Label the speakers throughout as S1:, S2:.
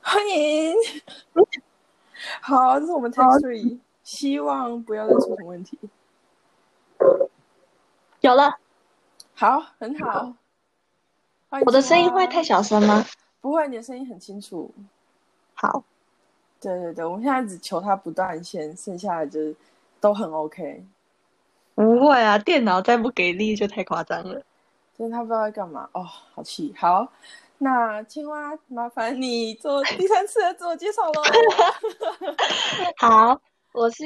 S1: 欢迎。 好，这是我们 Tech Three，希望不要再出什么问题。
S2: 有了，
S1: 好，很好。欢迎
S2: 我的声音
S1: 进来
S2: 会太小声吗？
S1: 不会，你的声音很清楚。
S2: 好，
S1: 对对对，我们现在只求它不断线，剩下的就是都很 OK。
S2: 不会啊，电脑再不给力就太夸张了。
S1: 真的他不知道在干嘛哦，好气。好，那青蛙，麻烦你做第三次的自我介绍喽。
S2: 好，我是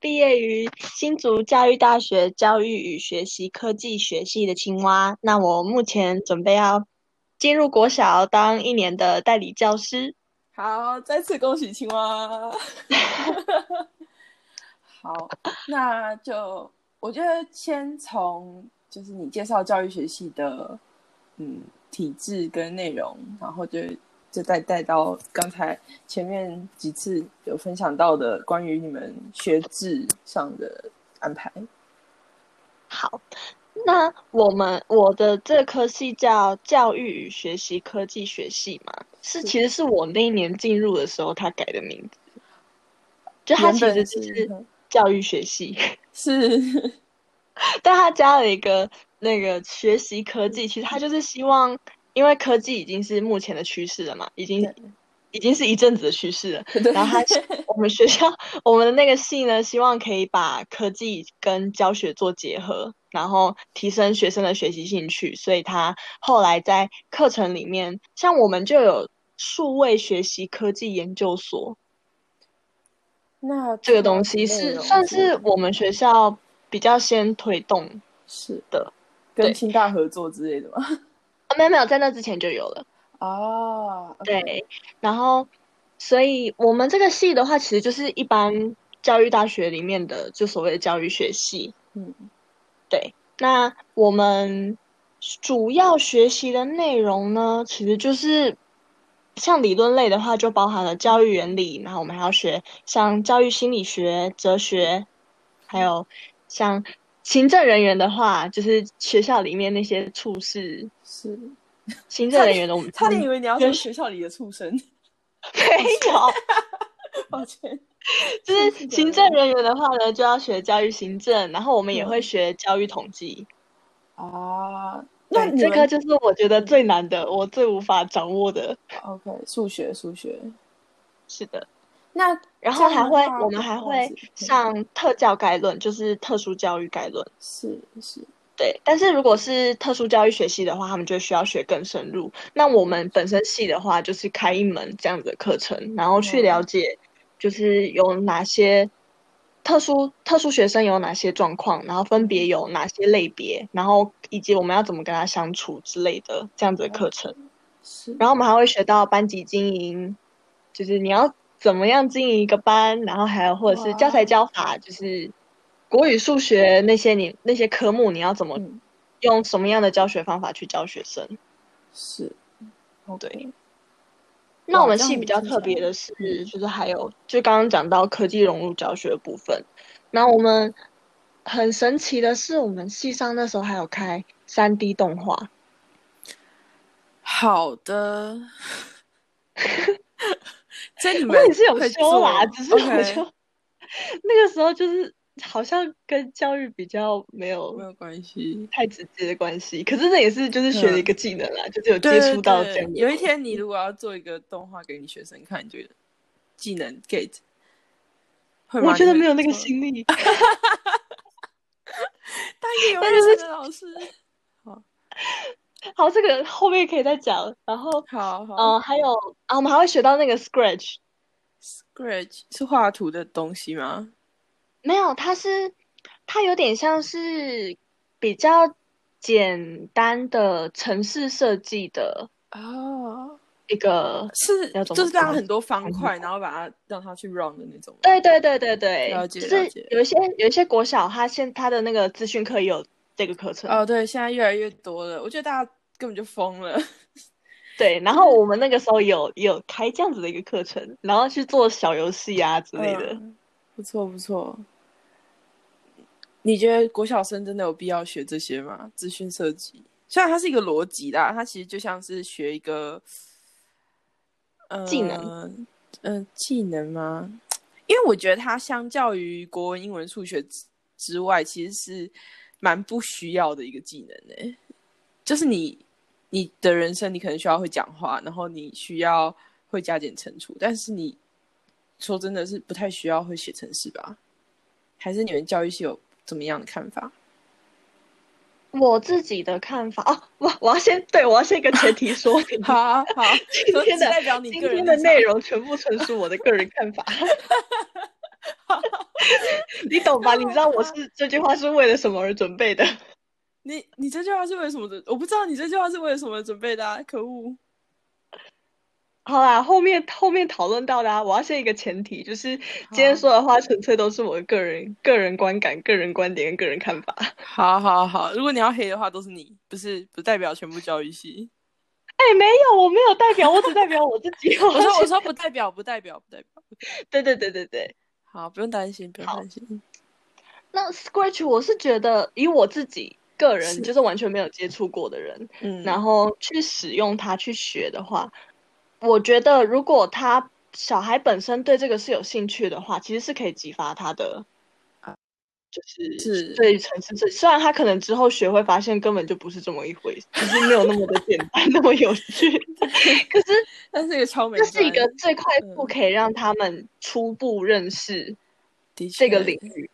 S2: 毕业于新竹教育大学教育与学习科技学系的青蛙。那我目前准备要进入国小当一年的代理教师。
S1: 好，再次恭喜青 蛙。好，那就我觉得先从就是你介绍教育学系的嗯体制跟内容，然后就就再带到刚才前面几次有分享到的关于你们学制上的安排。
S2: 好，那我们我的这科系叫教育与学习科技学系嘛，是其实是我那一年进入的时候他改的名字，就他
S1: 原
S2: 其实
S1: 本
S2: 就是教育学系，
S1: 是
S2: 但他加了一个那个学习科技，其实他就是希望，因为科技已经是目前的趋势了嘛，已经
S1: 对
S2: 已经是一阵子的趋势了。
S1: 嗯对，
S2: 然后他我们学校 我们的那个系呢，希望可以把科技跟教学做结合，然后提升学生的学习兴趣。所以他后来在课程里面，像我们就有数位学习科技研究所，
S1: 那
S2: 这个东西
S1: 哦内
S2: 是
S1: 容
S2: 算是我们学校比较先推动
S1: 是
S2: 的，
S1: 跟
S2: 对
S1: 清大合作之类的吗？
S2: 啊，没有没有，在那之前就有了。
S1: 啊，
S2: 对，然后，所以我们这个系的话，其实就是一般教育大学里面的，就所谓的教育学系。
S1: 嗯，
S2: 对。那我们主要学习的内容呢，其实就是像理论类的话，就包含了教育原理，然后我们还要学像教育心理学、哲学，还有像行政人员的话，就是学校里面那些处事
S1: 是嗯
S2: 行政人员的，我们
S1: 差点以为你要说
S2: 跟
S1: 学校里的畜生，
S2: 没有。
S1: 抱歉。
S2: 就是行政人员的话呢，就要学教育行政，然后我们也
S1: 嗯
S2: 会学教育统计。
S1: 啊，那你
S2: 这
S1: 们
S2: 个就是我觉得最难的，我最无法掌握的。
S1: OK 数学数学，
S2: 是的，
S1: 那
S2: 然后还会
S1: 这样的话
S2: 我们还
S1: 这样
S2: 会
S1: 子
S2: 上特教概论，就是特殊教育概论。
S1: 是是
S2: 对，但是如果是特殊教育学系的话，他们就需要学更深入。那我们本身系的话，就是开一门这样子的课程，然后
S1: 嗯
S2: 去了解，就是有哪些特殊特殊学生有哪些状况，然后分别有哪些类别，然后以及我们要怎么跟他相处之类的这样子的课程。
S1: 是，
S2: 然后我们还会学到班级经营，就是你要怎么样经营一个班，然后还有或者是教材教法，就是国语、数学那些你那些科目，你要怎么
S1: 嗯
S2: 用什么样的教学方法去教学生？
S1: 是 OK
S2: 对那我们
S1: 这样
S2: 系比较
S1: 听起
S2: 特别
S1: 来嗯
S2: 的是，就是还有就刚刚讲到科技融入教学的部分，然后我们很神奇的是，我们系上那时候还有开三 D 动画，
S1: 好 的，这你
S2: 我
S1: 们
S2: 也是有
S1: 会
S2: 修啦，
S1: 做
S2: 只是我
S1: OK，
S2: 就那个时候就是好像跟教育比较没
S1: 没
S2: 有
S1: 有关系。
S2: 太直接的关系，可是这也是就是学了一个技能啦，就是有
S1: 嗯对
S2: 接
S1: 对
S2: 触到这
S1: 对
S2: 样，的
S1: 有一
S2: 东
S1: 天你
S2: 西
S1: 如果要做一个动画给你学生看，你觉得技能 get 会吗？
S2: 我觉得没有那个
S1: 心，
S2: 心 力，
S1: 但也有
S2: 但是
S1: 认真的老师。
S2: 好，这个后面可以再讲，然后。
S1: 好好、
S2: 嗯，还有啊，我们还会学到那个 Scratch，
S1: s c r a t c h 是画图的东西吗？
S2: 没有，它是它有点像是比较简单的城市设计的
S1: 哦，
S2: 一个，
S1: 是
S2: 要怎么
S1: 就是让
S2: 说
S1: 很多方
S2: 翻译
S1: 块，然后把它让它去 run 的那种吗。
S2: 对对对对对，
S1: 了解
S2: 就
S1: 了
S2: 是
S1: 解
S2: 有一些有一些国小，它现它的那个资讯课也有这个课程，
S1: 哦，对，现在越来越多了，我觉得大家根本就疯了。
S2: 对，然后我们那个时候有有开这样子的一个课程，然后去做小游戏啊之类的，
S1: 嗯，不错不错。你觉得国小生真的有必要学这些吗？资讯设计，虽然它是一个逻辑啦，它其实就像是学一个，呃
S2: 技能
S1: 嗯、呃技能吗？因为我觉得它相较于国文、英文、数学之之外，其实是蛮不需要的一个技能诶、就是你你的人生，你可能需要会讲话，然后你需要会加减乘除，但是你说真的是不太需要会写程式吧？还是你们教育系有怎么样的看法？
S2: 我自己的看法哦，我我要先对我要先跟前提说 明，
S1: 好啊好啊，
S2: 今天
S1: 只
S2: 的
S1: 代表你
S2: 今
S1: 个人
S2: 天的
S1: 立场
S2: 内容全部纯属我的个人看 法， 你懂吧？你知道我 是这句话是为了什么而准备的？
S1: 你你这句话是为什么准？我不知道你这句话是为了什么准备的、啊，可恶！
S2: 好啦，后面后面讨论到的啊，我要先一个前提，就是今天
S1: 好
S2: 说的话纯粹都是我的个人个人观感、个人观点跟个人看法。
S1: 好好好，如果你要黑的话，都是你，不是不代表全部教育系。
S2: 哎，没有，我没有代表，我只代表我自己。 我
S1: 我说我
S2: 是
S1: 说不代表不代表不代表。
S2: 对对对对对。
S1: 好，不用担心，不用担心。
S2: 那 Scratch，我是觉得以我自己个人，
S1: 是
S2: 就是完全没有接触过的人，
S1: 嗯，
S2: 然后去使用它去学的话，我觉得如果他小孩本身对这个是有兴趣的话，其实是可以激发他的，就是
S1: 是
S2: 对于城市设计。虽然他可能之后学会发现根本就不是这么一回事，就是没有那么的简单，那么有 趣。可是
S1: 但是一个超美
S2: 这
S1: 专，
S2: 是一个最快速
S1: 嗯
S2: 可以让他们初步认识
S1: 的确
S2: 这个领域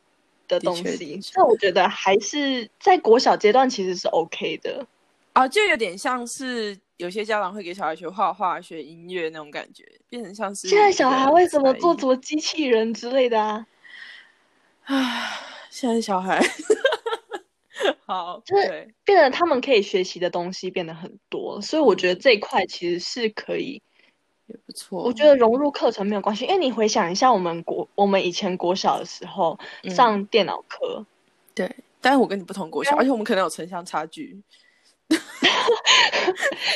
S2: 的东
S1: 的确的
S2: 西
S1: 确，
S2: 那我觉得还是在国小阶段其实是 OK 的。
S1: 啊，就有点像是有些家长会给小孩学画画、学音乐那种感觉，变成像是
S2: 现在小孩为什么做
S1: 主？
S2: 什么机器人之类的啊？
S1: 唉，现在小孩 好，
S2: 就是
S1: 对，
S2: 变得他们可以学习的东西变得很多，所以我觉得这一块其实是可以，
S1: 也不错。
S2: 我觉得融入课程没有关系，因为你回想一下我们国我们以前国小的时候
S1: 嗯
S2: 上电脑课，
S1: 对，但是我跟你不同国小，
S2: 对啊
S1: 而且我们可能有城乡差 距。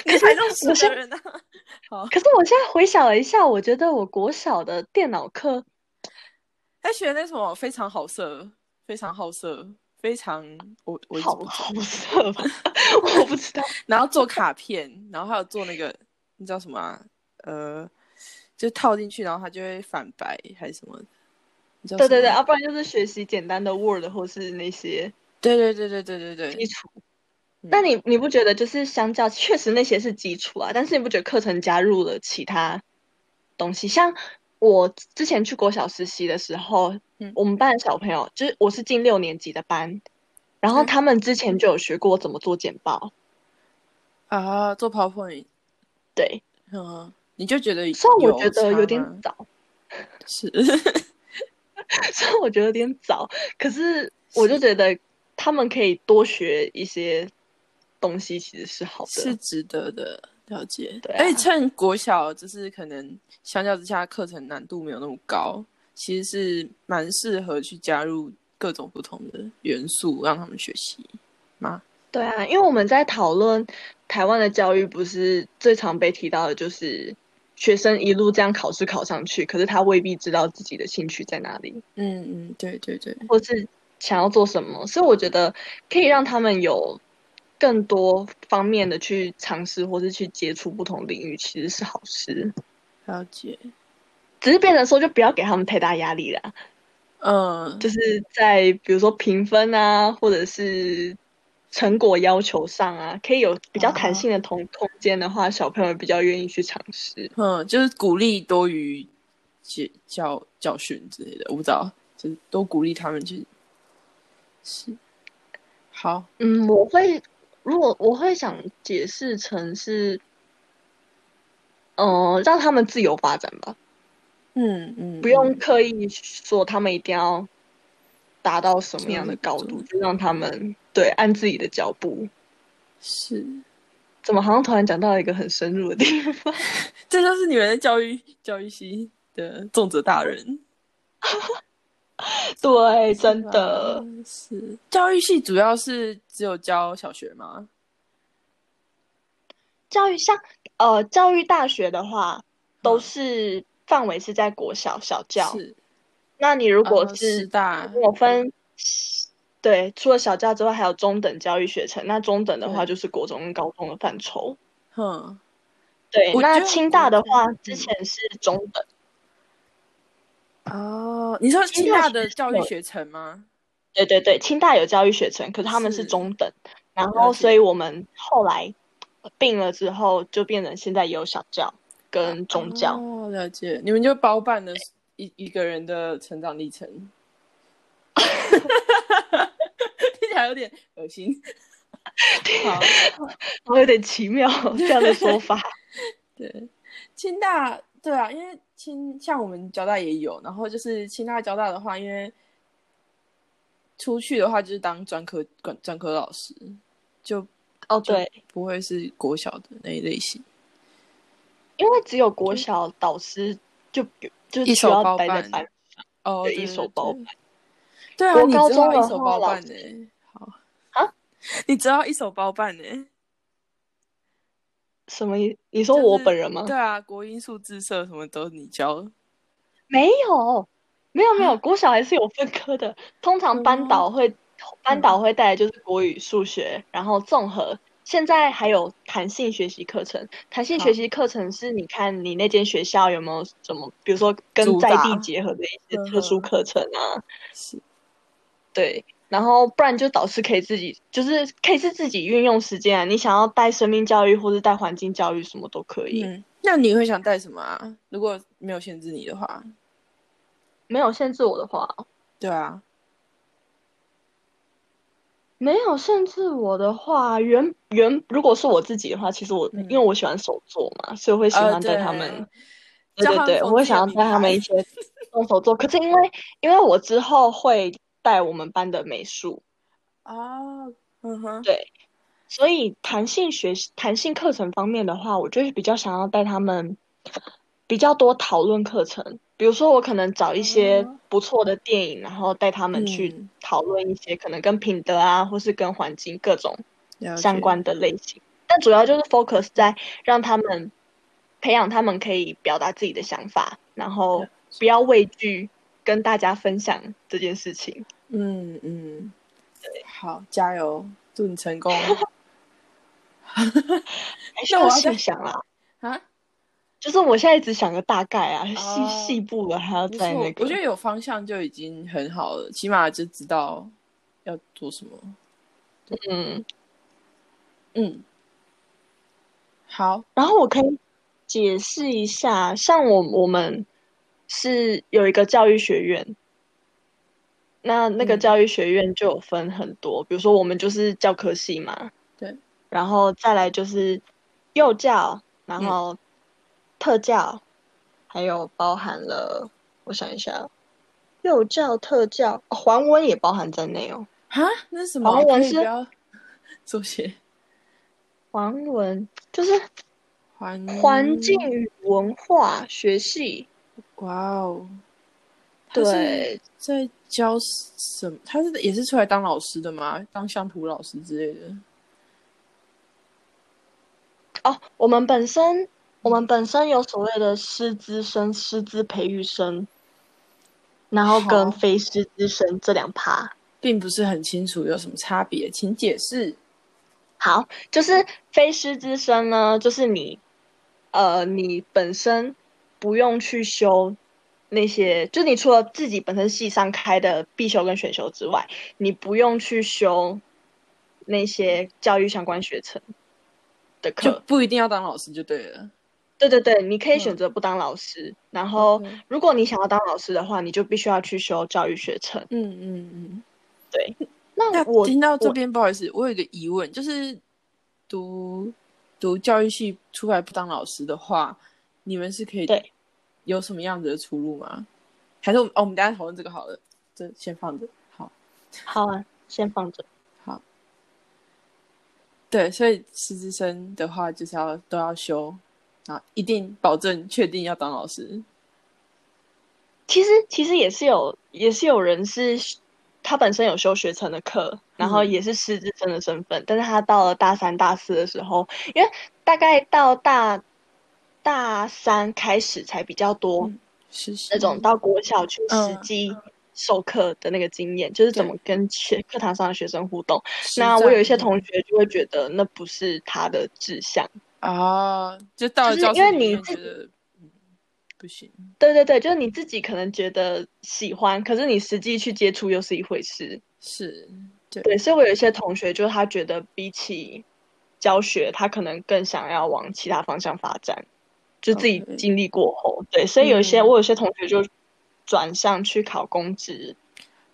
S1: 你才认
S2: 我
S1: 识
S2: 现
S1: 的人呢、啊？好，
S2: 可是我现在回想了一下，我觉得我国小的电脑课
S1: 他学那什么非常好色，非常好色，非常我我一直
S2: 好
S1: 不
S2: 好色吧， 我不知道。
S1: 然后做卡片，然后还有做那个你知道什么、啊？呃，就套进去，然后它就会反白还是什么的？你知道
S2: 对对
S1: 什
S2: 对，哦
S1: 么
S2: 要、不然就是学习简单的 Word 或是那些
S1: 对对对对对对对
S2: 基
S1: 对，
S2: 础。
S1: 嗯
S2: 但你你不觉得就是相较确实那些是基础啊，但是你不觉得课程加入了其他东西？像我之前去国小实习的时候，
S1: 嗯
S2: 我们班的小朋友就是我是进六年级的班，然后
S1: 嗯
S2: 他们之前就有学过怎么做简报，
S1: 啊，做 PowerPoint，
S2: 对，
S1: 嗯，你就觉得
S2: 虽然我觉
S1: 差
S2: 得有点
S1: 吗
S2: 早，
S1: 是，
S2: 虽然我觉得有点早，可是我就觉得他们可以多学一些东西，其实是好的。
S1: 是值得的，了解。
S2: 对啊
S1: 而且趁国小，就是可能相较之下课程难度没有那么高，其实是蛮适合去加入各种不同的元素，让他们学习吗？
S2: 对啊，因为我们在讨论台湾的教育，不是最常被提到的，就是学生一路这样考试考上去，可是他未必知道自己的兴趣在哪里，
S1: 嗯嗯，对对对，
S2: 或是想要做什么。所以我觉得可以让他们有更多方面的去尝试，或是去接触不同领域，其实是好事。
S1: 了解。
S2: 只是变成说，就不要给他们太大压力啦，
S1: 嗯，
S2: 就是在比如说评分啊，或者是成果要求上啊，可以有比较弹性的空空间的话，小朋友比较愿意去尝试。
S1: 嗯，就是鼓励多于教教教训之类的，我不知道，就是多鼓励他们去。是，好，
S2: 嗯，我会如果我会想解释成是，嗯、让他们自由发展吧，
S1: 嗯嗯，
S2: 不用
S1: 嗯
S2: 刻意说他们一定要达到什么样的高
S1: 做
S2: 度，就让他们对按自己的脚步。
S1: 是，
S2: 怎么好像突然讲到一个很深入的地方？
S1: 这就是你们的教育教育系的重责大人。
S2: 对，真的。
S1: 是教育系主要是只有教小学吗？
S2: 教育像呃教育大学的话，都
S1: 嗯
S2: 是范围是在国小小教。
S1: 是，呃
S2: 那你如
S1: 如
S2: 果
S1: 师
S2: 是
S1: 大，
S2: 我分，对，除了小教之外，还有中等教育学程。那中等的话
S1: 对
S2: 就是国中跟高中的范畴。
S1: 哼，
S2: 对，
S1: 我
S2: 那
S1: 觉得
S2: 清大
S1: 我
S2: 的话
S1: 嗯
S2: 之前是中等，
S1: 哦，你说清大的教育学程吗？
S2: 对对对，清大有教育学程，可是他们是
S1: 是
S2: 中等，然
S1: 了
S2: 后
S1: 解
S2: 所以我们后来并了之后，就变成现在有小教跟中教。
S1: 哦，了解。你们就包办了一一个人的成长历 程， 听起来有点恶心。 好，
S2: 我有点奇妙 这样的说法。
S1: 对，清大对啊，因为清像我们交大也有，然后就是清大交大的话，因为出去的话就是当专科专专科老师，就
S2: 哦，对，
S1: 不会是国小的那一类型，
S2: 因为只有国小导师就就
S1: 一
S2: 需
S1: 手
S2: 要
S1: 包
S2: 待在
S1: 办
S2: 班，
S1: 哦，
S2: 对
S1: 对
S2: 一手包
S1: 办。对啊，
S2: 国
S1: 你
S2: 高
S1: 知
S2: 中
S1: 道
S2: 的
S1: 一手
S2: 话
S1: 包
S2: 老
S1: 办呢、
S2: 师
S1: 好
S2: 啊，
S1: 你知道一手包办呢、
S2: 什么意思？你说
S1: 就
S2: 我
S1: 是
S2: 本人吗？
S1: 对啊，国音数自社什么都你教。
S2: 没有，没有没有，
S1: 啊
S2: 国小还是有分科的。通常
S1: 有
S2: 班
S1: 吗
S2: 导会班
S1: 嗯
S2: 导会带的就是国语、数学，然后综合。现在还有弹性学习课程，弹性学
S1: 好
S2: 习课程是你看你那间学校有没有什么，比如说跟
S1: 主
S2: 在地
S1: 打
S2: 结合的一些
S1: 嗯
S2: 特殊
S1: 哼
S2: 课程啊，
S1: 嗯是
S2: 对，然后不然就导师可以自己，就是可以是自己运用时间啊。你想要带生命教育或是带环境教育，什么都可以，
S1: 嗯，那你会想带什么啊？如果没有限制你的话，
S2: 没有限制我的话，
S1: 对啊，
S2: 没有限制我的话，原原如果是我自己的话，其实我
S1: 嗯
S2: 因为我喜欢手作嘛，所以我会喜
S1: 呃，
S2: 欢带他们，对
S1: 教
S2: 对
S1: 他们
S2: 对，
S1: 缝
S2: 我会
S1: 制的
S2: 想要
S1: 名
S2: 带他们
S1: 牌
S2: 一些动手做。可是因为因为我之后会带我们班的美术，
S1: 哦，嗯哼，
S2: 对，所以弹性学习、弹性课程方面的话，我就是比较想要带他们比较多讨论课程。比如说，我可能找一些
S1: 哦
S2: 不错的电影，然后带他们去
S1: 嗯，
S2: 讨论一些可能跟品德啊，或是跟环境各种
S1: 了解
S2: 相，关的类型。但主要就是 focus 在让他们培养他们可以表达自己的想法，然后
S1: 了
S2: 不要畏惧跟大家分享这件事情。
S1: 嗯嗯，好，加油，祝你成 功
S2: 还需
S1: 那
S2: 要
S1: 我要再
S2: 细想啦。
S1: 啊！
S2: 就是我现在只想个大概啊，细
S1: 哦
S2: 细部了还要
S1: 不
S2: 再
S1: 错
S2: 那，
S1: 我觉
S2: 个。
S1: 得有方向就已经很好了，起码就知道要做什么。
S2: 嗯，
S1: 嗯，好，
S2: 然后我可以解释一下，像我我们是有一个教育学院，那那个
S1: 嗯
S2: 教育学院就有分很多，比如说我们就是教科系嘛，
S1: 对，
S2: 然后再来就是幼教，然
S1: 嗯
S2: 后特教，还有包含了，我想一下，幼教、特教，哦环文也包含在内哦。
S1: 哈，那是什么
S2: 环
S1: 啊？
S2: 文
S1: 可以
S2: 是
S1: 不要 缩写
S2: 环文就是
S1: 环
S2: 环境与文化学系，
S1: 哇哦，他是
S2: 对，
S1: 在教什么？他是也是出来当老师的吗？当乡土老师之类的？
S2: 哦，我们本
S1: 嗯
S2: 身我们本身有所谓的师资生、师资培育生，然后跟
S1: 好
S2: 非师资生这两趴。
S1: 并不是很清楚有什么差别，请解释。
S2: 好，就是非师资生呢，就是你呃，你本身不用去修那些，就你除了自己本身系上开的必修跟选修之外，你不用去修那些教育相关学程的
S1: 就
S2: 课。
S1: 不一定要当老师就对了。
S2: 对对对，你可以
S1: 嗯
S2: 选择不当老师，然后
S1: OK，
S2: 如果你想要当老师的话，你就必须要去修教育学程。
S1: 嗯嗯嗯。
S2: 对，那
S1: 那
S2: 我
S1: 听到这
S2: 我
S1: 边，不好意思，我有一个疑问，就是读读教育系出来不当老师的话，你们是可以
S2: 对
S1: 有什么样子的出路吗？还是我们、哦、我们大家讨论这个好了，这先放着。好，
S2: 好啊，先放着。
S1: 好，对，所以师资生的话就是要都要修，啊，一定保证确定要当老师。
S2: 其实其实也是有也是有人是他本身有修学程的课，然后
S1: 嗯
S2: 也是师资生的身份，但是他到了大三大四的时候，因为大概到大大三开始才比较多
S1: 嗯实习
S2: 那种到国小去实
S1: 嗯
S2: 际授课的那个经验，就是怎
S1: 对
S2: 么跟学课堂上的学生互动。
S1: 实
S2: 那我有一些
S1: 战，
S2: 同学就会觉得那不是他的志向，
S1: 啊，就到了教室
S2: 就是因为
S1: 里面
S2: 你
S1: 觉得嗯不行，
S2: 对对对，就是你自己可能觉得喜欢，可是你实际去接触又是一回事。
S1: 是
S2: 对，所以我有一些同学，就是他觉得比起教学，他可能更想要往其他方向发展，就自己
S1: OK
S2: 经历过后，对，所以有一些、
S1: 嗯
S2: 我有些同学就转向去考公职，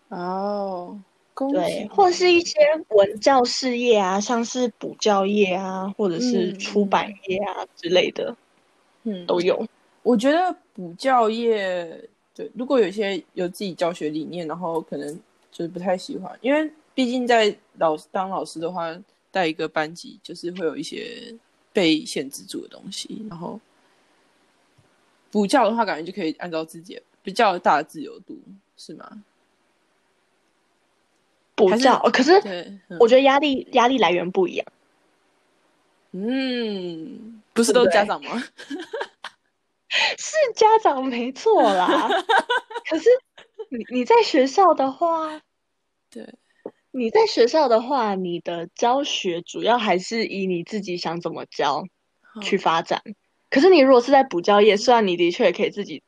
S1: 哦，恭喜
S2: 对，或是一些文教事业啊，像是补教业啊，或者是
S1: 嗯
S2: 出版业啊之类的
S1: 嗯，
S2: 都有。
S1: 我觉得补教业，对，如果有些有自己教学理念，然后可能就是不太喜欢，因为毕竟在老当老师的话，带一个班级就是会有一些被限制住的东西，然后补教的话，感觉就可以按照自己的比较大的自由度，是吗？
S2: 补
S1: 还是
S2: 教，哦可是
S1: 对，嗯
S2: 我觉得压力压力来源不一样。
S1: 嗯，不是都是家长吗？
S2: 是家长没错 啦，可是你你在学校的话，
S1: 对，
S2: 你在学校的话，你的教学主要还是以你自己想怎么教去发展。可是你如果是在补教业，虽然你的确也可以自己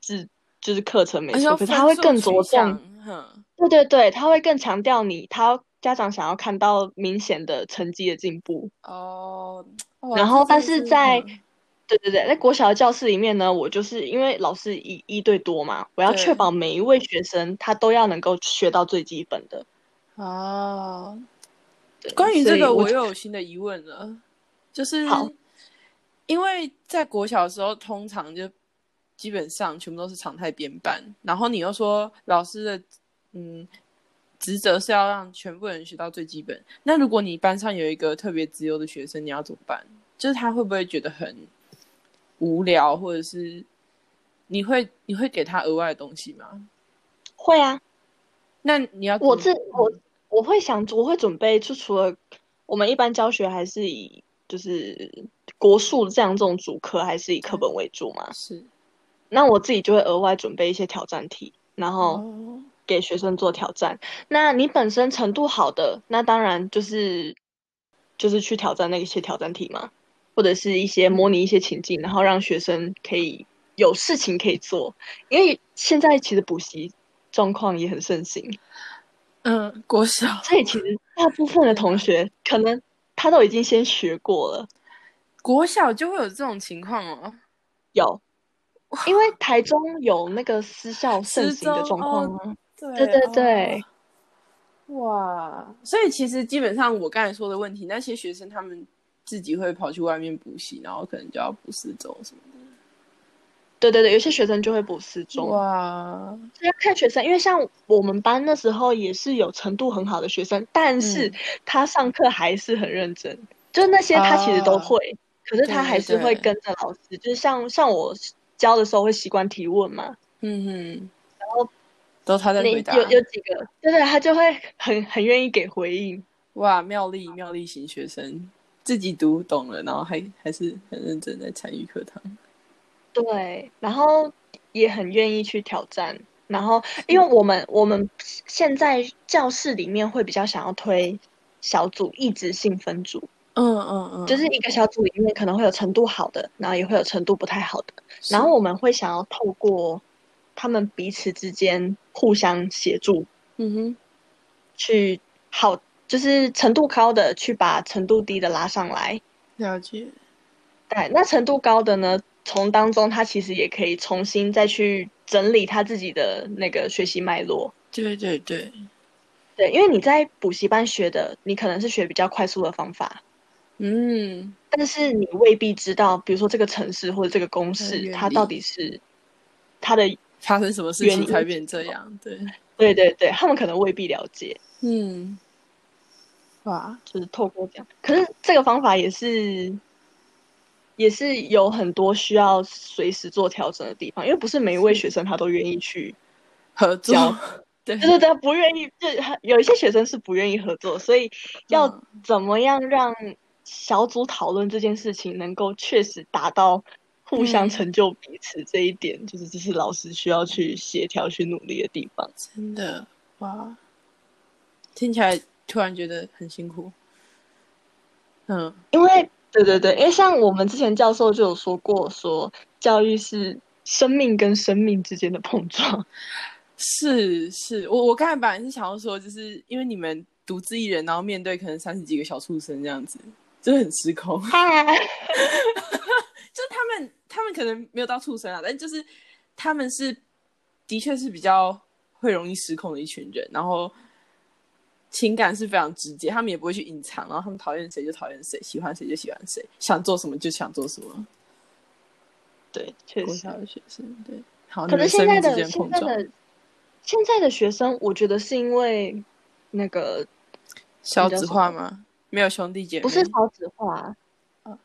S2: 自就是课程没
S1: 而且
S2: 错，
S1: 要
S2: 可是
S1: 分
S2: 他会
S1: 数
S2: 更
S1: 取
S2: 着重
S1: 向，，哼，
S2: 对对对，他会更强调你，他家长想要看到明显的成绩的进步。
S1: 哦，哇
S2: 然后
S1: 这真的
S2: 但是在
S1: 嗯
S2: 对对对，在国小的教室里面呢，我就是因为老师一一对多嘛，我要
S1: 对
S2: 确保每一位学生他都要能够学到最基本的。
S1: 哦，
S2: 对
S1: 关于
S2: 所
S1: 这
S2: 以
S1: 个，
S2: 我
S1: 我又有新的疑问了，就是
S2: 好
S1: 因为在国小的时候，通常就基本上全部都是常态编班，然后你又说老师的嗯职责是要让全部人学到最基本，那如果你班上有一个特别自由的学生，你要怎么办？就是他会不会觉得很无聊，或者是你会你会给他额外的东西吗？
S2: 会啊，
S1: 那你要
S2: 我
S1: 怎
S2: 自
S1: 么
S2: 我我会想，我会准备，就除了我们一般教学还是以就是国术这样这种主科，还是以课本为主嘛。
S1: 是
S2: 那我自己就会额外准备一些挑战题，然后
S1: 哦
S2: 给学生做挑战。那你本身程度好的，那当然就是就是去挑战那些挑战题嘛，或者是一些模拟一些情境，然后让学生可以有事情可以做。因为现在其实补习状况也很盛行，
S1: 嗯，国小
S2: 所以其实大部分的同学可能他都已经先学过了。
S1: 国小就会有这种情况哦，
S2: 有，因为台中有那个私校盛行的
S1: 私中
S2: 状况
S1: 哦
S2: 啊。
S1: 对哦
S2: 对对对，
S1: 哇！所以其实基本上我刚才说的问题，那些学生他们自己会跑去外面补习，然后可能就要补四周什么
S2: 对对对，有些学生就会补四
S1: 的。
S2: 中，
S1: 哇，
S2: 这要啊看学生，因为像我们班那时候也是有程度很好的学生，但是
S1: 嗯
S2: 他上课还是很认真，就是那些他其实都会，可是他还是
S1: 哦
S2: 会
S1: 对对
S2: 跟着老师，就是像像我教的时候会习惯提问嘛，
S1: 嗯哼，然
S2: 后
S1: 都他在
S2: 那
S1: 回答，
S2: 有有几个，对对，他就会很很愿意给回应，
S1: 哇，妙丽妙丽型学生自己读懂了，然后还还是很认真在参与课堂。
S2: 对，然后也很愿意去挑战。然后，
S1: 嗯
S2: 因为我们我们现在教室里面会比较想要推小组一直性分组，
S1: 嗯嗯嗯，
S2: 就是一个小组里面可能会有程度好的，然后也会有程度不太好的。然后我们会想要透过他们彼此之间互相协助，
S1: 嗯哼，
S2: 去好，就是程度高的去把程度低的拉上来。
S1: 了解。
S2: 对，那程度高的呢，从当中他其实也可以重新再去整理他自己的那个学习脉络。
S1: 对对对，
S2: 对，因为你在补习班学的，你可能是学比较快速的方法，
S1: 嗯，
S2: 但是你未必知道，比如说这个城市或者这个
S1: 它
S2: 公
S1: 的
S2: 式，
S1: 原
S2: 它
S1: 理
S2: 到底是它的
S1: 发生什么事
S2: 原
S1: 情
S2: 因
S1: 才变这样？对，
S2: 对对对，他们可能未必了解，
S1: 嗯，哇，
S2: 就是透过这样。可是这个方法也是，也是有很多需要随时做调整的地方，因为不是每一位学生他都愿意去，
S1: 合作
S2: 交，
S1: 对
S2: 对对对，不愿意，就有一些学生是不愿意合作，所以要
S1: 嗯
S2: 怎么样让小组讨论这件事情能够确实达到互相
S1: 嗯
S2: 成就彼此这一点，就是这是老师需要去协调、去努力的地方。
S1: 真的哇，听起来突然觉得很辛苦。嗯，
S2: 因为对对对，因为像我们之前教授就有说过说教育是生命跟生命之间的碰 撞。
S1: 是是，我我刚才本来是想要说，就是因为你们独自一人，然后面对可能三十几个小畜生这样子，真的很失控。
S2: 嗨，
S1: 就是他们他们可能没有到畜生啊，但就是他们是的确是比较会容易失控的一群人，然后情感是非常直接，他们也不会去隐藏，然后他们讨厌谁就讨厌谁，喜欢谁就喜欢谁，想做什么就想做什 么。
S2: 对，确
S1: 国
S2: 实
S1: 小，的学生对，好，
S2: 可
S1: 你们
S2: 能现
S1: 生
S2: 在
S1: 命之
S2: 的
S1: 间
S2: 现
S1: 碰
S2: 在
S1: 撞，
S2: 的现在的学生，我觉得是因为那个
S1: 少
S2: 你的
S1: 子
S2: 什
S1: 化
S2: 么
S1: 吗？没有兄弟姐妹，
S2: 不是少子化啊
S1: 嗯，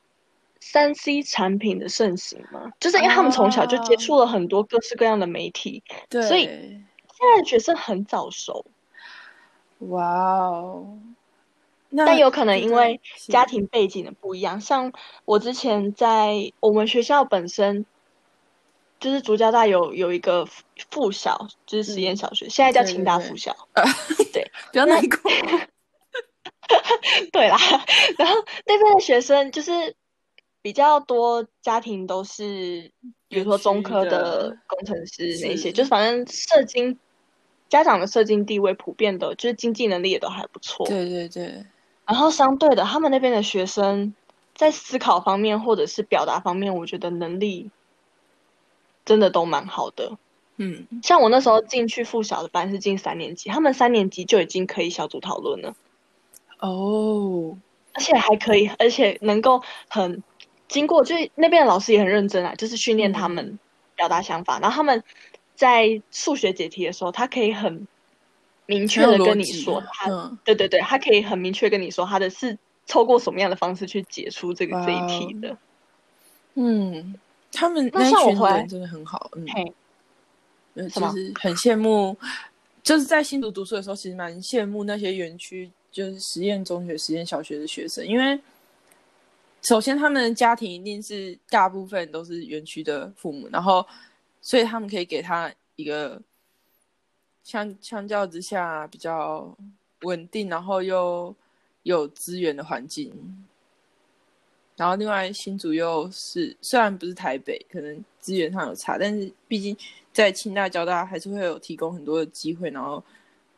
S2: 三 C 产品的盛行嘛，就是因为他们从小就
S1: 啊
S2: 接触了很多各式各样的媒体，
S1: 对，
S2: 所以现在的学生很早熟，
S1: 哇哦，那
S2: 但有可能
S1: 对
S2: 因
S1: 对
S2: 为
S1: 是
S2: 家庭背景的不一样，像我之前在我们学校本身。就是竹交大有有一个附附小，就是实验小学，现在叫
S1: 对
S2: 清
S1: 对
S2: 大
S1: 嗯对
S2: 附小。
S1: 不要难过，
S2: 对啦，然后那边的学生就是比较多，家庭都是比如说中科的工程师那些，
S1: 是
S2: 就是反正社经家长的社经地位普遍的，就是经济能力也都还不错。
S1: 对对对，
S2: 然后相对的，他们那边的学生在思考方面或者是表达方面，我觉得能力真的都蛮好的。
S1: 嗯，
S2: 像我那时候进去附小的班是进三年级，他们三年级就已经可以小组讨论了。
S1: 哦，
S2: 而且还可以，而且能够很经过，就是那边的老师也很认真啊，就是训练他
S1: 嗯
S2: 们表达想法，然后他们在数学解题的时候，他可以很明确的
S1: 很有
S2: 跟
S1: 逻
S2: 你
S1: 辑
S2: 说他，
S1: 嗯，
S2: 对对对，他可以很明确地跟你说他的是透过什么样的方式去解出这个
S1: 哇哦
S2: 这一题的。
S1: 嗯，他们
S2: 那
S1: 那一
S2: 像我
S1: 群
S2: 回来
S1: 人真的很好，嗯，
S2: 嘿，
S1: 呃
S2: 什
S1: 就
S2: 么
S1: 是很羡慕，就是在新竹读书的时候，其实蛮羡慕那些园区就是实验中学、实验小学的学生，因为首先他们的家庭一定是大部分都是园区的父母，然后所以他们可以给他一个相相较之下比较稳定，然后又有资源的环境。然后另外新竹又是虽然不是台北，可能资源上有差，但是毕竟在清大、交大还是会有提供很多的机会，然后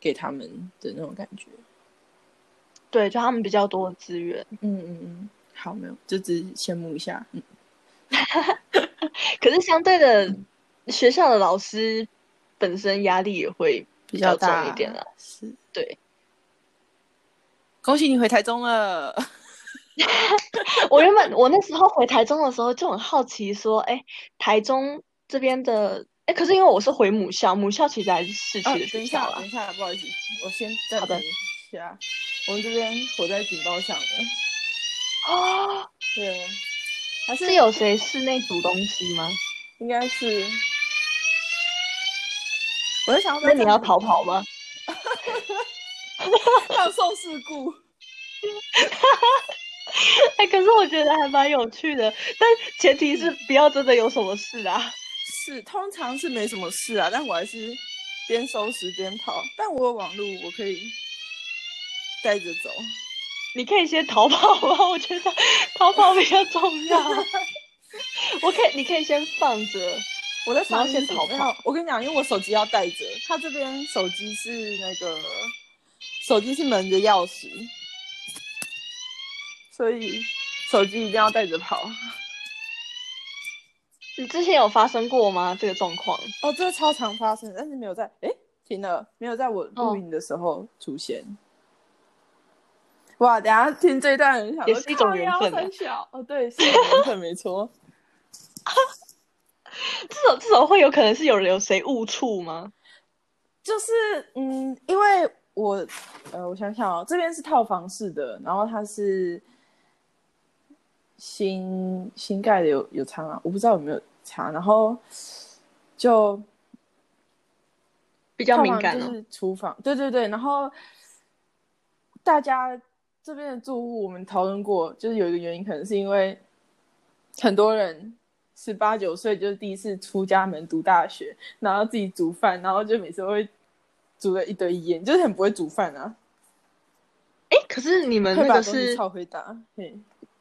S1: 给他们的那种感觉。
S2: 对，就他们比较多的资源。
S1: 嗯嗯嗯，好，没有，就只是羡慕一下。嗯，
S2: 可是相对的，学校的老师本身压力也会
S1: 比
S2: 较
S1: 较
S2: 重
S1: 大
S2: 一点啊啦。
S1: 是，
S2: 对，
S1: 恭喜你回台中 了。
S2: 我原本我那时候回台中的时候就很好奇，说，哎，台中这边的，哎，可是因为我是回母校，母校其实还是市
S1: 啊
S2: 区的
S1: 等
S2: 哦学
S1: 一
S2: 校
S1: 下，
S2: 啦
S1: 等。一下，不好意思，我先暂
S2: 好
S1: 停
S2: 的
S1: 一下。我们这边火灾警报响了。
S2: 哦，
S1: 对，还是
S2: 是有谁室内煮东西吗？
S1: 应该是。我在想，
S2: 那你要逃跑？吗？
S1: 放送事故。
S2: 哎，可是我觉得还蛮有趣的，但前提是不要真的有什么事啊。
S1: 是，通常是没什么事啊，但我还是边收拾边跑。但我有网路，我可以带着走。
S2: 你可以先逃跑吗？ 我觉得逃跑比较重要。我可以，你可以先放着。
S1: 我在房
S2: 然后先逃跑
S1: 没有我跟你讲，因为我手机要带着，他这边手机是那个手机是门的钥匙，所以手机一定要带着跑。
S2: 你之前有发生过吗？这个状况？
S1: 哦，这个超常发生，但是没有在诶，停了，没有在我
S2: 哦
S1: 录音的时候出现。哇，等一下听这一段很想说
S2: 也是一种缘分啊
S1: 靠腰三小哦，对，是一种缘分，没错。
S2: 这种这种会有可能是有人有谁误触吗？
S1: 就是嗯，因为我呃，我想想哦，这边是套房式的，然后它是新新盖的有，有差吗？我不知道有没有差。然后就
S2: 比
S1: 比
S2: 较敏感
S1: 就
S2: 哦。
S1: 是厨房，对对对。然后大家这边的住户，我们讨论过，就是有一个原因，可能是因为很多人十八九岁就是第一次出家门读大学，然后自己煮饭，然后就每次会煮了一堆烟，就是很不会煮饭啊，
S2: 哎、可是你们
S1: 会
S2: 那
S1: 把
S2: 个
S1: 东西
S2: 是
S1: 炒回答。嘿，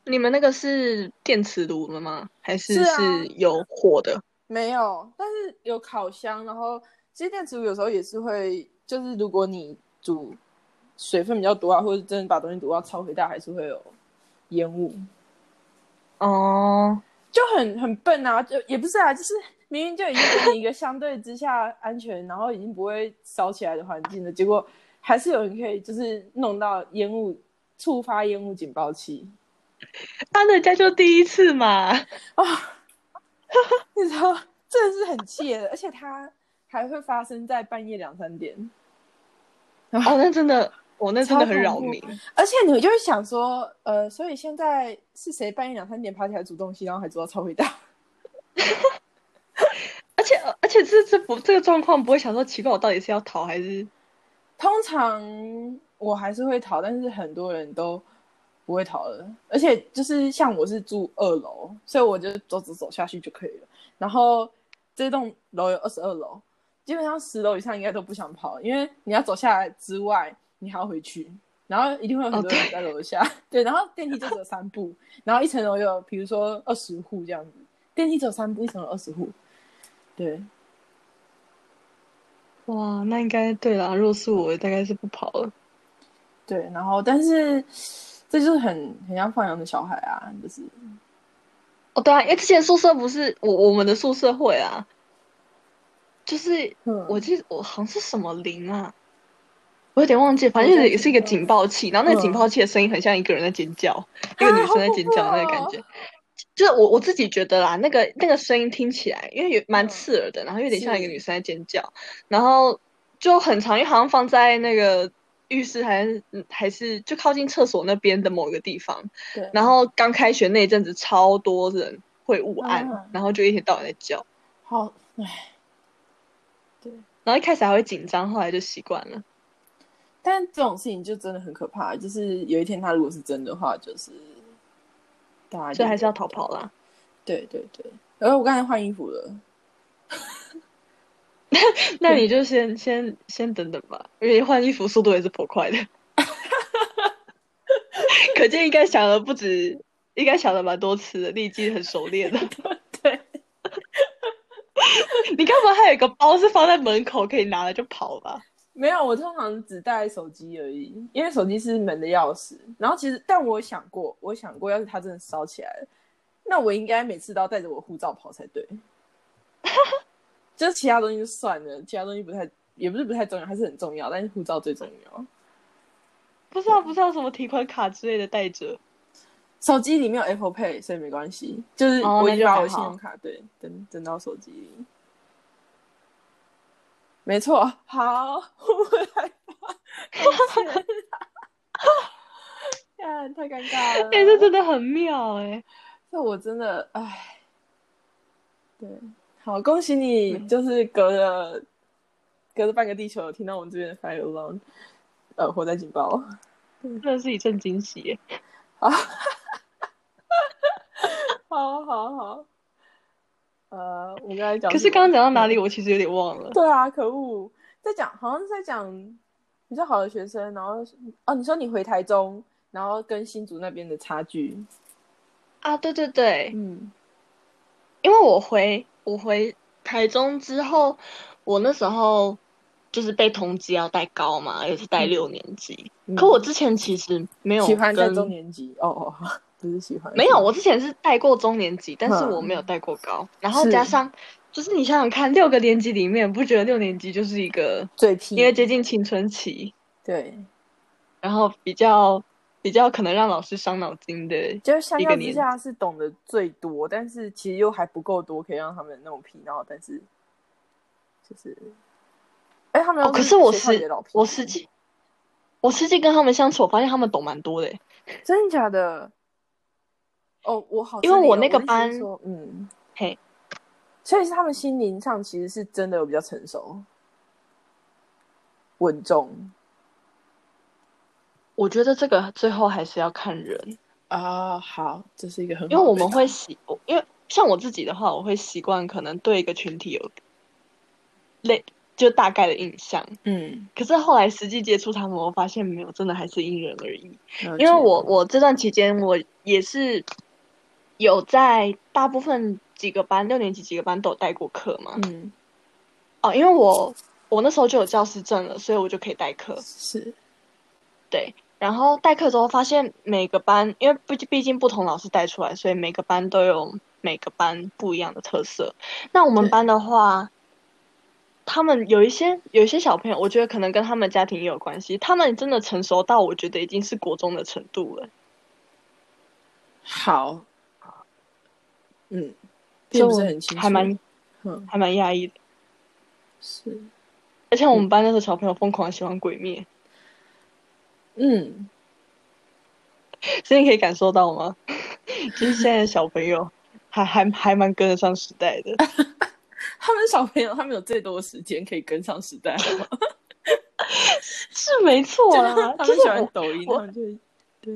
S2: 你们那个是电磁炉了吗？还是
S1: 是啊
S2: 是有火的？
S1: 没有，但是有烤箱，然后其实电磁炉有时候也是会，就是如果你煮水分比较多啊，或者真的把东西煮到超肥大，还是会有烟雾，
S2: 哦，
S1: 就很很笨啊，就也不是啊，就是明明就已经给你一个相对之下安全，然后已经不会烧起来的环境了，结果还是有人可以就是弄到烟雾，触发烟雾警报器
S2: 啊，人家就第一次嘛。
S1: 啊，你知道真的是很气的，而且它还会发生在半夜两三点。
S2: 哦，那真的，我、那真的很
S1: 超
S2: 扰
S1: 恐怖
S2: 民。
S1: 而且你就会想说，呃，所以现在是谁半夜两三点爬起来煮东西，然后还煮到超伟大？
S2: 而且而且这这不这个状况不会想说奇怪，我到底是要逃还是？
S1: 通常我还是会逃，但是很多人都不会逃了。而且就是像我是住二楼，所以我就走走走下去就可以了。然后这栋楼有二十二楼，基本上十楼以上应该都不想跑，因为你要走下来之外，你还要回去，然后一定会有很多
S2: 哦
S1: 人在楼下。对，然后电梯就只有三步，然后一层楼有比如说二十户这样子，电梯只有三步，一层楼二十户。对，
S2: 哇，那应该对啦。若是我，大概是不跑了。
S1: 对，然后但是这就是很很像放羊的小孩啊，就是
S2: 哦，对啊，因为之前宿舍不是我我们的宿舍会啊，就是我
S1: 我
S2: 记得我好像是什么铃啊，我有点忘记，反正也是嗯一个警报器，然后那个警报器的声音很像一个人在尖叫，一个女生在尖叫那个感 觉。就是我我自己觉得啦，那个那个声音听起来，因为有蛮刺耳的，然后有点像一个
S1: 是
S2: 女生在尖叫，然后就很长，因为好像放在那个浴室还是嗯还是就靠近厕所那边的某一个地方，
S1: 对，
S2: 然后刚开学那一阵子，超多人会误按，
S1: 嗯
S2: 然后就一天到晚在叫，
S1: 好，唉，
S2: 然后一开始还会紧张，后来就习惯了。
S1: 但这种事情就真的很可怕，就是有一天他如果是真的话，就是大家就
S2: 所以还是要逃跑啦。
S1: 对对对。然后我刚才换衣服了，
S2: 那你就先先先等等吧，因为换衣服速度也是颇 快的。可见应该想了不止，应该想了蛮多次的，你已经很熟练了。
S1: 对，
S2: 你干嘛还有一个包是放在门口可以拿了就跑吧？
S1: 没有，我通常只带手机而已，因为手机是门的钥匙。然后其实，但我想过，我想过，要是它真的烧起来了，那我应该每次都要带着我护照跑才对。就是其他东西就算了，其他东西不太，也不是不太重要，还是很重要，但是护照最重要。
S2: 不知道不知道什么提款卡之类的带着。
S1: 手机里面有 Apple Pay，所以没关系。就是
S2: 哦
S1: 我已
S2: 那就
S1: 经把
S2: 还
S1: 我信
S2: 好
S1: 用卡对登登到手机里。没错，好， 我来吧。 抱歉看，太尴尬了。
S2: 哎、这真的很妙哎、
S1: 这我真的唉，对，好，恭喜你，
S2: 没
S1: 就是隔了隔了半个地球，听到我们这边的 Fire Alone，呃，火灾警报。
S2: 真的是一阵惊喜耶。
S1: 好好好，呃，我刚才讲什么，
S2: 可是刚刚讲到哪
S1: 嗯
S2: 里，我其实有点忘了。
S1: 对啊，可恶，在讲好像是在讲你说好的学生，然后哦，你说你回台中，然后跟新竹那边的差距，
S2: 啊，对对对，
S1: 嗯，
S2: 因为我回我回台中之后，我那时候就是被通知要带高嘛，也是带六年级。可我之前其实没有
S1: 嗯喜欢在
S2: 跟
S1: 中年级，哦哦，好不是喜欢，
S2: 没有，我之前是带过中年级，但是
S1: 嗯
S2: 我没有带过高。然后
S1: 是
S2: 加上就是你想想看，六个年级里面，不觉得六年级就是一个
S1: 最屁，
S2: 因为接近青春期，
S1: 对，
S2: 然后比较比较可能让老师伤脑筋的
S1: 就是相
S2: 一个
S1: 较
S2: 年
S1: 之下是懂得最多，但是其实又还不够多，可以让他们那种皮闹，但是就是，哎、他们
S2: 哦，
S1: 又
S2: 可是我
S1: 学校里
S2: 实
S1: 的老皮
S2: 我实际我实际跟他们相处，我发现他们懂蛮多的欸耶。
S1: 真的假的？哦，我好吃
S2: 因
S1: 力
S2: 为
S1: 哦，
S2: 我那个
S1: 的意思是
S2: 班
S1: 说嗯，
S2: 嘿，
S1: 所以是他们心灵上其实是真的有比较成熟、稳重
S2: 我觉得这个最后还是要看人，
S1: 啊。好，这是一个很
S2: 因为我们会习，我因为像我自己的话，我会习惯可能对一个群体有类，就大概的印象。
S1: 嗯，
S2: 可是后来实际接触他们，我发现没有，真的还是因人而异。
S1: 了
S2: 因为
S1: 解
S2: 我我这段期间我也是有在大部分几个班，六年级几个班都有带过课嘛。
S1: 嗯
S2: 哦，因为我我那时候就有教师证了，所以我就可以代课。
S1: 是
S2: 对，然后代课之后发现每个班，因为毕竟毕竟不同老师带出来，所以每个班都有每个班不一样的特色。那我们
S1: 对
S2: 班的话，他们有一些有一些小朋友，我觉得可能跟他们家庭也有关系，他们真的成熟到我觉得已经是国中的程度了。
S1: 好，嗯，并
S2: 就
S1: 不是很清楚，
S2: 还蛮
S1: 嗯
S2: 还蛮压抑的。
S1: 是
S2: 而且我们班那时候小朋友疯狂地喜欢鬼灭，
S1: 嗯
S2: 所以你可以感受到吗？ 就是现在的小朋友还还还蛮跟得上时代的。
S1: 他们小朋友，他们有最多的时间可以跟上时代，好吗
S2: 是没错
S1: 就是啊
S2: 啦，
S1: 他
S2: 就
S1: 们
S2: 是
S1: 喜
S2: 我
S1: 欢抖音，
S2: 我
S1: 他们就会对。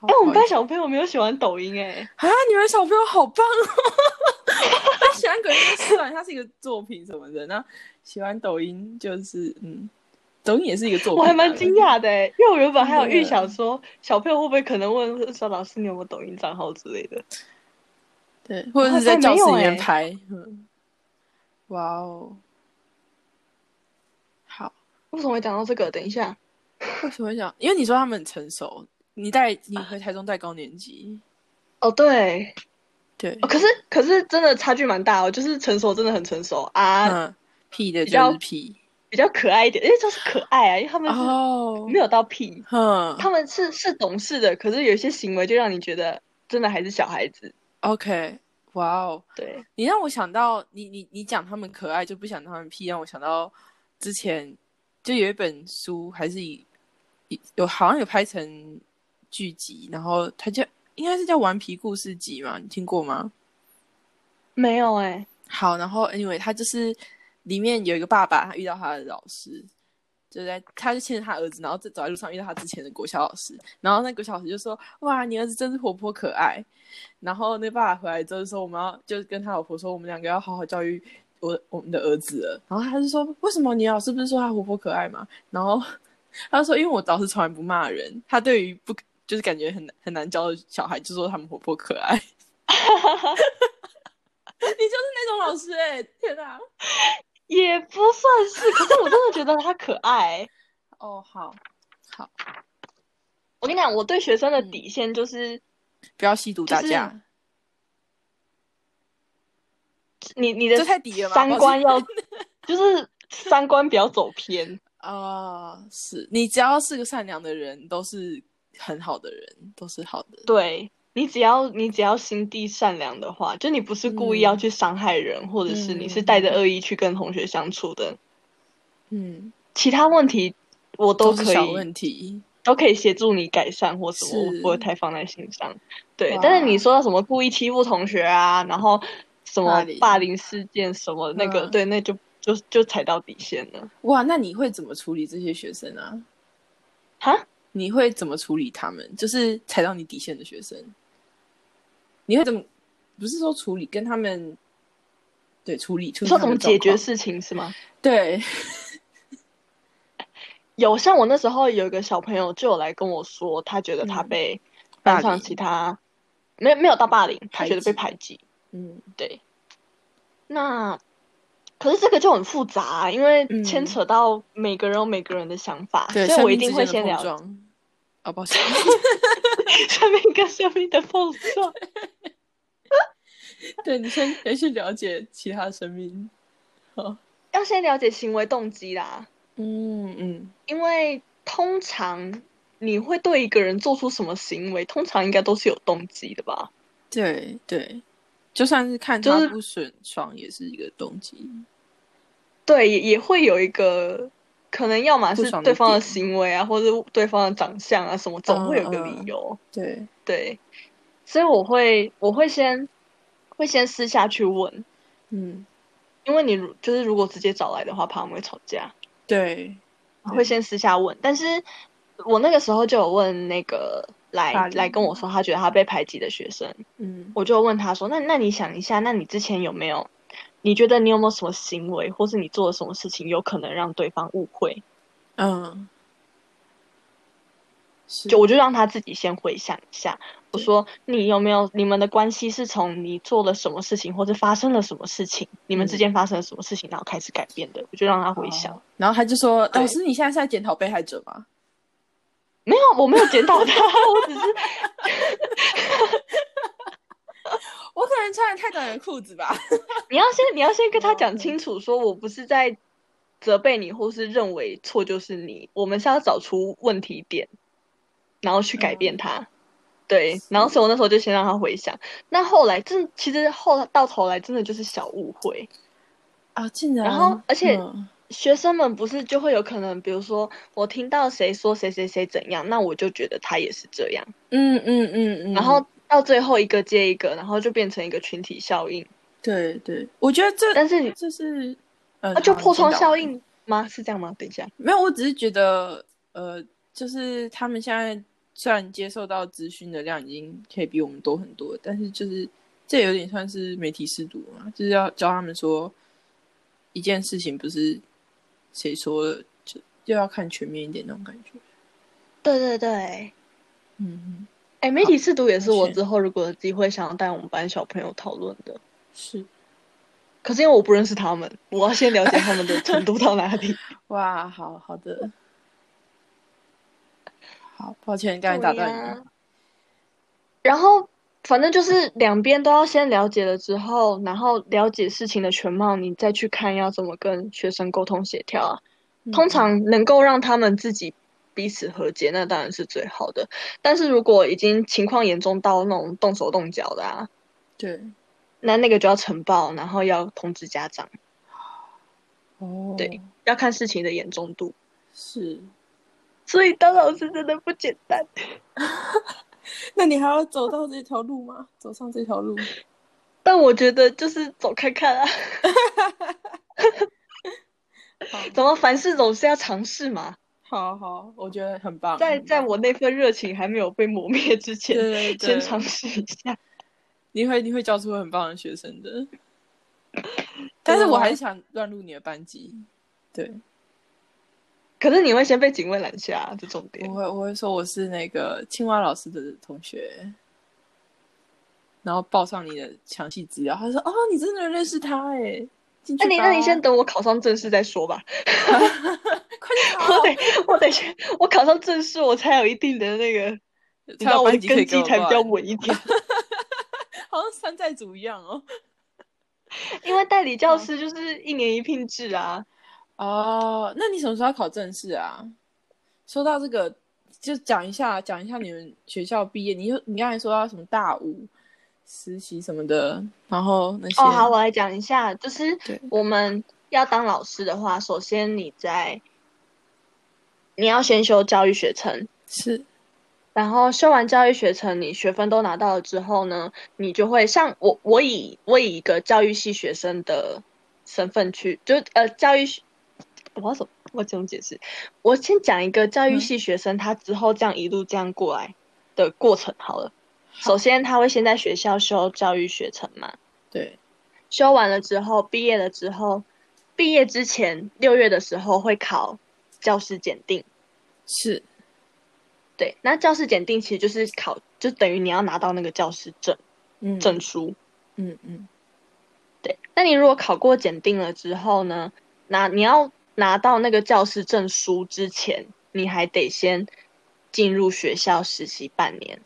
S1: 哎
S2: 哎、我们班小朋友没有喜欢抖音哎、
S1: 啊，你们小朋友好棒哦！ 他喜欢鬼灭，虽然它是一个作品什么的，那喜欢抖音就是嗯，抖音也是一个作品啊，
S2: 我还蛮惊讶的哎、因为我原本还有
S1: 真的
S2: 预想说，小朋友会不会可能问说老师你有没有抖音账号之类的？
S1: 对，或者是在教室里
S2: 欸
S1: 面拍。嗯，哇哦，好，
S2: 为什么会讲到这个？等一下，
S1: 为什么会想？因为你说他们很成熟，你带你回台中带高年级，
S2: 哦对，
S1: 对
S2: 哦，可是可是真的差距蛮大哦，就是成熟真的很成熟啊，
S1: 嗯，屁的
S2: 比较
S1: 就是屁
S2: 比较可爱一点，因为就是可爱啊，因为他们是
S1: 哦
S2: 没，有到屁，
S1: 哼
S2: 他们是是懂事的，可是有一些行为就让你觉得真的还是小孩子。
S1: ，OK，哇哦，
S2: 对，
S1: 你让我想到你你你讲他们可爱就不想他们屁，让我想到之前就有一本书，还是以以有好像有拍成剧集，然后它叫应该是叫《顽皮故事集》嘛，你听过吗？
S2: 没有哎、
S1: 好，然后 anyway，他就是里面有一个爸爸，他遇到他的老师，就在他就牵着他儿子，然后在走在路上遇到他之前的国小老师，然后那国小老师就说：“哇，你儿子真是活泼可爱。”然后那爸爸回来之后就说：“我们要就跟他老婆说，我们两个要好好教育我我们的儿子了。”然后他就说：“为什么你老师不是说他活泼可爱吗？”然后他就说：“因为我老师从来不骂人，他对于不就是感觉很难很难教的小孩，就说他们活泼可爱。” 你就是那种老师哎、天哪！
S2: 也不算是，可是我真的觉得他可爱、
S1: 哦，好，好，
S2: 我跟你讲，我对学生的底线就是，
S1: 不要吸毒打架，
S2: 你你的
S1: 这太低了吧
S2: 三观要， 就是三观不要走偏。
S1: 啊、是你只要是个善良的人，都是很好的人，都是好的。
S2: 对你只要你只要心地善良的话，就你不是故
S1: 嗯
S2: 意要去伤害人，或者是你是带着恶意去跟同学相处的，
S1: 嗯，
S2: 其他问题我都
S1: 是
S2: 可
S1: 小
S2: 以
S1: 问题。
S2: 都可以协助你改善或什么，我
S1: 是
S2: 不会太放在心上。对
S1: 哇，
S2: 但是你说到什么故意欺负同学啊，然后什
S1: 霸
S2: 么
S1: 凌
S2: 霸凌事件什么那个，
S1: 嗯
S2: 对，那就就就踩到底线了。
S1: 哇，那你会怎么处理这些学生啊？
S2: 哈，
S1: 你会怎么处理他们？就是踩到你底线的学生，你会怎么？不是说处理，跟他们对处理，处
S2: 你
S1: 理
S2: 说
S1: 他
S2: 怎么
S1: 们
S2: 解决
S1: 的状
S2: 事情是吗？
S1: 况？对，
S2: 有，像我那时候有一个小朋友就有来跟我说，他觉得他
S1: 嗯
S2: 被
S1: 霸
S2: 班上
S1: 凌
S2: 其他没有没有到霸凌，他
S1: 排
S2: 觉得被
S1: 挤
S2: 排挤。
S1: 嗯
S2: 对，那可是这个就很复杂啊、因为
S1: 嗯
S2: 牵扯到每个人有每个人的想法，
S1: 对，
S2: 所以
S1: 生
S2: 我一
S1: 命
S2: 定
S1: 之
S2: 会
S1: 间的
S2: 先
S1: 碰
S2: 聊
S1: 撞。哦，抱歉。
S2: 生命跟生命的 碰撞。
S1: 对你先先去了解其他生命。
S2: 要先了解行为动机啦，
S1: 嗯嗯，
S2: 因为通常你会对一个人做出什么行为，通常应该都是有动机的吧？
S1: 对对，就算是看
S2: 就
S1: 他
S2: 是
S1: 不顺爽，也是一个动机。
S2: 对，也也会有一个可能，要么
S1: 不
S2: 是
S1: 爽的
S2: 对方的
S1: 点
S2: 行为啊，或者对方的长相啊，什么总会有个理
S1: 嗯
S2: 由。
S1: 对，
S2: 对，所以我会我会先会先私下去问，
S1: 嗯，
S2: 因为你如就是如果直接找来的话，怕我们会吵架，
S1: 对，
S2: 会先私下问。但是我那个时候就有问那个
S1: 霸
S2: 来
S1: 凌
S2: 来跟我说，他觉得他被排挤的学生，
S1: 嗯
S2: 我就问他说：“那那你想一下，那你之前有没有你觉得你有没有什么行为，或是你做了什么事情，有可能让对方误会？
S1: 嗯，是
S2: 就我就让他自己先回想一下。我说你有没有你们的关系是从你做了什么事情，或者发生了什么事情，你们之间发生了什么事情，然后开始改变的？我就让他回想。
S1: 哦然后他就说：“
S2: 对
S1: 老师，你现在是在检讨被害者吗
S2: 没有，我没有检讨他， 我只是？”
S1: 我可能穿的太短的裤子 吧。
S2: 你要先你要先跟他讲清楚，说我不是在责备你，或是认为错就是你，我们是要找出问题点，然后去改变它。对，然后所以我那时候就先让他回想。那后来真其实后到头来真的就是小误会，
S1: 啊，竟然
S2: 然后而且
S1: 嗯
S2: 学生们不是就会有可能，比如说我听到谁说谁谁谁怎样，那我就觉得他也是这样，
S1: 嗯嗯嗯嗯，
S2: 然后到最后一个接一个，然后就变成一个群体效应。
S1: 对对，我觉得这
S2: 但是你
S1: 这是呃，
S2: 啊，就
S1: 好
S2: 破窗
S1: 你先讲
S2: 效应吗？是这样吗？等一下。
S1: 没有，我只是觉得，呃，就是他们现在虽然接受到资讯的量已经可以比我们多很多，但是就是这有点算是媒体试读嘛，就是要教他们说，一件事情不是谁说了就就要看全面一点那种感觉。
S2: 对对对，
S1: 嗯，
S2: 哎，媒体试读也是
S1: 没
S2: 我
S1: 事
S2: 之后如果有机会想要带我们班小朋友讨论的。
S1: 是
S2: 可是因为我不认识他们，我要先了解他们的程度到哪里。
S1: 哇，好好的，好，抱歉刚才打断你。
S2: 对呀然后反正就是两边都要先了解了之后，然后了解事情的全貌，你再去看要怎么跟学生沟通协调啊。
S1: 嗯
S2: 通常能够让他们自己彼此和解，那当然是最好的。但是如果已经情况严重到那种动手动脚的啊，
S1: 对
S2: 那那个就要呈报，然后要通知家长，
S1: 哦，
S2: 对要看事情的严重度。
S1: 是。
S2: 所以当老师真的不简单。
S1: 那你还要走到这条路吗？走上这条路？
S2: 但我觉得就是走看看啊，怎么凡事总是要尝试嘛。
S1: 好好，我觉得很棒。
S2: 在
S1: 很
S2: 在
S1: 棒
S2: 我那份热情还没有被磨灭之
S1: 对
S2: 前，
S1: 对对，
S2: 先尝试一下。
S1: 你会你会教出很棒的学生 的。但是
S2: 啊
S1: 我还是想乱入你的班级。对，
S2: 可是你会先被警卫拦下、啊这重点
S1: 我。会我会说我是那个青蛙老师的同学，然后报上你的详细资料。他说：“哦，你真的认识他哎。”进去
S2: 那你
S1: 吧
S2: 那你先等我考上正式再说吧。
S1: 快点跑，
S2: 我得我得先我考上正式，我才有一定的那个， 你知
S1: 才
S2: 道
S1: 有
S2: 我的
S1: 班级可以
S2: 根
S1: 给
S2: 基
S1: 我
S2: 才比较
S1: 乱
S2: 稳 一点。
S1: 好像山寨主一样哦。
S2: 因为代理
S1: 嗯
S2: 教师就是一年一聘制啊。
S1: 哦，那你什么时候要考正式啊？说到这个，就讲一下，讲一下你们学校毕业，你就你刚才说到什么大五实习什么的，然后那些，
S2: 哦，好，我来讲一下，就是
S1: 对
S2: 我们要当老师的话，首先你在你要先修教育学程，
S1: 是
S2: 然后修完教育学程，你学分都拿到了之后呢，你就会像我，我以我以一个教育系学生的身份去，就呃教育系，我要怎么我怎么解释？我先讲一个教育系学生，他之后这样一路这样过来的过程好了。首先，他会先在学校修教育学程嘛，
S1: 对，
S2: 修完了之后，毕业了之后，毕业之前六月的时候会考教师检定。
S1: 是
S2: 对，那教师检定其实就是考，就等于你要拿到那个教师证
S1: 嗯
S2: 证书。
S1: 嗯嗯
S2: 对，那你如果考过检定了之后呢，拿你要拿到那个教师证书之前，你还得先进入学校实习半年。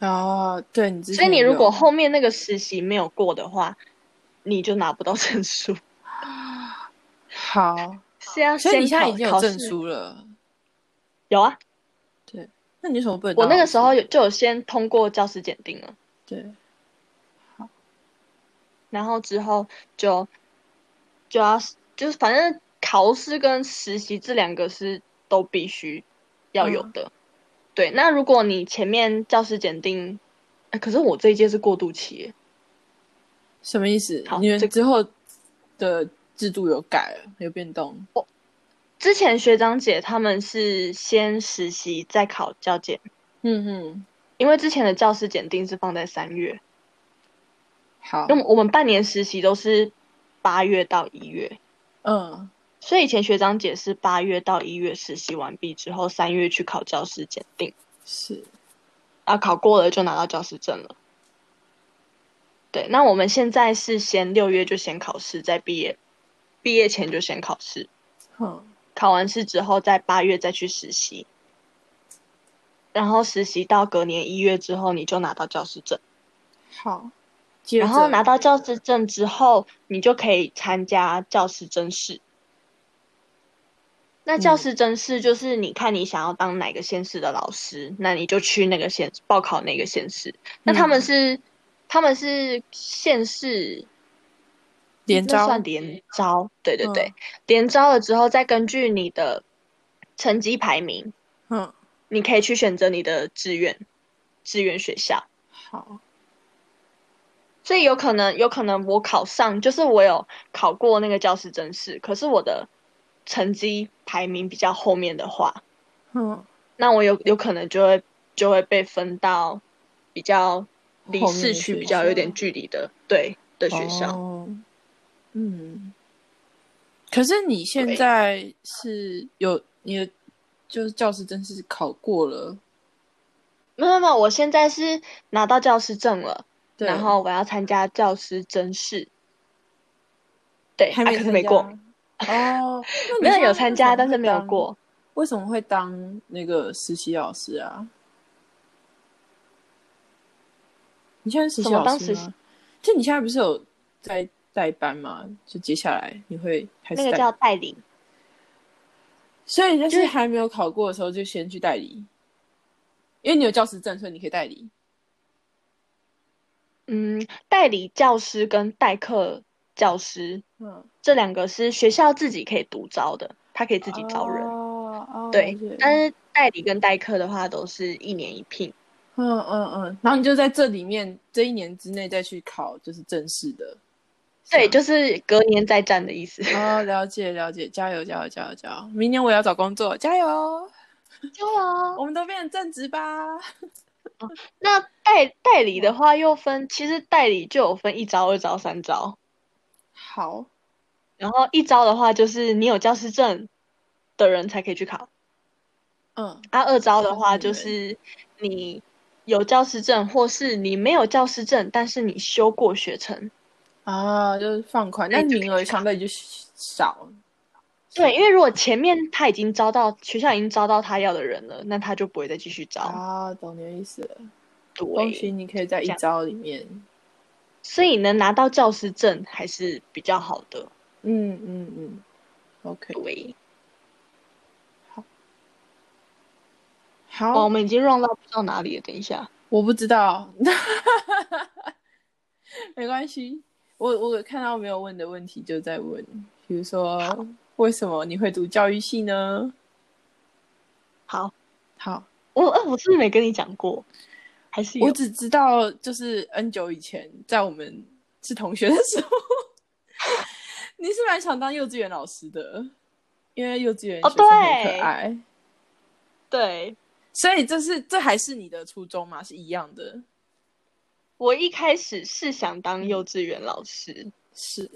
S1: 啊，对你之
S2: 所以
S1: 前
S2: 你
S1: 有
S2: 如果后面那个实习没有过的话，你就拿不到 证书。
S1: 好，
S2: 是要
S1: 所以你
S2: 先
S1: 现在
S2: 考
S1: 已经有
S2: 考
S1: 证
S2: 试
S1: 书了，
S2: 有啊，
S1: 那你为什么不能当
S2: 我
S1: 老师？
S2: 那个时候有就有先通过教师检定了，
S1: 对
S2: 然后之后就就要就是反正考试跟实习这两个是都必须要有的。对，那如果你前面教师检定，哎可是我这一届是过渡期耶，
S1: 什么意思？
S2: 好
S1: 你们
S2: 这个
S1: 之后的制度有改了，有变动？
S2: 之前学长姐他们是先实习再考教检，
S1: 嗯嗯，
S2: 因为之前的教师检定是放在三月，
S1: 好哦
S2: 那，么我们半年实习都是八月到一月，
S1: 嗯，
S2: 所以以前学长姐是八月到一月实习完毕之后，三月去考教师检定，
S1: 是，
S2: 啊，考过了就拿到教师证了。对，那我们现在是先六月就先考试，再毕业，毕业前就先考试，
S1: 哼，
S2: 考完试之后在八月再去实习，然后实习到隔年一月之后你就拿到教师证。
S1: 好，接
S2: 然后
S1: 着
S2: 拿到教师证之后，你就可以参加教师甄试。那教
S1: 嗯
S2: 师甄试就是你看你想要当哪个县市的老师，那你就去那个县报考那个县市。那他们
S1: 嗯
S2: 是、他们是县市
S1: 连
S2: 那
S1: 招，
S2: 算连招，对对对，
S1: 嗯
S2: 连招了之后再根据你的成绩排名，
S1: 嗯，
S2: 你可以去选择你的志愿志愿学校。
S1: 好，
S2: 所以有可能，有可能我考上，就是我有考过那个教师甄试，可是我的成绩排名比较后面的话，
S1: 嗯，
S2: 那我有有可能就会就会被分到比较离
S1: 后面的
S2: 市区
S1: 学
S2: 比较有点
S1: 校
S2: 距离的，对的学校。
S1: 哦，嗯，可是你现
S2: 对
S1: 在是有你的，就是教师真是考过了，
S2: 没有没有，我现在是拿到教师证了，
S1: 对，
S2: 然后我要参加教师甄试，对，
S1: 还没
S2: 啊可
S1: 参
S2: 是
S1: 加
S2: 没过，
S1: 哦，那你
S2: 没
S1: 现
S2: 有
S1: 在
S2: 有参
S1: 为什
S2: 加，
S1: 么
S2: 但
S1: 会
S2: 是没有
S1: 当
S2: 过。
S1: 为什么会当那个实习老师啊？你现在是实习
S2: 什么
S1: 老
S2: 当
S1: 师
S2: 实
S1: 吗？就你现在不是有在代班吗？就接下来你会还
S2: 那
S1: 是
S2: 个
S1: 代，
S2: 叫代理，
S1: 所以就
S2: 就是
S1: 是还没有考过的时候就先去代理，因为你有教师证，所以你可以代理。
S2: 嗯，代理教师跟代课教师
S1: 嗯，
S2: 这两个是学校自己可以独招的，他可以自己招人。
S1: 哦哦，
S2: 对
S1: 了解，
S2: 但是代理跟代课的话都是一年一聘。
S1: 嗯嗯嗯，然后你就在这里面这一年之内再去考，就是正式的。
S2: 对，
S1: 是吗啊
S2: 就是隔年再战的意思。
S1: 哦，了解了解，加油加油加油加油！明年我也要找工作，加油！
S2: 加油！
S1: 我们都变成正职吧。
S2: 那代代理的话又分，其实代理就有分一招、二招、三招。
S1: 好，
S2: 然后一招的话就是你有教师证的人才可以去考，
S1: 嗯，
S2: 啊，二招的话
S1: 嗯
S2: 就是你有教师证，或是你没有教师证，但是你修过学程。
S1: 啊，就是放宽，
S2: 那
S1: 但
S2: 你就可以
S1: 名额
S2: 去考
S1: 相对就少。
S2: 对，因为如果前面他已经招到学校已经招到他要的人了，那他就不会再继续招。
S1: 啊，懂你的意思了。恭喜
S2: 对，
S1: 你可以在一
S2: 这样
S1: 招里面，
S2: 所以能拿到教师证还是比较好的。
S1: 嗯嗯嗯，OK，
S2: 对，哦，我
S1: 好，
S2: 哦们已经 run 到不知道哪里了，等一下。
S1: 我不知道， 没关系。我我有看到没有问的问题就在问，比如说
S2: 好
S1: 为什么你会读教育系呢？
S2: 好，
S1: 好，
S2: 我呃，我是不是没跟你讲过？还是
S1: 我
S2: 有？
S1: 只知道就是 N 久以前，在我们是同学的时候， 你是蛮想当幼稚园老师的，因为幼稚园
S2: 哦
S1: 学生很可
S2: 对
S1: 爱，
S2: 对，
S1: 所以这是这还是你的初衷嘛，是一样的，
S2: 我一开始是想当幼稚园老师，
S1: 是。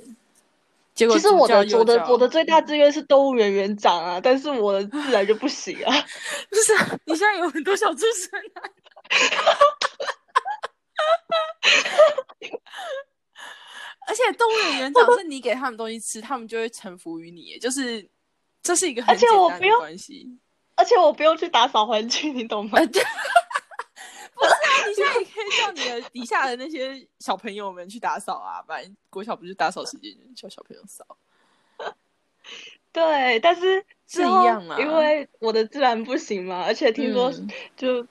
S1: 结果
S2: 其实
S1: 主
S2: 我
S1: 教
S2: 的
S1: 幼
S2: 我的
S1: 教嗯
S2: 我的最大志愿是动物园园长啊，但是我的自然就不行啊。
S1: 不是啊你现在有很多小助生啊，而且动物园园长是你给他们东西吃，他们就会臣服于你，就是这是一个很
S2: 而且
S1: 简
S2: 我
S1: 单
S2: 不
S1: 的
S2: 用
S1: 关系。
S2: 而且我不用去打扫环境，你懂吗？
S1: 呃，对，不是啊，你现在也可以叫你的底下的那些小朋友们去打扫啊，反正国小不是打扫时间，就叫小朋友扫。
S2: 对，但是
S1: 是
S2: 之
S1: 一
S2: 后
S1: 样啦
S2: 因为我的自然不行嘛，而且听说
S1: 嗯
S2: 就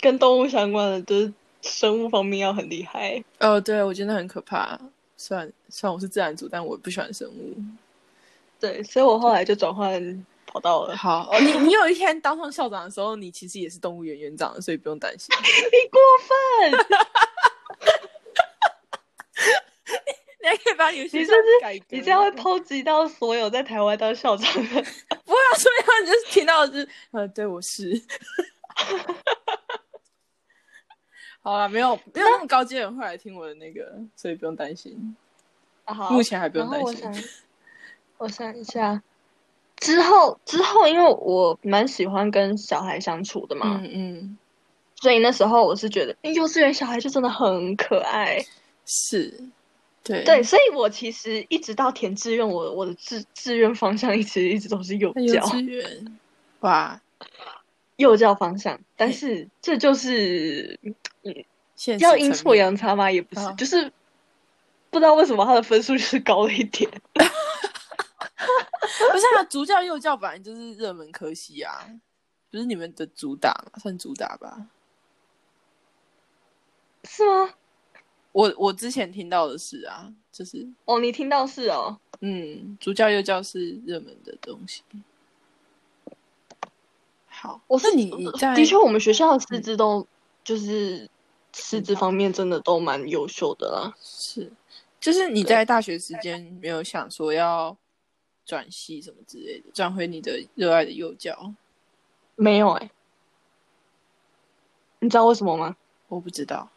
S2: 跟动物相关的，就是生物方面要很厉害。
S1: 哦，对，我觉得很可怕。虽然虽然我是自然组，但我不喜欢生物。
S2: 对，所以我后来就转换跑道了。
S1: 好，哦、你你有一天当上校长的时候，你其实也是动物园园长，所以不用担心。
S2: 你过 分，
S1: 你还可以把你的学
S2: 你
S1: 校
S2: 这是
S1: 改革。
S2: 你这样会抨击到所有在台湾当校长 的。
S1: 不会啊，所以他们就是听到的就是，呃，对，我是。 好啦，没有没有那么高阶的人会来听我的那个，所以不用担心。
S2: 啊好，
S1: 目前还不
S2: 然
S1: 用
S2: 后
S1: 担
S2: 我
S1: 心。
S2: 想，我想一下，之后之后，因为我蛮喜欢跟小孩相处的嘛，
S1: 嗯嗯，
S2: 所以那时候我是觉得嗯幼稚园小孩就真的很可爱。
S1: 是，对
S2: 对，，所以我其实一直到填志愿，我我的志志愿方向一直一直都是幼
S1: 那幼
S2: 教，
S1: 稚园，哇，
S2: 幼教方向。但
S1: 嘿
S2: 是这就是
S1: 现实
S2: 要阴错
S1: 层面嗯
S2: 阳差吗？也不是
S1: 好，
S2: 就是不知道为什么他的分数就是高了一点。
S1: 不是啊，主教幼教本来就是热门科系啊，不是你们的主打嘛，算主打吧。
S2: 是吗？
S1: 我我之前听到的是啊，就是
S2: 哦，你听到是哦，
S1: 嗯，主教幼教是热门的东西。好，呃
S2: 我
S1: 那
S2: 是呃
S1: 你你在嗯
S2: 的确，我们学校的师资都就是师资方面真的都蛮优秀的啦。
S1: 是，就是你在大学时间没有想说要转系什么之类的，转回你的热爱的幼教，
S2: 没有哎、你知道为什么吗？
S1: 我不知道。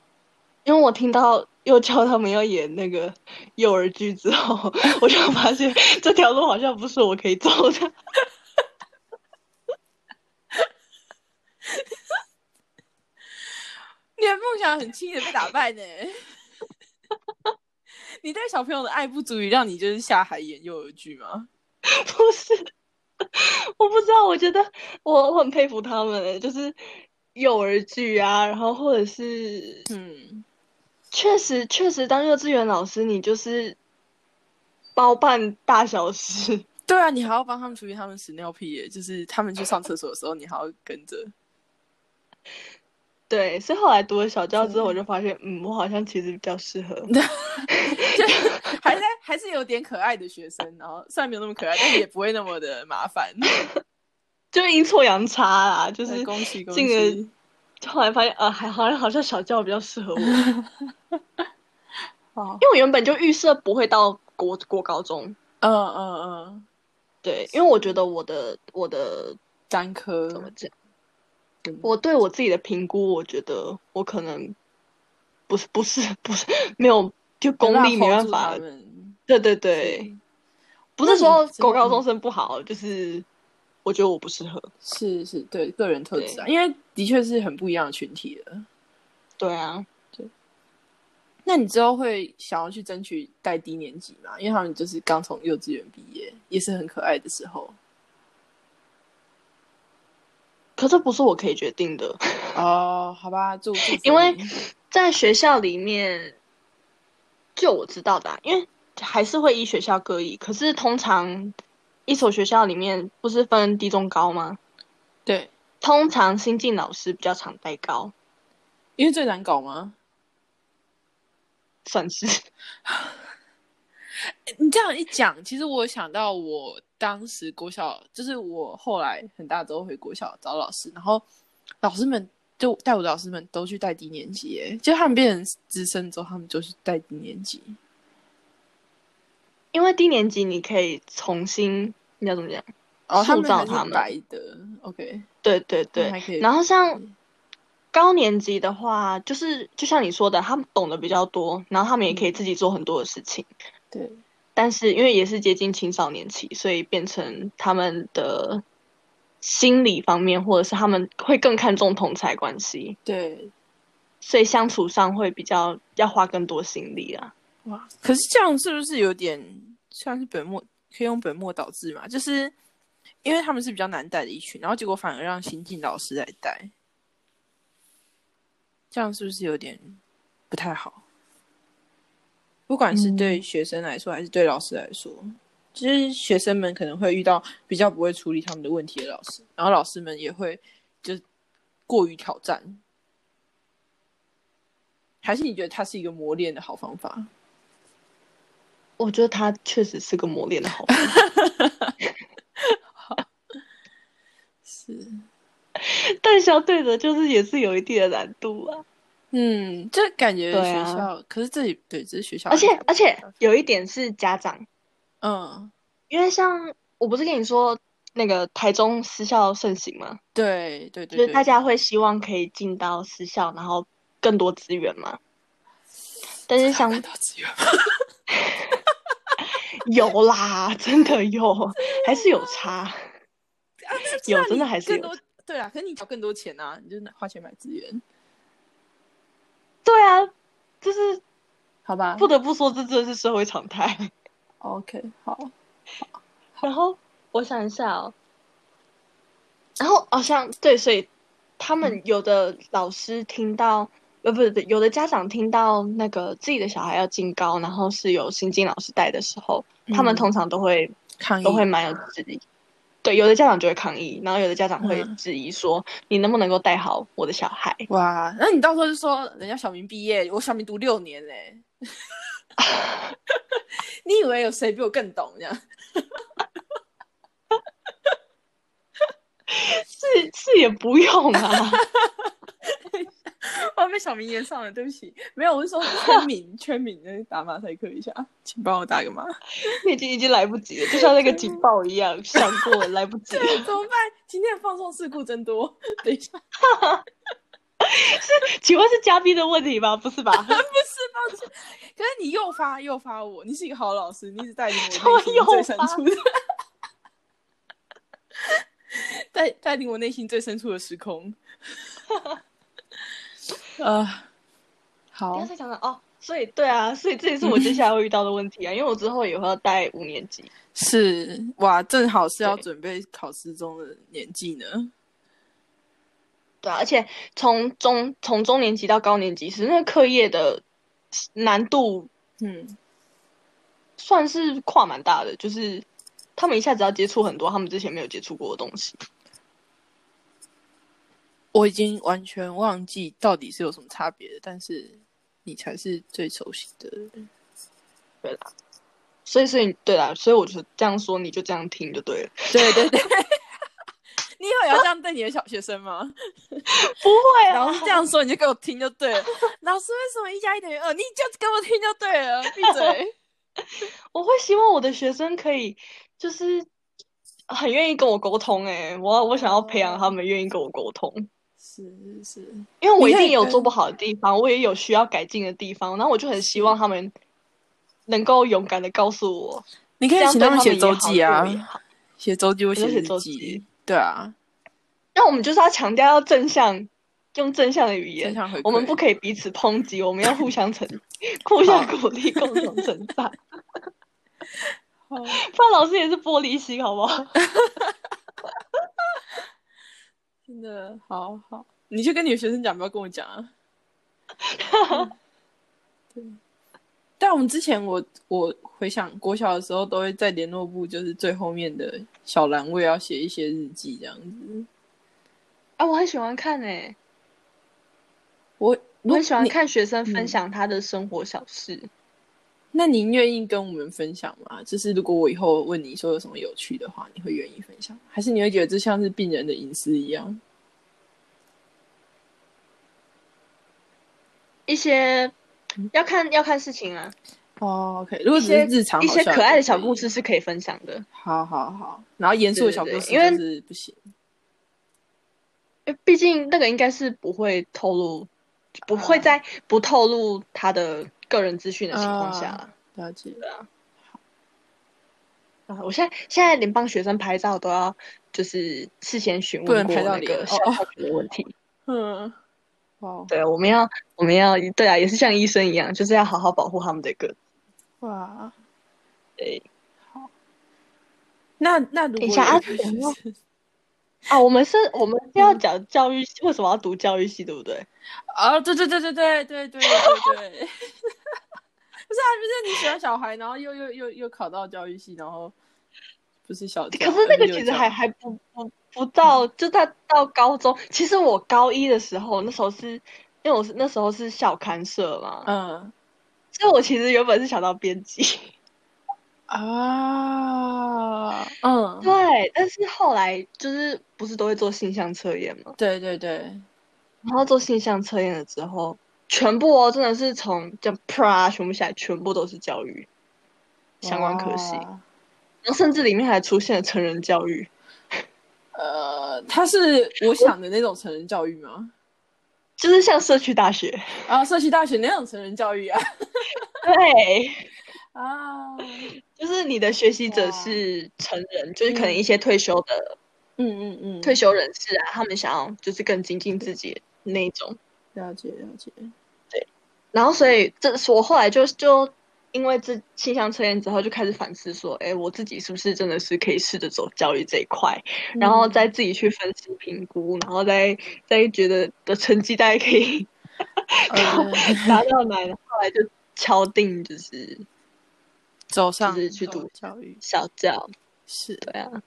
S2: 因为我听到幼教他们要演那个幼儿剧之后，我就发现这条路好像不是我可以走的。
S1: 你的梦想很轻易的被打败呢。 你对小朋友的爱不足以让你就是下海演幼儿剧吗？
S2: 不是， 我不知道，我觉得我我很佩服他们、欸，就是幼儿剧啊，然后或者是
S1: 嗯，
S2: 确实确实当幼稚园老师，你就是包办大小事。
S1: 对啊，你还要帮他们处理他们屎尿屁耶，就是他们去上厕所的时候，你还要跟着。
S2: 对，所以后来读了小教之后，我就发现，嗯，我好像其实比较适合。
S1: 就是还在还是有点可爱的学生，然后虽然没有那么可爱，但也不会那么的麻烦。
S2: 就是阴错阳差啦，就是
S1: 恭喜恭
S2: 进了
S1: 喜！
S2: 后来发现，呃，还好像好像小教比较适合我，因
S1: 好，
S2: 为我原本就预设不会到国国高中，
S1: 嗯嗯嗯，
S2: 对，因为我觉得我的我的
S1: 单科
S2: 怎么讲，
S1: 嗯
S2: 我对我自己的评估，我觉得我可能不是不是不是没有就功力没办法
S1: 没办法 hold 住他，们
S2: 对对对，不是
S1: 那
S2: 说
S1: 你真
S2: 国高中生不好，就是我觉得我不适合，
S1: 是是，对个人特质啊，因为的确是很不一样的群体了。
S2: 对啊，
S1: 那你之后会想要去争取带低年级吗？因为他们就是刚从幼稚园毕业，也是很可爱的时候。
S2: 可这不是我可以决定的，
S1: 哦，好吧，祝祝福你
S2: 因为在学校里面，就我知道的啊、因为还是会依学校各异。可是通常一所学校里面不是分低中高吗？
S1: 对，
S2: 通常新进老师比较常带高，
S1: 因为最难搞吗？
S2: 算是
S1: 你这样一讲，其实我想到我当时国小，就是我后来很大之后回国小找老师，然后老师们就带我的老师们都去带低年级耶，就他们变成资深之后，他们就是带低年级。
S2: 因为低年级你可以重新，你要怎么讲？
S1: 哦，他
S2: 塑
S1: 们
S2: 造
S1: 还
S2: 他
S1: 是
S2: 们
S1: 白的，OK，
S2: 对对
S1: 他嗯
S2: 对
S1: 们，还可以，
S2: 然后像高年级的话，就是就像你说的，他们懂得比较多，然后他们也
S1: 嗯
S2: 可以自己做很多的事情。
S1: 对，
S2: 但是因为也是接近青少年期，所以变成他们的心理方面，或者是他们会更看重同才关系，
S1: 对，
S2: 所以相处上会比较要花更多心力啊。
S1: 哇！可是这样是不是有点算是本末？可以用本末倒置嘛？就是因为他们是比较难带的一群，然后结果反而让新进老师来带，这样是不是有点不太好？不管是对学生来说，还是对老师来说，就是学生们可能会遇到比较不会处理他们的问题的老师，然后老师们也会就过于挑战。还是你觉得它是一个磨练的好方法？
S2: 我觉得他确实是个磨练的好方法，
S1: 是，
S2: 但相对的，就是也是有一定的难度啊。
S1: 嗯，这感觉
S2: 对
S1: 学
S2: 啊
S1: 校，可是这里对，这是学校，
S2: 而且而且有一点是家长，
S1: 嗯，
S2: 因为像我不是跟你说那个台中私校盛行吗？
S1: 对对对
S2: 就是
S1: 对，
S2: 大家会希望可以进到私校，然后更多资源嘛。但是
S1: 想
S2: 相
S1: 到资源，
S2: 有啦，真的有，还是有差。
S1: 啊，那
S2: 有
S1: 那
S2: 真的
S1: 你
S2: 还是
S1: 更
S2: 有
S1: 多对啊，可是你找更多钱啊，你就拿花钱买资源，
S2: 对啊，就是
S1: 好吧？
S2: 不得不说，这真的是社会常态。
S1: OK，好，
S2: 然后我想一下哦，然后好像对，所以他们有的老师听到，呃，不是，不是有的家长听到那个自己的小孩要进高，然后是有新进老师带的时候，他们
S1: 嗯
S2: 通常都会
S1: 抗议
S2: 都会蛮有质疑。对，有的家长就会抗议，然后有的家长会
S1: 嗯
S2: 质疑说：“你能不能够带好我的小孩
S1: 哇，那你到时候就说人家小明毕业，我小明读六年嘞、欸 你以为有谁比我更懂这样？？”
S2: 是是也不用啊，
S1: 我要被小明延上了，对不起，没有，我是说圈 名，圈名，就是打马赛克一下，请帮我打个码。
S2: 已经已经来不及了，就像那个警报一样，想过了来不及
S1: 对
S2: 了。，
S1: 怎么办？今天的放送事故真多。等一下，不
S2: 请问是嘉宾的问题吗？不是吧？
S1: 是抱歉，可是你诱发诱发我，你是一个好老师，你一直带领
S2: 什
S1: 我
S2: 么
S1: 内心
S2: 诱
S1: 最深
S2: 发
S1: 处的， 带带领我内心最深处的时空。呃，
S2: 不
S1: 好
S2: 要，再讲了哦。所以对啊，所以这也是我接下来会遇到的问题啊，因为我之后也会要带五年级。
S1: 是哇，正好是要
S2: 对
S1: 准备考试中的年纪呢。
S2: 对啊，而且从中从中年级到高年级，其实那个课业的难度
S1: 嗯，
S2: 算是跨蛮大的，就是他们一下子要接触很多他们之前没有接触过的东西。
S1: 我已经完全忘记到底是有什么差别的，但是你才是最熟悉的人。
S2: 对啦，所以所以对啦，所以我就这样说，你就这样听就对了。
S1: 对对对， 你以后也要这样对你的小学生吗？
S2: 不会
S1: 老
S2: 啊，
S1: 师这样说你就给我听就对了。 老师为什么一加一等于二？你就给我听就对了，闭嘴。
S2: 我会希望我的学生可以就是很愿意跟我沟通、欸。哎，我我想要培养他们愿意跟我沟通。
S1: 是是，
S2: 因为我一
S1: 你可以
S2: 定有
S1: 跟
S2: 做不好的地方，我也有需要改进的地方，然后我就很希望他们能够勇敢的告诉我，
S1: 你可
S2: 这
S1: 以
S2: 样
S1: 请他
S2: 对
S1: 们
S2: 他们
S1: 写
S2: 也
S1: 周
S2: 好
S1: 记啊
S2: 对我也，好
S1: 写周记或
S2: 你说写
S1: 日
S2: 周
S1: 记
S2: 记。
S1: 对啊，
S2: 那我们就是要强调要正向，用正向的语
S1: 正
S2: 言，
S1: 向回馈。
S2: 我们不可以彼此抨击，我们要互相 成，互相鼓励，共同成长。
S1: 好
S2: 不然老师也是玻璃心，好不好？
S1: 真的好好，你去跟你的学生讲，不要跟我讲 啊。嗯对，但我们之前我我回想国小的时候，都会在联络部就是最后面的小栏位要写一些日记这样子。
S2: 啊，我很喜欢看欸诶、
S1: 我
S2: 我很喜欢
S1: 你，
S2: 看学生
S1: 嗯
S2: 分享他的生活小事。
S1: 那您愿意跟我们分享吗？就是如果我以后问你说有什么有趣的话，你会愿意分享吗，还是你会觉得这像是病人的隐私一样？
S2: 一些要看要看事情啊，
S1: 哦，OK，如果
S2: 一
S1: 嗯只是
S2: 些
S1: 日常
S2: 一
S1: 好
S2: 些
S1: 笑
S2: 可爱的小
S1: 也可以
S2: 故事，是可以分享的。
S1: 好好好，然后严肃的
S2: 对对
S1: 小故
S2: 对
S1: 事
S2: 因为
S1: 就是不行。
S2: 因为毕竟那个应该是不会透露，不
S1: 啊
S2: 会在不透露他的个人资讯的情况下啦。
S1: 了解，
S2: 啊，我现在现在连帮学生拍照都要，就是事先询
S1: 不
S2: 问
S1: 能
S2: 过
S1: 拍到
S2: 那
S1: 脸
S2: 个
S1: 哦
S2: 小
S1: 哦
S2: 同学的问题。
S1: 嗯，哇
S2: 对，我们要我们要对啊，也是像医生一样，就是要好好保护他们的个。
S1: 哇，哦
S2: 对
S1: 那那如果
S2: 等一下
S1: 有
S2: 啊
S1: 一个
S2: 等一下
S1: 学生
S2: 啊，我们是我们是
S1: 嗯
S2: 要讲教育系，为什么要读教育系，对不对？
S1: 啊，对对对对对对对对对， 不是啊，不是你喜欢小孩，然后又又又又考到教育系，然后不是小教，
S2: 可是那个
S1: 幼
S2: 其实
S1: 教
S2: 还还不不不到，
S1: 嗯
S2: 就到到高中。其实我高一的时候，那时候是因为我是那时候是校刊社嘛，
S1: 嗯
S2: 所以我其实原本是想当编辑，
S1: 啊嗯，
S2: 对。但是后来就是不是都会做性向测验嘛，
S1: 对对对，
S2: 然后做性向测验了之后，全部哦真的是从这样啪全部下来，全部都是教育相关科系，
S1: 哇哦
S2: 然后甚至里面还出现了成人教育。
S1: 呃，他是我想的那种成人教育吗？
S2: 就是像社区大学，
S1: 啊，社区大学那种成人教育啊
S2: 对，
S1: 啊，
S2: 就是你的学习者是成人，就是可能一些退休的、
S3: 嗯嗯嗯，
S2: 退休人士啊，他们想要就是更精进自己的那一种。
S3: 了解了解，
S2: 然后所以这是我后来就就因为这倾向测验之后，就开始反思说，哎，我自己是不是真的是可以试着走教育这一块，然后再自己去分析评估，然后再再觉得的成绩大概可以
S3: 嗯
S2: 达到哪里，后来就敲定就是
S1: 走上
S2: 就是去读
S1: 教育
S2: 小教，
S1: 是
S2: 对啊。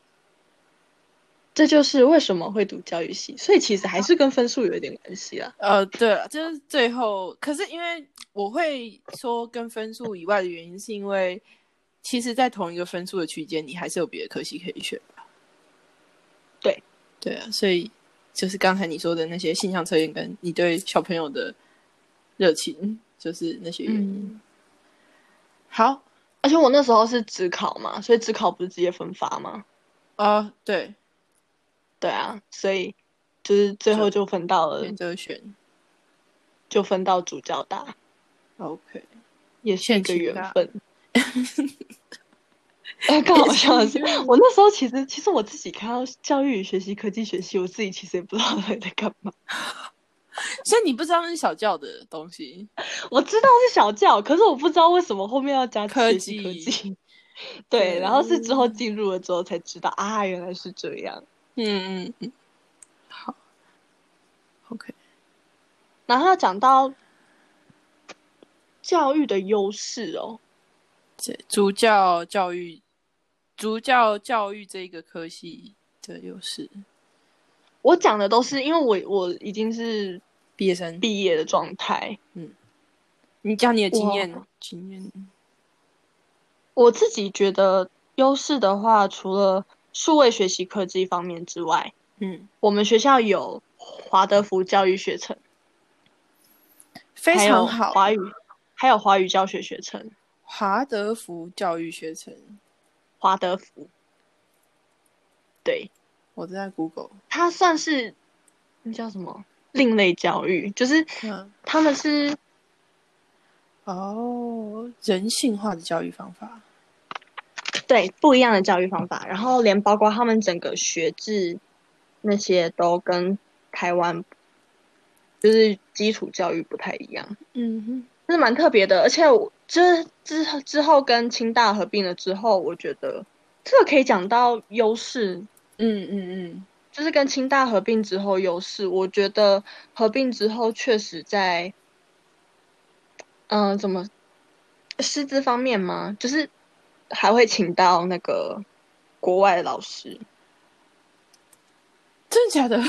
S2: 这就是为什么会读教育系，所以其实还是跟分数有一点关系啊啦。
S1: 呃，对了，就是最后，可是因为我会说跟分数以外的原因，是因为其实，在同一个分数的区间，你还是有别的科系可以选吧？
S2: 对，
S1: 对啊，所以就是刚才你说的那些性向测验，跟你对小朋友的热情，就是那些原因。
S2: 嗯，
S1: 好，
S2: 而且我那时候是只考嘛，所以只考不是直接分发嘛，
S1: 呃，对，
S2: 对啊，所以就是最后就分到了，
S1: 选择选
S2: 就分到主教大，
S1: ，OK，
S2: 也是一
S1: 现
S2: 个
S1: 期
S2: 缘
S1: 大
S2: 分。 哎，更好笑的是，我那时候其实其实我自己看到教育与学习科技学系，我自己其实也不知道他在干嘛。
S1: 所以你不知道那是小教的东西，
S2: 我知道是小教，可是我不知道为什么后面要加
S1: 科
S2: 学习科
S1: 技
S2: 技。对，然后是之后进入了之后才知道啊，原来是这样。
S1: 嗯嗯嗯，好，OK，
S2: 然后要讲到教育的优势哦，
S1: 这主教教育，主教教育这一个科系的优势，
S2: 我讲的都是因为我我已经是
S1: 毕业生，
S2: 毕业的状态，
S1: 你讲你的经验
S2: 哇，
S1: 经验，
S2: 我自己觉得优势的话，除了数位学习科技方面之外，
S1: 嗯，
S2: 我们学校有华德福教育学程，
S1: 非
S2: 还有
S1: 常好，
S2: 华语，还有华语教学学程，
S1: 华德福教育学程，
S2: 华德福，对，
S1: 我正在 Google，
S2: 它算是那叫什么另类教育，就是
S1: 嗯，
S2: 他们是
S1: 哦，人性化的教育方法，
S2: 对，不一样的教育方法，然后连包括他们整个学制那些都跟台湾就是基础教育不太一样，
S1: 嗯哼，
S2: 是蛮特别的。而且我这之之后跟清大合并了之后，我觉得这个可以讲到优势，
S1: 嗯嗯嗯，
S2: 就是跟清大合并之后优势，我觉得合并之后确实在，嗯、怎么师资方面吗？就是还会请到那个国外的老师。
S1: 真的假的？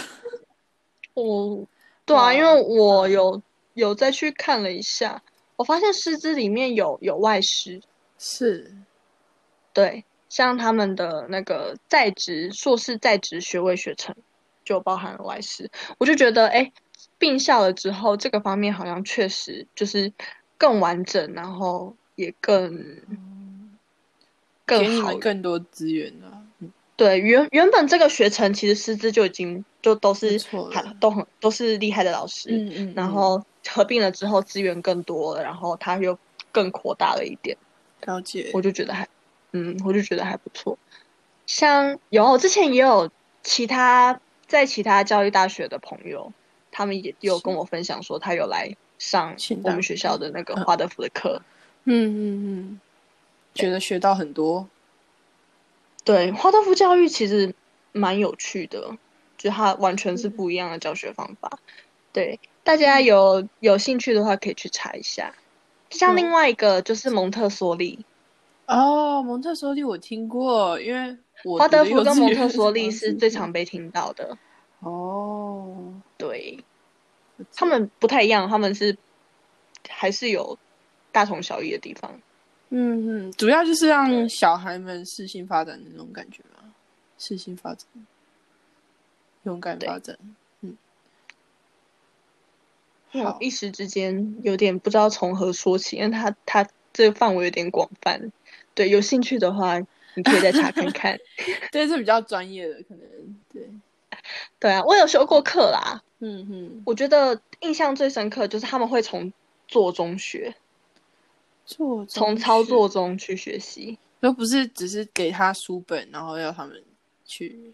S2: 我，对啊，
S1: 哇
S2: 因为我有有再去看了一下，我发现师资里面有有外师，
S1: 是，
S2: 对，像他们的那个在职硕士在职学位学程就包含了外师，我就觉得哎，并校了之后，这个方面好像确实就是更完整，然后也更
S1: 给
S2: 更
S1: 你
S2: 好
S1: 们。更多资源啊，
S2: 对，原原本这个学程其实师资就已经就都是
S1: 不错了
S2: 还都很都是厉害的老师，
S1: 嗯嗯，
S2: 然后合并了之后资源更多了，然后它又更扩大了一点，
S1: 了解
S2: 我就觉得还，嗯，我就觉得还不错。像有之前也有其他在其他教育大学的朋友，他们也有跟我分享说，他有来上
S1: 清大
S2: 我们学校的那个
S1: 嗯
S2: 华德福的课。
S1: 嗯嗯嗯，觉得学到很多，
S2: 对，华德福教育其实蛮有趣的，就它完全
S1: 嗯
S2: 是不一样的教学方法。对，大家有有兴趣的话可以去查一下。像
S1: 嗯
S2: 另外一个就是蒙特梭利，
S1: 哦，蒙特梭利我听过，因为我
S2: 华
S1: 读
S2: 德
S1: 的
S2: 福
S1: 幼
S2: 跟
S1: 稚
S2: 蒙
S1: 园
S2: 特梭利
S1: 好像
S2: 是最常被听到的，
S1: 哦，
S2: 对
S1: 我
S2: 他们不太一样，他们是还是有大同小异的地方。
S1: 嗯嗯，主要就是让小孩们适性发展的那种感觉嘛，适性发展，勇敢
S2: 对
S1: 发展，嗯，
S2: 嗯因为我
S1: 好
S2: 一时之间有点不知道从何说起，因为它它这个范围有点广泛。对，有兴趣的话，你可以再查看看。
S1: 对，是比较专业的，可能对，
S2: 对啊，我有修过课啦，
S1: 嗯嗯，
S2: 我觉得印象最深刻就是他们会从做中学，
S1: 做
S2: 从
S1: 中
S2: 操
S1: 学
S2: 作中去学习。
S1: 又不是只是给他书本，然后要他们去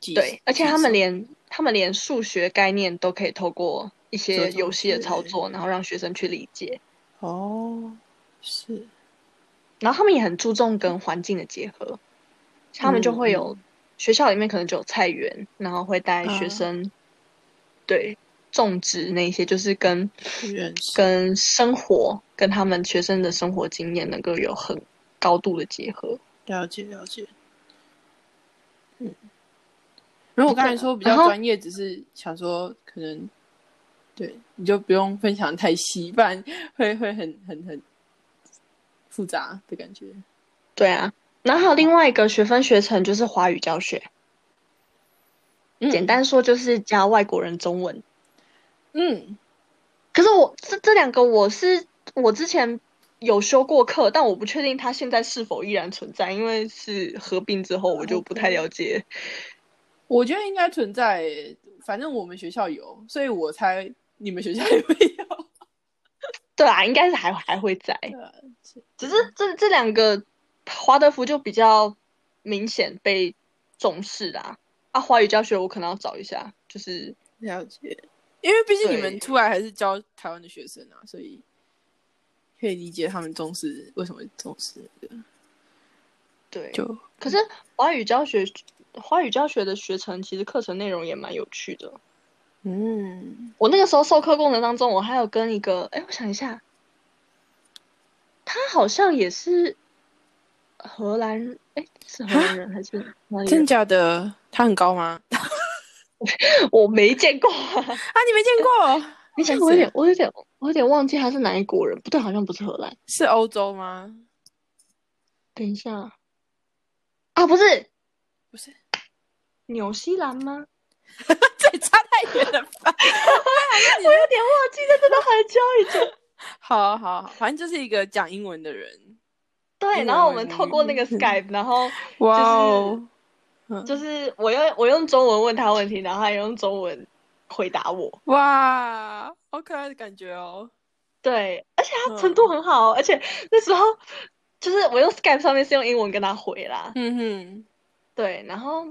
S1: 记。
S2: 对，而且
S1: 记
S2: 他们
S1: 什么
S2: 连他们连数学概念都可以透过一
S4: 做
S2: 些
S4: 同
S2: 游戏的
S4: 学
S2: 操作，然后让学生去理解。
S1: 哦，是
S2: 然后他们也很注重跟环境的结合，他们就
S4: 嗯哦
S2: 会有、学校里面可能就有菜园，然后会带学
S1: 嗯
S2: 生、对种植那些，就是跟
S1: 不认识。
S2: 跟生活跟他们学生的生活经验能够有很高度的结合。
S1: 了解了解。嗯，如果我刚才说比较
S2: 啊然后
S1: 专业，只是想说可能，对，你就不用分享得太细，不然会会很很很复杂的感觉。
S2: 对啊，然后还有另外一个学分学程就是华语教学，
S1: 嗯
S2: 简单说就是教外国人中文。
S1: 嗯，
S2: 可是我这这两个我是我之前有修过课，但我不确定它现在是否依然存在，因为是合并之后我就不太了解。哦
S1: 我觉得应该存在，反正我们学校有，所以我猜你们学校也会有。
S2: 对啊，应该是还还会在，
S1: 对啊是
S2: 只是这这两个华德福就比较明显被重视啦。啊，华语教学我可能要找一下，就是
S1: 了解，因为毕竟
S2: 对
S1: 你们出来还是教台湾的学生啊，所以可以理解他们重视为什么重视那个。
S2: 对，
S1: 就
S2: 可是华语教学华语教学的学程其实课程内容也蛮有趣的。
S1: 嗯，
S2: 我那个时候授课过程当中，我还有跟一个，哎，我想一下，他好像也是荷兰，哎，是荷兰人还是哪里
S1: 真
S2: 人？
S1: 假的？他很高 吗？啊，
S2: 我没见过、
S1: 你没见过？
S2: 你想，我有点，我有点，我有点忘记他是哪一国人，不对，好像不是荷兰。
S1: 是欧洲吗？
S2: 等一下，啊，不是
S1: 不是，
S2: 纽西兰吗？
S1: 这差太远了吧？
S2: 我有点忘记，这真的很久以前。
S1: 好啊好好，反正就是一个讲英文的人。
S2: 对，
S1: 英
S2: 然后我
S1: 文
S2: 们
S1: 吗
S2: 透过那个 Skype，然后
S1: 哦，
S2: 就是我用我用中文问他问题，然后他也用中文回答我。
S1: 哇，好可爱的感觉哦。
S2: 对，而且他程
S1: 嗯
S2: 度很好，哦而且那时候就是我用 Skype 上面是用英文跟他回啦，
S1: 嗯哼，
S2: 对，然后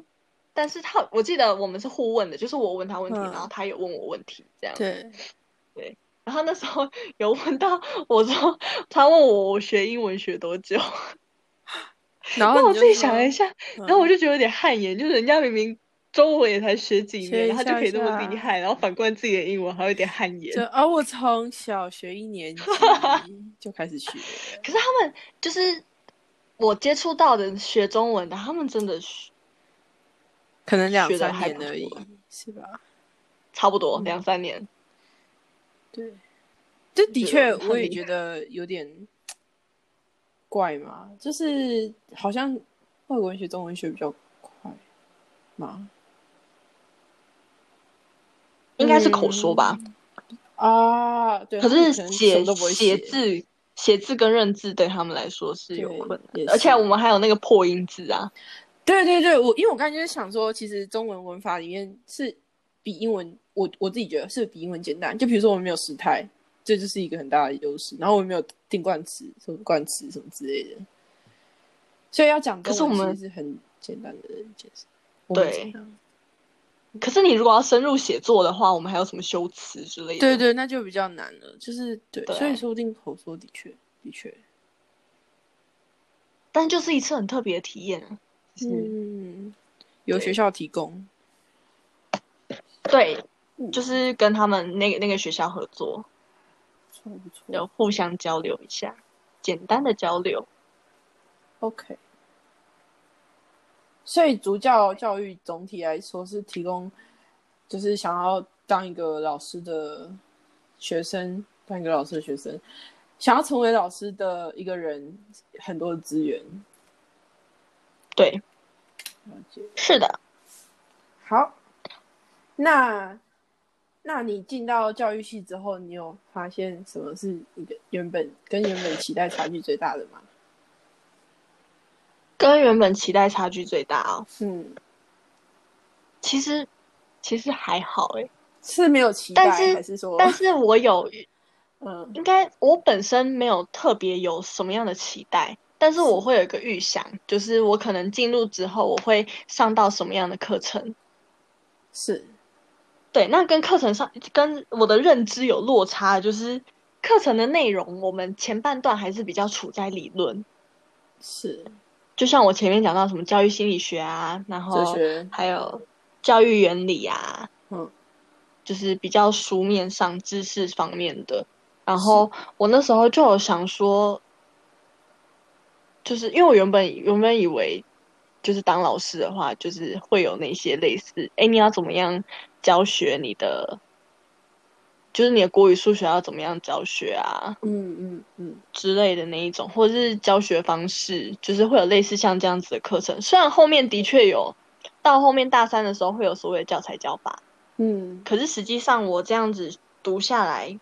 S2: 但是他我记得我们是互问的，就是我问他问题，
S1: 嗯
S2: 然后他有问我问题这样，
S1: 对，
S2: 然后那时候有问到我说他问我我学英文学多久，
S1: 然
S2: 那
S1: 后
S2: 我自己想了一
S1: 下，
S2: 下，
S1: 然
S2: 然后我就觉得有点汗颜，就是人家明明。中文也才学几
S1: 学
S2: 年，
S1: 一
S2: 然后他就
S1: 下
S2: 可以那么
S1: 下
S2: 厉害，然后反观自己的英文还有点汗颜。
S1: 对啊、我从小学一年 级就开始学了，
S2: 可是他们就是我接触到的学中文的，他们真的学
S1: 可能两
S2: 学得
S1: 三
S2: 还
S1: 年
S2: 不
S1: 而已
S2: 错，
S1: 是吧？
S2: 差不
S1: 嗯
S2: 多两三年。
S1: 对，这的确
S2: 觉得
S1: 我也
S2: 很厉
S1: 觉得有点怪嘛，就是好像外国文学中文学比较快嘛，
S2: 应该是口说吧，
S1: 啊，对，
S2: 可
S1: 他们嗯
S2: 是
S1: 能什
S2: 写
S1: 么都不会
S2: 写字、写字跟认字对他们来说是有
S1: 对
S2: 困
S1: 也
S2: 难的，而且
S1: 是
S2: 我们还有那个破音字啊，
S1: 对对对，我因为我刚才就是想说，其实中文文法里面是比英文，我我自己觉得是比英文简单。就比如说我们没有时态，这就是一个很大的优势。然后我们没有定冠词、什么冠词什么之类的，所以要讲中
S2: 可是我
S1: 文
S2: 们
S1: 其实是很简单的一件事。
S2: 对
S1: 嗯
S2: 可是你如果要深入写作的话，我们还有什么修辞之类的。
S1: 对对，那就比较难了。就是对，
S2: 对
S1: 所以说不定口说的确的确，
S2: 但就是一次很特别的体验啊。嗯，
S1: 嗯，有
S2: 对
S1: 学校提供，
S2: 对，
S1: 嗯
S2: 就是跟他们那个那个学校合作，
S1: 不错不错。
S2: 有互相交流一下，简单的交流。
S1: OK，所以主教教育总体来说是提供，就是想要当一个老师的学生，当一个老师的学生，想要成为老师的一个人，很多的资源。
S2: 对，
S1: 了解。
S2: 是的。
S1: 好，那那你进到教育系之后，你有发现什么是你的原本跟原本期待差距最大的吗？
S2: 跟原本期待差距最大哦。
S1: 嗯，
S2: 其实其实还好诶，
S1: 是没有期待，
S2: 但是
S1: 还是说，
S2: 但是我有
S1: 嗯
S2: 应该我本身没有特别有什么样的期待，但是我会有一个预想，就是我可能进入之后，我会上到什么样的课程。
S5: 是
S2: 对，那跟课程上跟我的认知有落差，就是课程的内容，我们前半段还是比较处在理论，
S5: 是，
S2: 就像我前面讲到什么教育心理学啊，然
S5: 哲
S2: 后
S5: 学
S2: 还有教育原理啊，
S5: 嗯，
S2: 就是比较书面上知识方面的。然后我那时候就有想说，就是因为我原本原本以为，就是当老师的话，就是会有那些类似，哎，你要怎么样教学你的，就是你的国语、数学要怎么样教学啊
S5: 嗯嗯嗯，
S2: 之类的那一种，或者是教学方式，就是会有类似像这样子的课程。虽然后面的确有，到后面大三的时候会有所谓的教材教法，
S5: 嗯，
S2: 可是实际上我这样子读下来，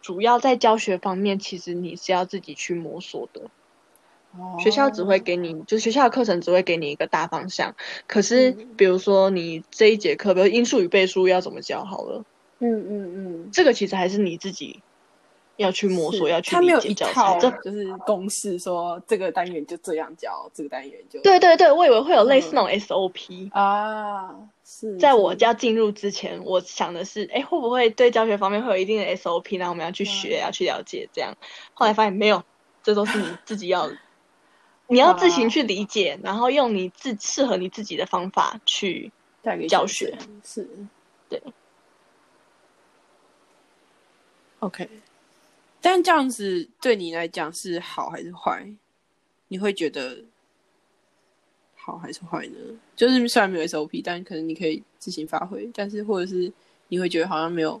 S2: 主要在教学方面，其实你是要自己去摸索的。
S5: 哦
S2: 学校只会给你，就学校的课程只会给你一个大方向。可是
S5: 嗯
S2: 比如说你这一节课，比如因数与倍数要怎么教好了，
S5: 嗯嗯嗯，
S2: 这个其实还是你自己要去摸索，
S5: 是
S2: 要去
S5: 他没
S2: 理
S5: 有
S2: 解
S5: 一
S2: 教
S5: 套
S2: 材。这
S5: 就是公式说这个单元就这样教，这个单元就
S2: 对对对，我以为会有类
S5: 嗯
S2: 似那种 SOP。
S5: 啊，是
S2: 在
S1: 嗯
S2: 我
S5: 家
S2: 要进入之前，我想的是，哎，会不会对教学方面会有一定的 SOP，然后我们要去学，
S5: 嗯
S2: 要去了解这样。后来发现没有，这都是你自己要，你要自行去理解，然后用你自适合你自己的方法去。
S5: 带给
S2: 教
S5: 学
S2: 学
S5: 生是，
S2: 对
S5: ，OK，但这样子对你来讲是好还是坏？你会觉得好还是坏呢？就是虽然没有 SOP，但可能你可以自行发挥，但是或者是你会觉得好像没有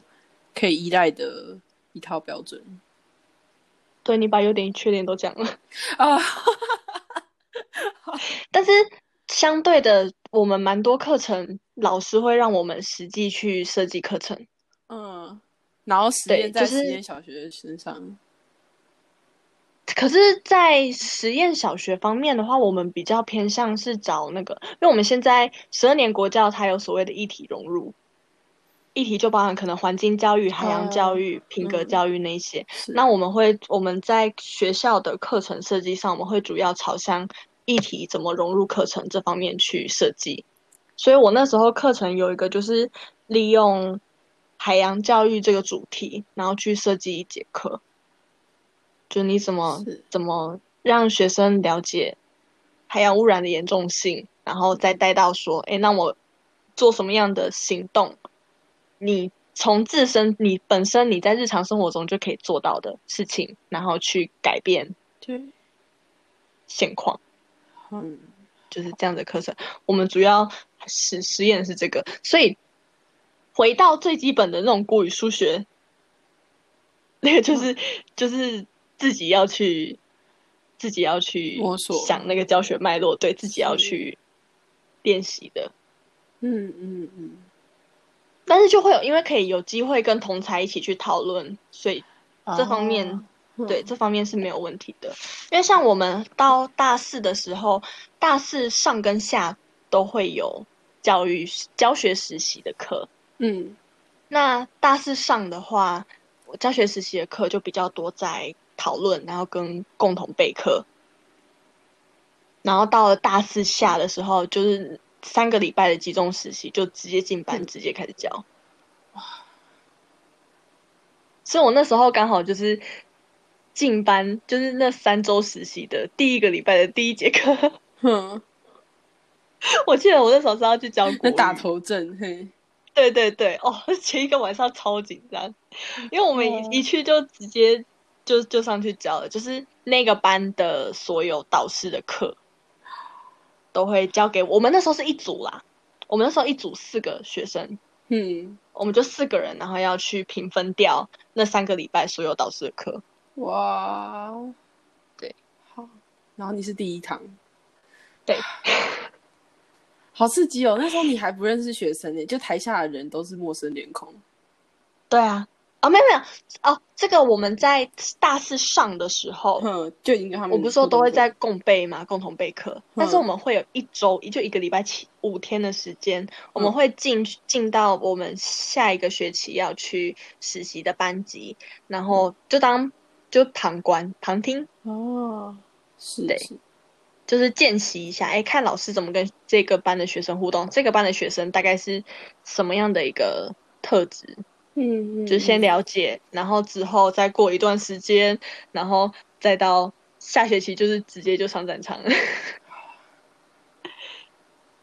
S5: 可以依赖的一套标准
S2: 对你把优点缺点都讲了，
S5: 啊。
S2: 但是相对的，我们蛮多课程老师会让我们实际去设计课程。
S5: 嗯，然后实验
S2: 对
S5: 在
S2: 就是
S5: 实验小学身上，
S2: 可是，在实验小学方面的话，我们比较偏向是找那个，因为我们现在十二年国教它有所谓的议题融入，议题就包含可能环境教育、海洋教育、品格
S5: 嗯
S2: 教育那些。
S5: 是
S2: 那我们会我们在学校的课程设计上，我们会主要朝向议题怎么融入课程这方面去设计。所以我那时候课程有一个就是利用海洋教育这个主题，然后去设计一节课，就你怎么
S5: 是
S2: 怎么让学生了解海洋污染的严重性，然后再带到说，诶，那我做什么样的行动，你从自身你本身你在日常生活中就可以做到的事情，然后去改变
S5: 对，
S2: 现况。
S5: 嗯，
S2: 就是这样的课程。我们主要实实验是这个，所以回到最基本的那种国语数学，那个
S5: 嗯
S2: 就是就是自己要去自己要去
S5: 摸索
S2: 想那个教学脉络，对自己要
S5: 是
S2: 去练习的。
S5: 嗯嗯嗯，
S2: 但是就会有，因为可以有机会跟同才一起去讨论，所以这方面
S5: 啊
S1: 嗯
S2: 对，这方面是没有问题的，因为像我们到大四的时候，大四上跟下都会有教育教学实习的课。
S5: 嗯
S2: 那大四上的话，我教学实习的课就比较多在讨论，然后跟共同备课。然后到了大四下的时候，就是三个礼拜的集中实习，就直接进班，
S5: 嗯
S2: 直接开始教。所以我那时候刚好就是进班，就是那三周实习的第一个礼拜的第一节课。
S5: 哼，
S2: 我记得我那时候是要去教国
S5: 那
S2: 语，
S5: 打头阵嘿，
S2: 对对对，哦， 前一个晚上超紧张，因为我们
S5: 哦
S2: 一一去就直接就就上去教了，就是那个班的所有导师的课都会交给我我们。那时候是一组啦，我们那时候一组四个学生，
S5: 嗯，
S2: 我们就四个人，然后要去平分掉那三个礼拜所有导师的课。
S5: 哇，
S2: 对，
S5: 好，然后你是第一堂，
S2: 对，
S5: 好刺激哦！那时候你还不认识学生欸呢，就台下的人都是陌生脸孔，
S2: 对啊，啊、没有没有哦，这个我们在大四上的时候，
S5: 哼，就已经跟他们，
S2: 我不是说都会在，共备嘛，共同备课，但是
S5: 嗯
S2: 我们会有一周，就一个礼拜七五天的时间，
S5: 嗯
S2: 我们会进进到我们下一个学期要去实
S5: 嗯
S2: 习的班级，然后就当就旁观旁听，
S5: 哦，
S1: 是
S2: 对
S1: 是
S2: 就是见习一下，哎，看老师怎么跟这个班的学生互动，这个班的学生大概是什么样的一个特质，
S1: 嗯，
S2: 就先
S1: 聊。
S2: 了解，然后之后再过一段时间，然后再到下学期就是直接就上战场了。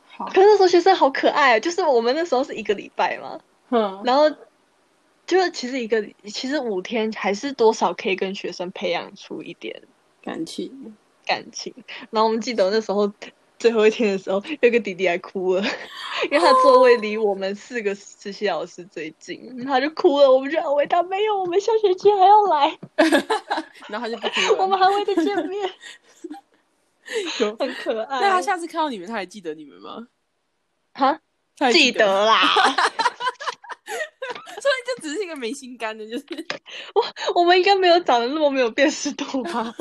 S6: 好，
S2: 可是那时候学生好可爱，哦就是我们那时候是一个礼拜嘛，
S1: 嗯，
S2: 然后就是其实一个其实五天还是多少可以跟学生培养出一点
S1: 感情，
S2: 感情。然后我们记得那时候最后一天的时候，有个弟弟还哭了， 因为他座位离我们四个实习老师最近，然后他就哭了。我们就安慰他，没有，我们下学期还要 来，
S1: 然后他就不哭了。
S2: 我们还会再见面，
S1: 有
S2: 很可爱。
S1: 那他下次看到你们，他还记得你们吗？
S2: 哈
S1: 他还
S2: 记
S1: 记，
S2: 得啦，
S1: 所以就只是一个没心肝的，就是
S2: 我们应该没有长得那么没有辨识度吧？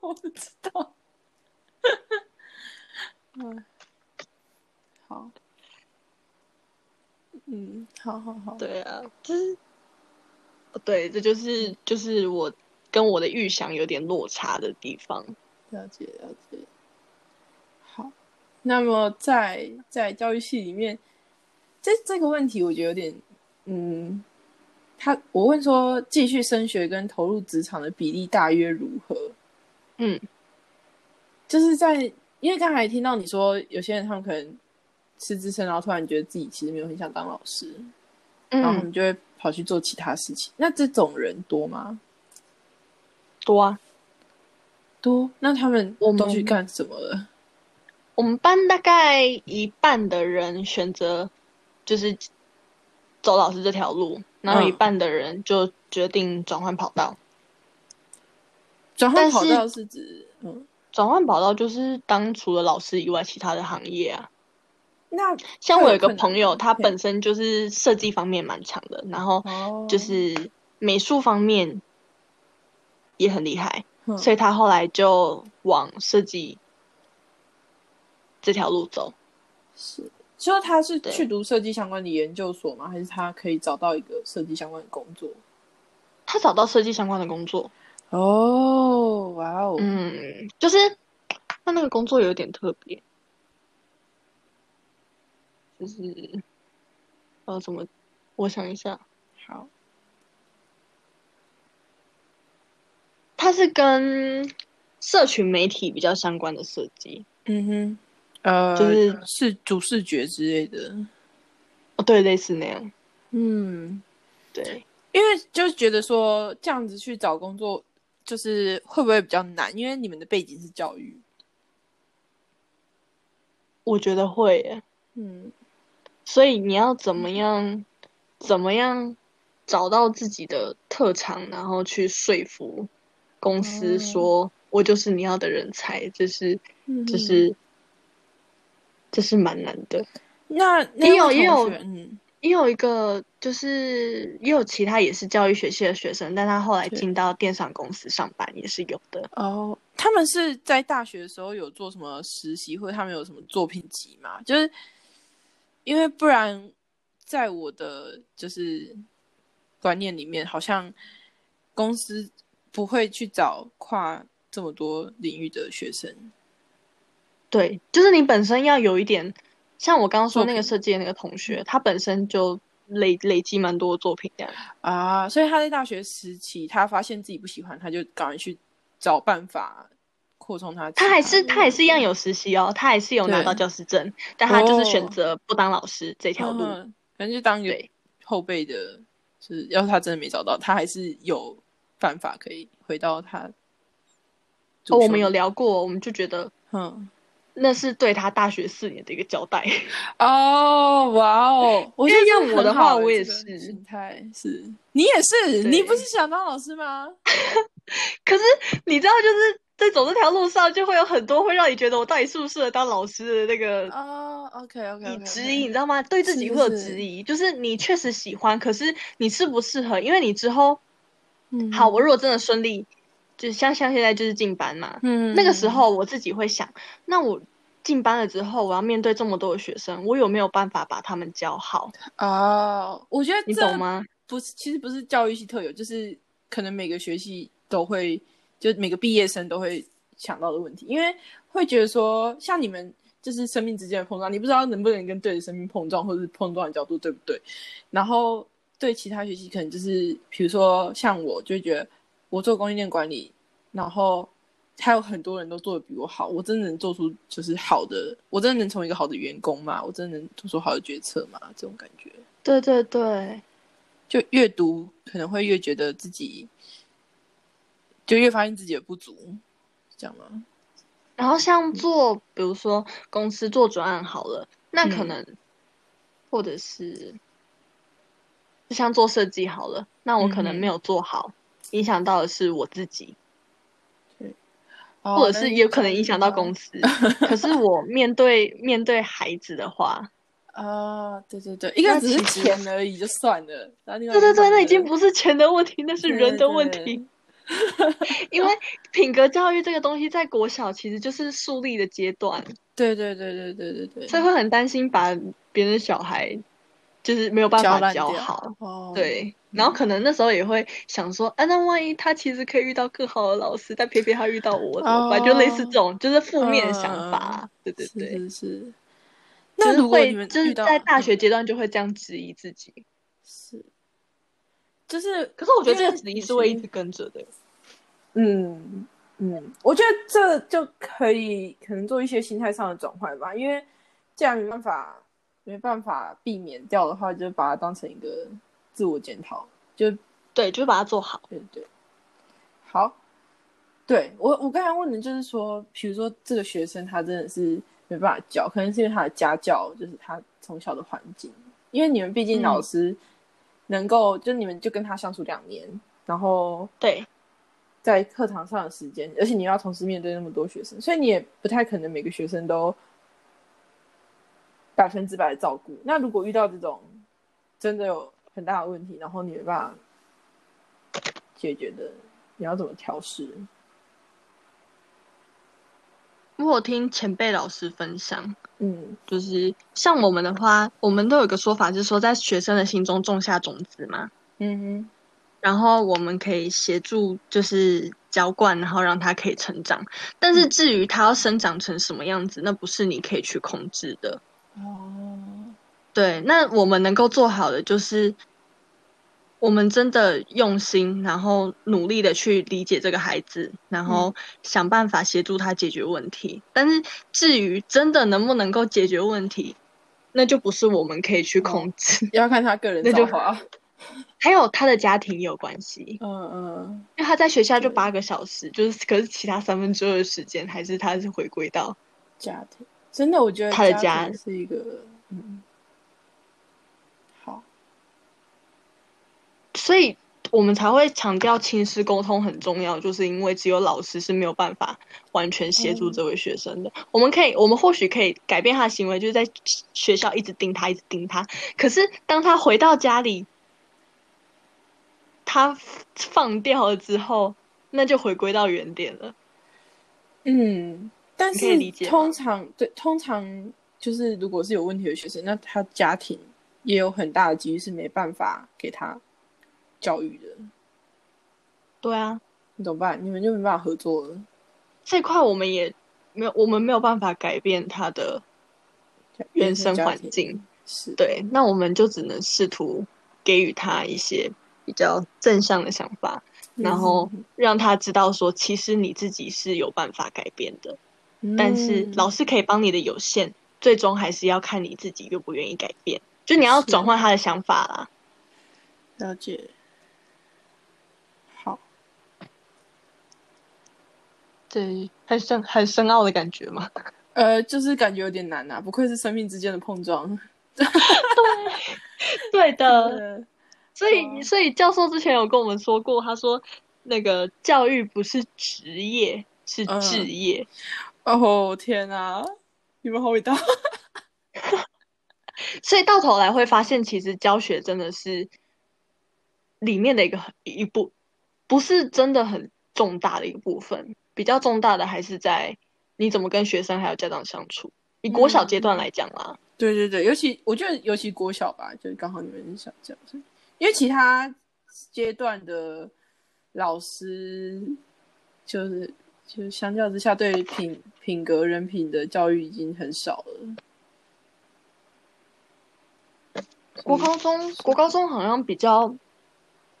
S1: 我不知道。嗯，
S6: 好，
S1: 嗯，好好好，
S2: 对啊，就是，哦对，这就是就是我跟我的预想有点落差的地方。
S1: 了解了解。好，那么在在教育系里面，这这个问题我觉得有点，嗯，他我问说继续升学跟投入职场的比例大约如何？
S2: 嗯，
S1: 就是在因为刚才听到你说有些人他们可能吃资深，然后突然觉得自己其实没有很想当老师，然后他
S2: 嗯，
S1: 们就会跑去做其他事情。那这种人多吗？
S2: 多啊。
S1: 多。那他们
S2: 我们
S1: 都去干什么了？
S2: 我们班大概一半的人选择就是走老师这条路，然后
S1: 嗯
S2: 一半的人就决定转换跑道。
S1: 转换
S2: 但是
S1: 跑道是指嗯，
S2: 转换跑道就是当除了老师以外其他的行业啊。
S1: 那
S2: 像我有一个
S1: 会有困难
S2: 朋友，
S1: 吗
S2: 他
S1: 对
S2: 本身就是设计方面蛮强的，然后
S1: 哦，
S2: 就是美术方面也很厉害，
S1: 嗯
S2: 所以他后来就往设计这条路走。
S1: 是说他是
S2: 对
S1: 去读设计相关的研究所吗？还是他可以找到一个设计相关的工作？
S2: 他找到设计相关的工作，
S1: 哦，哇哦，
S2: 嗯，就是他那个工作有点特别，就是呃，怎么？我想一下，
S1: 好，
S2: 它是跟社群媒体比较相关的设计。
S1: 嗯哼，呃，
S2: 就是
S1: 是主视觉之类的，
S2: 哦，对，类似那样。
S1: 嗯，
S2: 对，
S1: 因为就是觉得说这样子去找工作，就是会不会比较难？因为你们的背景是教育，
S2: 我觉得会耶。
S1: 嗯，
S2: 所以你要怎么样，怎么样找到自己的特长，然后去说服公司
S1: 哦
S2: 说，我就是你要的人才，这是
S1: 嗯
S2: 这是这是蛮难的。
S1: 那那
S2: 也有
S1: 位
S2: 也有
S1: 同学嗯，
S2: 也有一个就是也有其他也是教育学系的学生，但他后来
S1: 对
S2: 进到电商公司上班也是有的。
S1: 哦，他们是在大学的时候有做什么实习，或者他们有什么作品集嘛？就是因为不然，在我的就是观念里面，好像公司不会去找跨这么多领域的学生。
S2: 对，就是你本身要有一点，像我刚刚说
S1: 作
S2: 那个
S1: 品
S2: 设计的那个同学，他本身就累累积蛮多作品这样。
S1: 啊，所以他在大学时期，他发现自己不喜欢，他就赶快去找办法扩充他其的。
S2: 他还是他还是一样有实习哦，他还是有拿
S1: 嗯对
S2: 到教师证，但他就是选
S1: 哦
S2: 择不当老师这条路。哦
S1: 嗯，反正就当一个
S2: 对
S1: 后辈的，就是要是他真的没找到，他还是有办法可以回到他。
S2: 哦，我们有，聊过，我们就觉得
S1: 嗯，
S2: 那是对他大学四年的一个交代。
S1: 哦，哇哦，我觉得
S2: 因为要
S1: 这
S2: 我的
S1: 很好
S2: 话
S1: 欸
S2: 我也
S1: 这个
S2: 是
S1: 心态是，你也是，
S2: 对
S1: 你不是想当老师吗？
S2: 可是你知道，就是在走这条路上，就会有很多会让你觉得我到底适不适合当老师的那个
S1: 哦，OK OK，
S2: 你质疑，你知道吗？对自己
S1: 是
S2: 会有
S1: 是
S2: 质疑，就是你确实喜欢，可是你适不适合？因为你之后
S1: 嗯，
S2: 好，我如果真的顺利，就像像现在就是进班嘛，
S1: 嗯，
S2: 那个时候我自己会想，那我进班了之后，我要面对这么多的学生，我有没有办法把他们教好？
S1: 哦，我觉得
S2: 你
S1: 这
S2: 懂吗？
S1: 不是，其实不是教育系特有，就是可能每个学系都会，就每个毕业生都会想到的问题，因为会觉得说，像你们就是生命之间的碰撞，你不知道能不能跟对的生命碰撞，或是碰撞的角度对不对。然后对其他学习，可能就是比如说像我，就会觉得我做供应链管理，然后还有很多人都做的比我好，我真的能做出就是好的，我真的能成为一个好的员工吗？我真的能做出好的决策吗？这种感觉。
S2: 对对对，
S1: 就越读可能会越觉得自己，就越发现自己的不足，是这样吗？
S2: 然后像做，比如说公司做专案好了，那可
S1: 嗯
S2: 能、或者是就像做设计好了，那我可能
S1: 嗯哼
S2: 没有做好，影响到的是我自己，
S1: 哦
S2: 或者是也可能影响到公
S1: 司。
S2: 司。可是我面对面对孩子的话，
S1: 啊，对对对，一个只是
S2: 其实
S1: 钱而已就算了，然后另外
S2: 对对对，那已经
S1: 不
S2: 不是钱的问题，那是人的问
S1: 对
S2: 题。因为品格教育这个东西在国小其实就是树立的阶段，
S1: 对对对对对对对，
S2: 所以会很担心把别人的小孩就是没有办
S1: 教
S2: 法
S1: 烂
S2: 教嗯
S1: 掉
S2: 好。
S1: 哦，
S2: 对，然后可能那时候也会想说，啊，那万一他其实可以遇到更好的老师，但偏偏他遇到我怎么办？就类似这种，就是负面的想法。对对
S1: 是
S2: 对，
S1: 是是。
S2: 就
S1: 那
S2: 是
S1: 如果你
S2: 会
S1: 们
S2: 就是
S1: 遇到
S2: 在大
S1: 嗯
S2: 学阶段就会这样质疑自己。
S1: 是，就是
S2: 可是我觉得这
S1: 因
S2: 个
S1: 为
S2: 质疑
S1: 你
S2: 是会一
S1: 是
S2: 直跟着的。
S1: 嗯嗯，我觉得这就可以可能做一些心态上的转换吧，因为这样没办法没办法避免掉的话，就把它当成一个自我检讨，就
S2: 对，就是把它做好。
S1: 对对，好，对我我刚才问的就是说，比如说这个学生他真的是没办法教，可能是因为他的家教，就是他从小的环境，因为你们毕竟
S2: 嗯
S1: 老师能够、就你们就跟他相处两年，然后
S2: 对，
S1: 在课堂上的时间，而且你要同时面对那么多学生，所以你也不太可能每个学生都百分之百的照顾。那如果遇到这种真的有很大的问题，然后你没办法解决的，你要怎么调试？
S2: 我有听前辈老师分享，
S1: 嗯，
S2: 就是像我们的话，我们都有一个说法，就是说在学生的心中种下种子嘛。
S1: 嗯
S2: 然后我们可以协助，就是浇灌，然后让它可以成长。但是至于它要生长成什么样子，那不是你可以去控制的。
S1: 哼，哦，
S2: 对，那我们能够做好的就是，我们真的用心，然后努力的去理解这个孩子，然后想办法协助他解决问题。但是至于真的能不能够解决问题，那就不是我们可以去控制，
S1: 要看他个人
S2: 那就
S1: 造化。
S2: 哦 还有他的家庭也有关系。
S1: 嗯嗯，
S2: 因为他在学校就
S1: 对
S2: 八个小时，就是可是其他三分之二的时间还是他是回归到
S1: 家庭真的，我觉得
S2: 他的
S1: 家
S2: 家
S1: 庭是一个嗯，好，
S2: 所以我们才会强调亲师沟通很重要，就是因为只有老师是没有办法完全协助
S1: 嗯
S2: 这位学生的。我们可以，我们或许可以改变他的行为，就是在学校一直盯他，一直盯他。可是当他回到家里，他放掉了之后，那就回归到原点了。
S1: 嗯，但
S2: 你
S1: 是
S2: 可以理解吗
S1: 通常对，通常就是如果是有问题的学生，那他家庭也有很大的机遇是没办法给他教育的，
S2: 对啊，
S1: 你怎么办？你们就没办法合作了。
S2: 这块我们也没有，我们没有办法改变他的原生环境。
S1: 是，
S2: 对，那我们就只能试图给予他一些比较正向的想法，
S1: 嗯
S2: 然后让他知道说，其实你自己是有办法改变的，但是
S1: 嗯
S2: 老师可以帮你的有限，最终还是要看你自己愿不愿意改变。就你要
S1: 是
S2: 转换他的想法啦。
S1: 了解。好，
S2: 对，很深很深奥的感觉嘛。
S1: 呃，就是感觉有点难啊，不愧是生命之间的碰撞。
S2: 对 的。啊
S1: 呃，
S2: 所以，
S1: 哦
S2: 所以教授之前有跟我们说过，他说那个教育不是职业，是
S1: 嗯
S2: 置业。
S1: 哦天啊，你们好伟大！
S2: 所以到头来会发现，其实教学真的是里面的一个很一部，不是真的很重大的一个部分。比较重大的还是在你怎么跟学生还有家长相处。以国小阶段来讲啦，
S1: 对对对，尤其我觉得尤其国小吧，就是刚好你们想这样，所以因为其他阶段的老师就是就是相较之下，对品品格、人品的教育已经很少了。
S2: 国高中国高中好像比较
S1: 嗯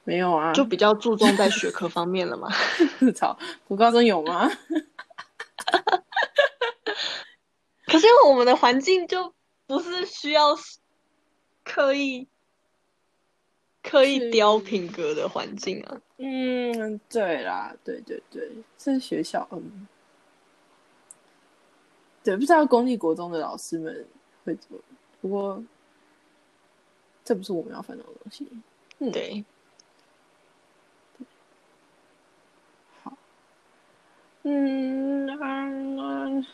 S1: 没有啊，
S2: 就比较注重在学科方面了嘛。
S1: 操，国高中有吗？
S2: 可是因为我们的环境就不是需要刻意刻意
S1: 是
S2: 雕品格的环境啊。
S1: 嗯，对啦，对对对，是学校，嗯，对，不知道公立国中的老师们会怎么，不过这不是我们要烦恼的东西。嗯
S2: 对，
S1: 嗯嗯嗯，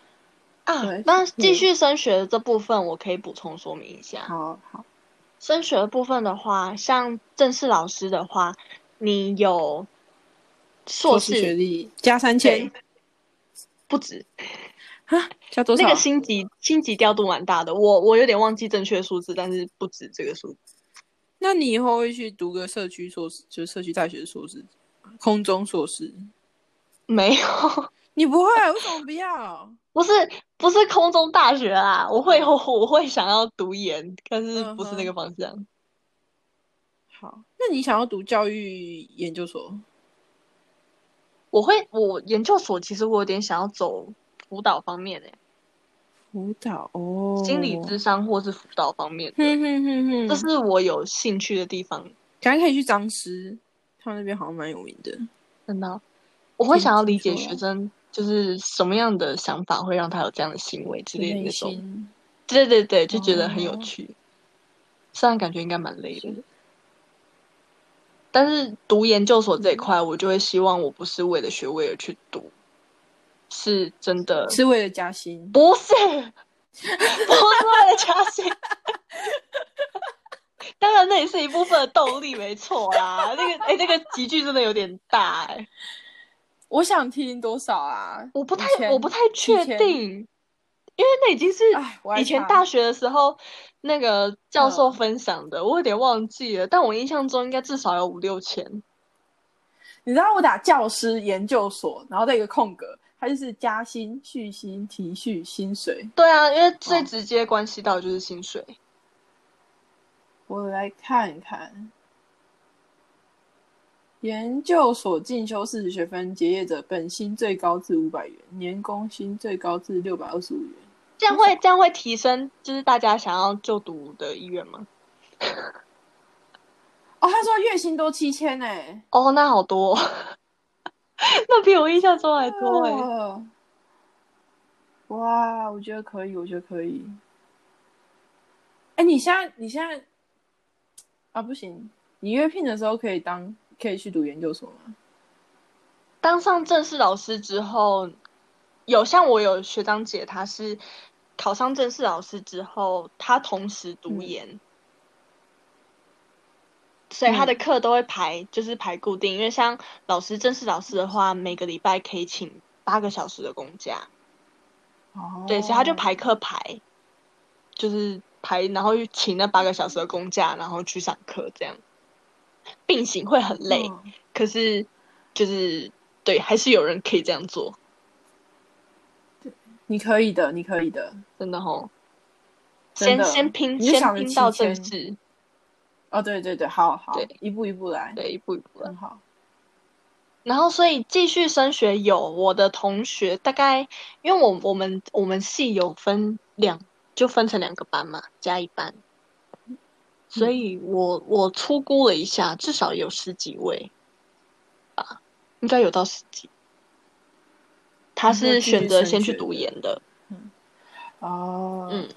S2: 啊
S1: 对，嗯
S2: 那继续升学的这部分，我可以补充说明一下。
S1: 好好，
S2: 升学的部分的话，像正式老师的话，你有硕
S1: 士学
S2: 士
S1: 历加三千
S2: 不止，
S1: 啊，加多少？
S2: 那个星级星级调度蛮大的，我我有点忘记正确数字，但是不止这个数字。
S1: 那你以后会去读个社区硕士，就是社区大学硕士，空中硕士？
S2: 没有，
S1: 你不会？为什么不要？
S2: 不是不是空中大学啊，我
S1: 哦
S2: 会我我会想要读研，但是
S1: 嗯
S2: 不是那个方向。
S1: 好，那你想要读教育研究所？
S2: 我会我研究所其实我有点想要走辅导方面欸的、
S1: 辅导哦，嗯
S2: 心理智商或是辅导方面的，
S1: 哼哼哼
S2: 这
S1: 哼，
S2: 是我有兴趣的地方。
S1: 感觉可以去彰师，他们那边好像蛮有名的。
S2: 真的，啊我会想要理解
S1: 听说
S2: 学生就是什么样的想法会让他有这样的行为之类的
S1: 内
S2: 那种。
S1: 心
S2: 对对对，就觉得很有
S1: 哦
S2: 趣。虽然感觉应该蛮累的，但是读研究所
S1: 嗯
S2: 这一块，我就会希望我不是为了学位而去读，是真的
S1: 是为了加薪，
S2: 不是， 不是为了加薪。 当然，那也是一部分的动力，没错啦。那个，哎、那个集距真的有点大、哎，
S1: 我想听多少啊？
S2: 我不太
S1: 以，前
S2: 我不太确
S1: 以前
S2: 定，因为那已经是
S1: 哎，我还
S2: 以前
S1: 差
S2: 大学的时候，那个教授
S1: 嗯
S2: 分享的，我有点忘记了，但我印象中应该至少有五六千。
S1: 你知道我打教师研究所，然后再一个空格，它就是加薪、续薪、提续、薪水。
S2: 对啊，因为最
S1: 哦
S2: 直接关系到就是薪水。
S1: 我来看看，研究所进修四十学分，结业者本薪最高至五百元，年工薪最高至六百二十五元。
S2: 这样
S1: 嗯
S2: 会这样会提升，就是大家想要就读的意愿吗？
S1: 哦，他说月薪都七千欸呢、
S2: 哦，那好多、哦， 那比我印象中还多 哎、
S1: 哦哇，我觉得可以，我觉得可以。哎、你现在你现在啊不行，你约聘的时候可以当可以去读研究所吗？
S2: 当上正式老师之后，有像我有学长姐，她是考上正式老师之后，她同时读
S1: 嗯
S2: 研，所以她
S1: 嗯
S2: 的课都会排，就是排固定。因为像老师正式老师的话，每个礼拜可以请八个小时的公假，
S1: 哦，
S2: 对，所以他就排课排，就是排，然后去请那八个小时的公假，然后去上课这样，并行会很累，
S1: 嗯
S2: 可是就是对，还是有人可以这样做，
S1: 你可以的，你可以的。
S2: 真的吼。
S1: 真
S2: 先
S1: 的
S2: 先拼，
S1: 你就
S2: 先
S1: 想着
S2: 拼到
S1: 七千
S2: 正式，
S1: 哦，对对对，好好
S2: 对，
S1: 一步一步来，
S2: 对，一步一步来。
S1: 很好。
S2: 然后，所以继续升学有我的同学，大概因为我我们我们系有分两，就分成两个班嘛，加一班，所
S1: 嗯
S2: 以我我粗估了一下，至少有十几位吧，应该有到十几。他
S1: 你说
S2: 是
S1: 继续
S2: 选择
S1: 升
S2: 先去
S1: 学
S2: 读
S1: 的
S2: 研的，
S1: 哦，
S2: 嗯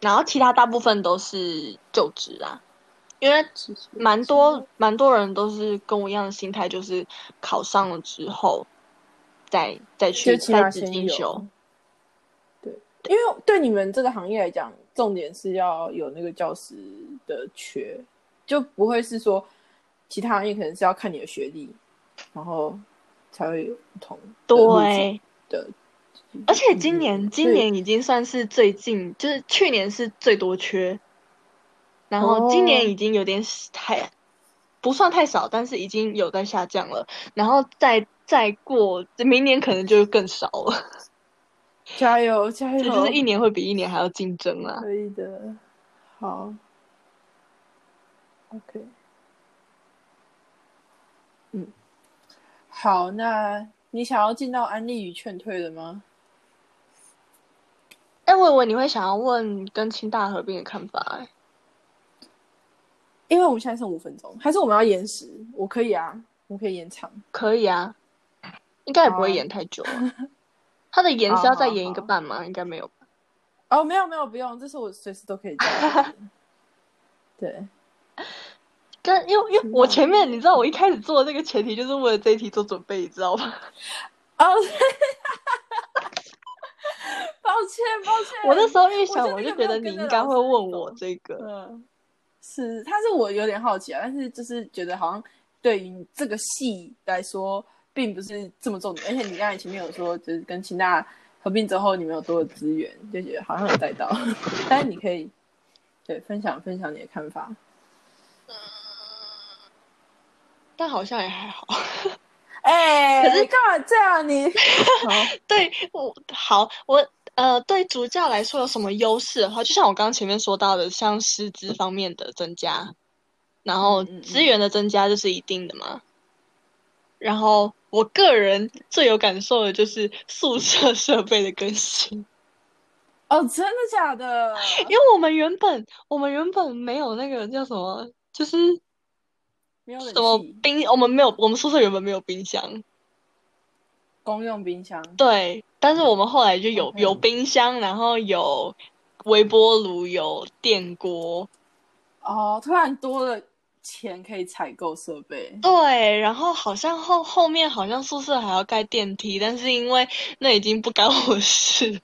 S2: 然后其他大部分都是就职啦，因为
S1: 是是
S2: 蛮
S1: 是
S2: 多蛮多人都是跟我一样的心态，就是考上了之后再再去
S1: 就起码
S2: 再次
S1: 先
S2: 进
S1: 有
S2: 修。。
S1: 对，因为对你们这个行业来讲，重点是要有那个教师的缺，就不会是说其他行业可能是要看你的学历，然后才会有不同的路径
S2: 对，
S1: 的。
S2: 而且今年
S1: 嗯所
S2: 今
S1: 以
S2: 年已经算是最近，就是去年是最多缺，然后
S1: 哦
S2: 今年已经有点太不算太少，但是已经有在下降了。然后在再过明年可能就更少了，
S1: 加油加
S2: 这
S1: 油！
S2: 就是一年会比一年还要竞争啊啦。
S1: 可以的，好，OK，嗯，好，那你想要进到安利与劝退的吗？
S2: 哎，我以为你会想要问跟清大合并的看法、哎，
S1: 因为我们现在剩五分钟，还是我们要延时？我可以啊，我可以延长。
S2: 可以啊，应该也不
S1: 好啊
S2: 会演太久啊。他的演是要
S1: 好
S2: 再
S1: 好
S2: 演一个
S1: 好
S2: 半吗？应该没有吧。
S1: 哦，没有没有，不用，这是我随时都可以加的。对，
S2: 但因为因为我
S1: 大
S2: 前面你知道，我一开始做的那个前提就是为了这一题做准备，你知道吧？
S1: 哦， 抱歉抱歉，
S2: 我那时候预想，
S1: 啊我
S2: 我
S1: 真的
S2: 就
S1: 有
S2: 觉得
S1: 没
S2: 你
S1: 有跟着
S2: 应该会问
S1: 老
S2: 我
S1: 师
S2: 这个。
S1: 嗯，是，但是我有点好奇啊，但是就是觉得好像对于这个戏来说，并不是这么重点。而且你刚才前面有说，就是跟清大合并之后，你们有多的资源，就觉得好像有带到。 但是你可以对分享分享你的看法。
S2: 但好像也还好。
S1: 哎、
S2: 可是
S1: 你干嘛这样？ 你好
S2: 对我好，我呃，对主教来说有什么优势的话，就像我刚刚前面说到的，像师资方面的增加，然后
S1: 嗯嗯嗯
S2: 资源的增加这是一定的嘛。然后我个人最有感受的就是宿舍设备的更新。
S1: 哦，真的假的？
S2: 因为我们原本我们原本没有那个叫什么，就是
S1: 没有
S2: 什么
S1: 冷气，
S2: 冰，我们没有，我们宿舍原本没有冰箱，
S1: 公用冰箱。
S2: 对，但是我们后来就有
S1: OK
S2: 有冰箱，然后有微波炉，有电锅，
S1: 哦，突然多了钱可以采购设备。
S2: 对，然后好像后后面好像宿舍还要盖电梯，但是因为那已经不干我事。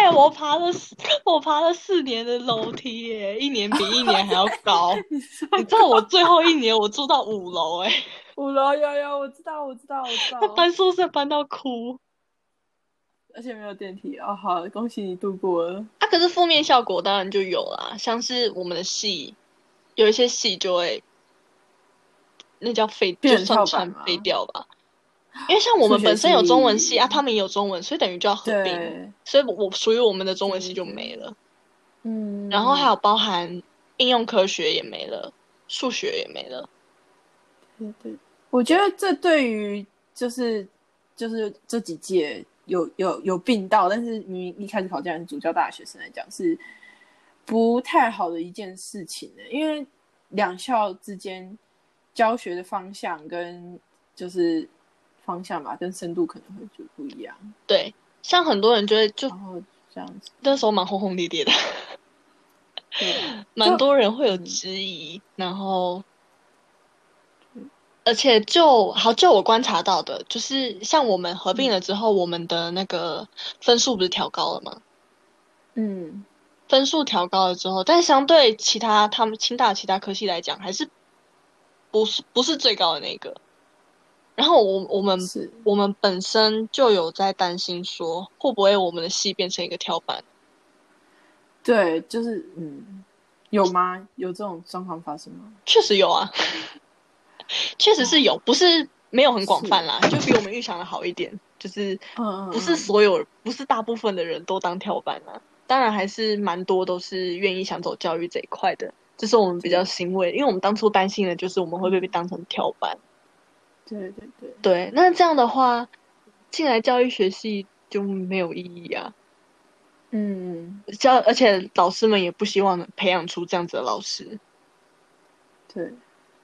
S2: 哎，我爬了四我爬了四年的楼梯耶，一年比一年还要高。你知道我最后一年我住到五楼哎，
S1: 五楼有有，我知道，我知道，我知 道。
S2: 搬宿舍搬到哭
S1: 而且没有电梯哦，好，恭喜你度过了。
S2: 啊！可是负面效果当然就有啦，像是我们的戏，有一些戏就会，那叫废，
S1: 变
S2: 就
S1: 成
S2: 算
S1: 跳板
S2: 传
S1: 吗
S2: 废掉吧。因为像我们
S1: 数学
S2: 本身有中文
S1: 系
S2: 系啊，他们也有中文，所以等于就要合并，
S1: 对，
S2: 所以我我属于我们的中文系就
S1: 对
S2: 没了，
S1: 嗯。
S2: 然后还有包含应用科学也没了，数学也没了。
S1: 对对，我觉得这对于就是就是这几届有有有病到，但是明明一开始考竟然是主教大的学生来讲是不太好的一件事情的，因为两校之间教学的方向跟就是方向吧，跟深度可能会就不一样，
S2: 对，像很多人就会就
S1: 然后这样子，
S2: 那时候蛮轰轰烈烈的，
S1: 对，啊
S2: 蛮多人会有
S1: 嗯
S2: 质疑，然后，而且就好，就我观察到的，就是像我们合并了之后，我们的那个分数不是调高了吗？
S1: 嗯，
S2: 分数调高了之后，但相对其他他们清大其他科系来讲，还是不是不是最高的那个。然后我我们
S1: 是。
S2: 我们本身就有在担心说，会不会我们的系变成一个跳板？
S1: 对，就是嗯，有吗？有这种状况发生吗？
S2: 确实有啊， 确实是有，
S1: 嗯
S2: 不是没有很广泛啦，就比我们预想的好一点。就是
S1: 嗯嗯，
S2: 不是所有，不是大部分的人都当跳板啦，当然还是蛮多都是愿意想走教育这一块的，这是我们比较欣慰，因为我们当初担心的就是我们会不会被当成跳板。
S1: 对对对，
S2: 对，那这样的话，进来教育学系就没有意义啊。
S1: 嗯，
S2: 教，而且老师们也不希望培养出这样子的老师。
S1: 对，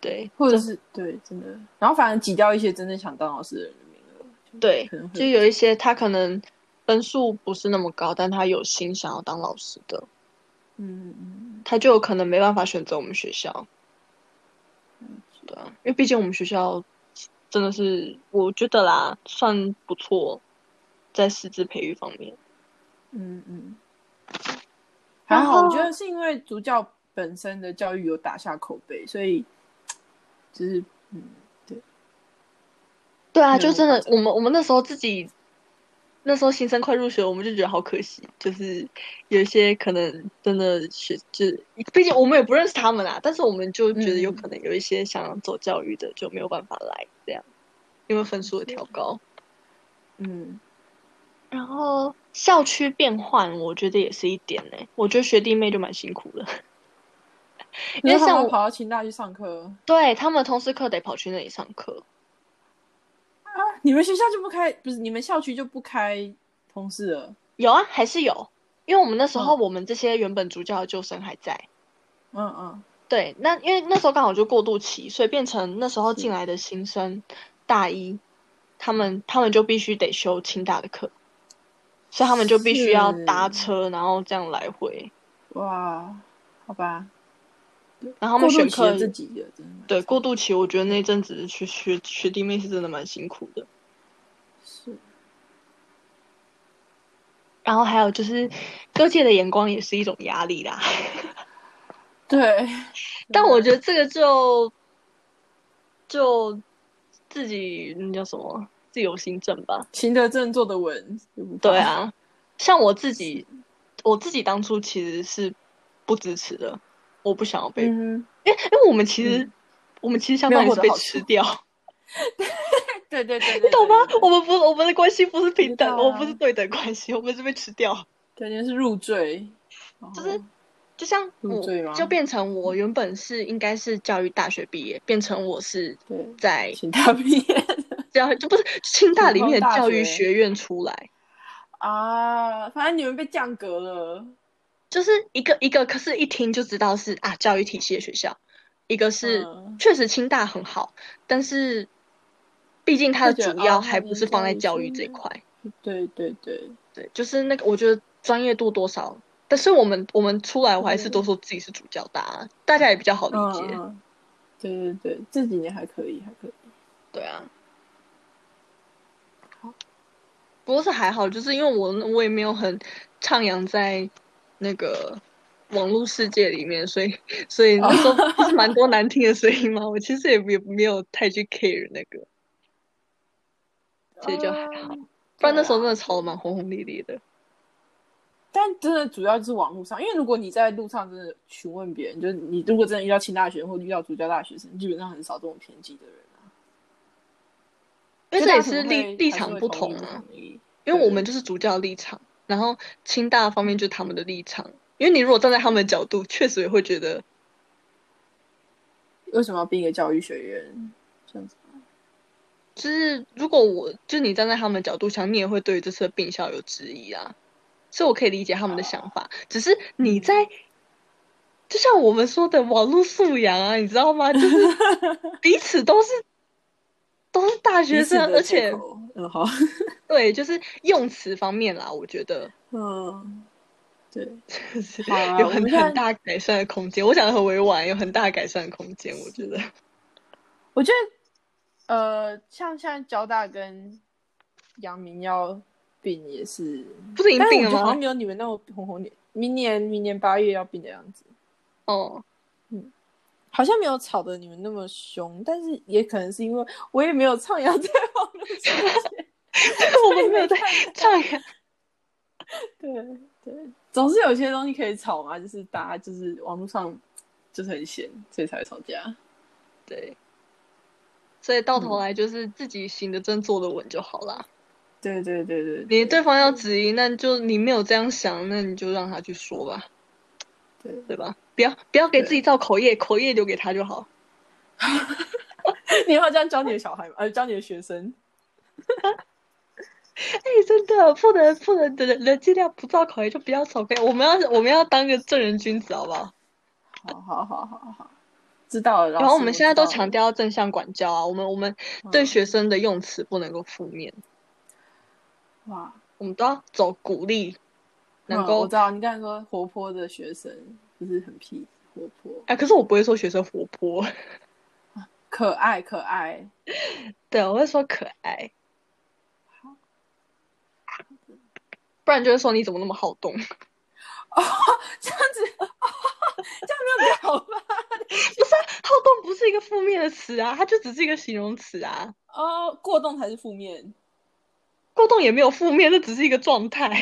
S2: 对，
S1: 或者是对，真的，然后反而挤掉一些真正想当老师的人的名额，就
S2: 对
S1: 可能，会
S2: 就有一些他可能分数不是那么高，但他有心想要当老师的，
S1: 嗯嗯
S2: 他就有可能没办法选择我们学校。
S1: 嗯
S2: 对啊，因为毕竟我们学校真的是，我觉得啦，算不错，在师资培育方面。
S1: 嗯嗯，还
S2: 然
S1: 好，我
S2: 后
S1: 觉得是因为主教本身的教育有打下口碑，所以就是嗯，
S2: 对
S1: 没
S2: 啊，
S1: 有
S2: 就真的
S1: 那，么
S2: 我们我们那时候自己那时候新生快入学，我们就觉得好可惜，就是有一些可能真的学，就是毕竟我们也不认识他们啦，但是我们就觉得有可能有一些想要走教育的就没有办法来这样，因为分数的调高。
S5: 嗯，
S2: 然后校区变换，我觉得也是一点呢、我觉得学弟妹就蛮辛苦的，因为
S1: 然后他
S2: 像
S1: 们
S2: 我
S1: 跑到清大去上课，
S2: 对他们通识课得跑去那里上课，
S1: 你们学校就不开，不是你们校区就不开通识了？
S2: 有啊，还是有，因为我们那时候我们这些原本主教的旧生还在。
S1: 嗯嗯，
S2: 对，那因为那时候刚好就过渡期，所以变成那时候进来的新生大一，他们他们就必须得修清大的课，所以他们就必须要搭
S1: 是
S2: 车，然后这样来回，
S1: 哇，好吧，
S2: 然后他
S1: 过
S2: 们选
S1: 渡期的
S2: 课
S1: 自己的真的
S2: 对过渡期，我觉得那阵子去学学弟妹是真的蛮辛苦的。
S1: 是
S2: 然后还有就是各界的眼光也是一种压力啦，
S1: 啊对，
S2: 但我觉得这个就就自己那叫什么自由心证吧，
S1: 行得正坐得稳，就不怕
S2: 对，啊，像我自己，我自己当初其实是不支持的，我不想要被，
S1: 嗯哼，
S2: 因为因为我们其实、我们其实相当于
S1: 没有
S2: 会被
S1: 好处
S2: 吃掉，
S1: 对对对，
S2: 你
S1: 对
S2: 懂吗？
S1: 对对
S2: 我们不，我们的关系不是平
S1: 知
S2: 等，
S1: 道
S2: 我
S1: 啊
S2: 们不是对等关系，我们是被吃掉。
S1: 对，就是入赘，然后
S2: 就是就像
S1: 入
S2: 我
S1: 赘嗯吗
S2: 就变成我原本是应该是教育大学毕业，变成我是
S1: 对，
S2: 在
S1: 请他 毕业
S2: 教就不是清大里面
S1: 普
S2: 的
S1: 通大
S2: 教育
S1: 学
S2: 学院出来，
S1: 啊，反正你们被降格了，
S2: 就是一个一个，可是一听就知道是啊教育体系的学校，一个是、
S1: 嗯
S2: 确实清大很好，但是毕竟它的
S1: 就觉得
S2: 主
S1: 哦
S2: 要
S1: 那
S2: 还
S1: 你
S2: 不是放在教育
S1: 教育
S2: 这一
S1: 是
S2: 块，
S1: 对对对，
S2: 对，就是那个我觉得专业度多少，但是我们我们出来我还是
S1: 嗯
S2: 都说自己是主教大啊，大家也比较好理
S1: 嗯
S2: 解，
S1: 嗯，对对对，这几年还可以，还可以，
S2: 对啊。不过是还好，就是因为我我也没有很徜徉在那个网络世界里面，所以所以那时候不是蛮多难听的声音嘛，我其实也也没有太去 care 那个，所以就还好。
S1: 嗯
S2: 不然那
S1: 对
S2: 时候
S1: 啦
S2: 真的吵得蛮轰轰烈烈的。
S1: 但真的主要就是网络上，因为如果你在路上真的询问别人，就是你如果真的遇到清大学生或遇到主教大学生，基本上很少这种偏激的人啊。
S2: 因为
S1: 就
S2: 这也
S1: 大家
S2: 是
S1: 可能
S2: 立
S1: 会
S2: 立
S1: 还是
S2: 场
S1: 会
S2: 不
S1: 同
S2: 同
S1: 意
S2: 啊，
S1: 同意
S2: 因为我们就是主教立场，然后清大方面就是他们的立场。因为你如果站在他们的角度，确实也会觉得
S1: 为什么要编一个教育学院这样子？
S2: 就是如果我就你站在他们的角度想，你也会对于这次的病校有质疑啊，所以我可以理解他们的想
S1: 哦
S2: 法。只是
S1: 嗯
S2: 你在，就像我们说的网络素养啊，你知道吗？就是彼此都是都是大学生，而
S1: 彼此的
S2: 且
S1: 借口嗯好，
S2: 对，就是用词方面啦，我觉得
S1: 嗯，对，
S2: 就是
S1: 好 啊
S2: 有
S1: 我们
S2: 很
S1: 现在
S2: 很大改善的空间。我讲的很委婉，有很大改善的空间，我觉得。
S1: 我觉得呃，像现在交大跟阳明要并也是，
S2: 不是已经
S1: 但是
S2: 定
S1: 我觉得
S2: 了
S1: 好像
S2: 吗？
S1: 没有你们那么红红脸。明年明年八月要并的样子。
S2: 哦，
S1: 好像没有吵得你们那么凶，但是也可能是因为我也没有徜徉在网络世界，
S2: 我们没有 在上海。
S1: 对对，总是有些东西可以吵嘛，就是大家就是网络上就是很闲，所以才会吵架。
S2: 对，所以到
S1: 嗯
S2: 头来就是自己行得正，坐得稳就好啦。
S1: 对对对对，
S2: 你对方要质疑，那就你没有这样想，那你就让他去说吧，
S1: 对
S2: 对吧？不要不要给
S1: 对
S2: 自己造口业，口业留给他就好。
S1: 你要这样教你的小孩吗？呃，教你的学生？
S2: 哎，真的不能不能，人人尽量不造口业，就不要造口业。我们要我们要当个正人君子，好不好？
S1: 好好好好好，知道了。嗯
S2: 啊然后我们现在都强
S1: 调，
S2: 调正向管教啊，我们我们对学生的用词不能够负面，
S1: 哇，
S2: 我们都要走鼓励，能
S1: 嗯
S2: 够
S1: 我知道你刚才说活泼的学生就是很屁活泼，
S2: 哎，可是我不会说学生活泼。
S1: 可爱可爱。
S2: 对，我会说可爱，不然就会说你怎么那么好动， 不
S1: 这样子，哦、这样没有比较好 吧？
S2: 好动不是一个负面的词啊，它就只是一个形容词啊。
S1: 哦，过动才是负面。
S2: 过动也没有负面，这只是一个状态，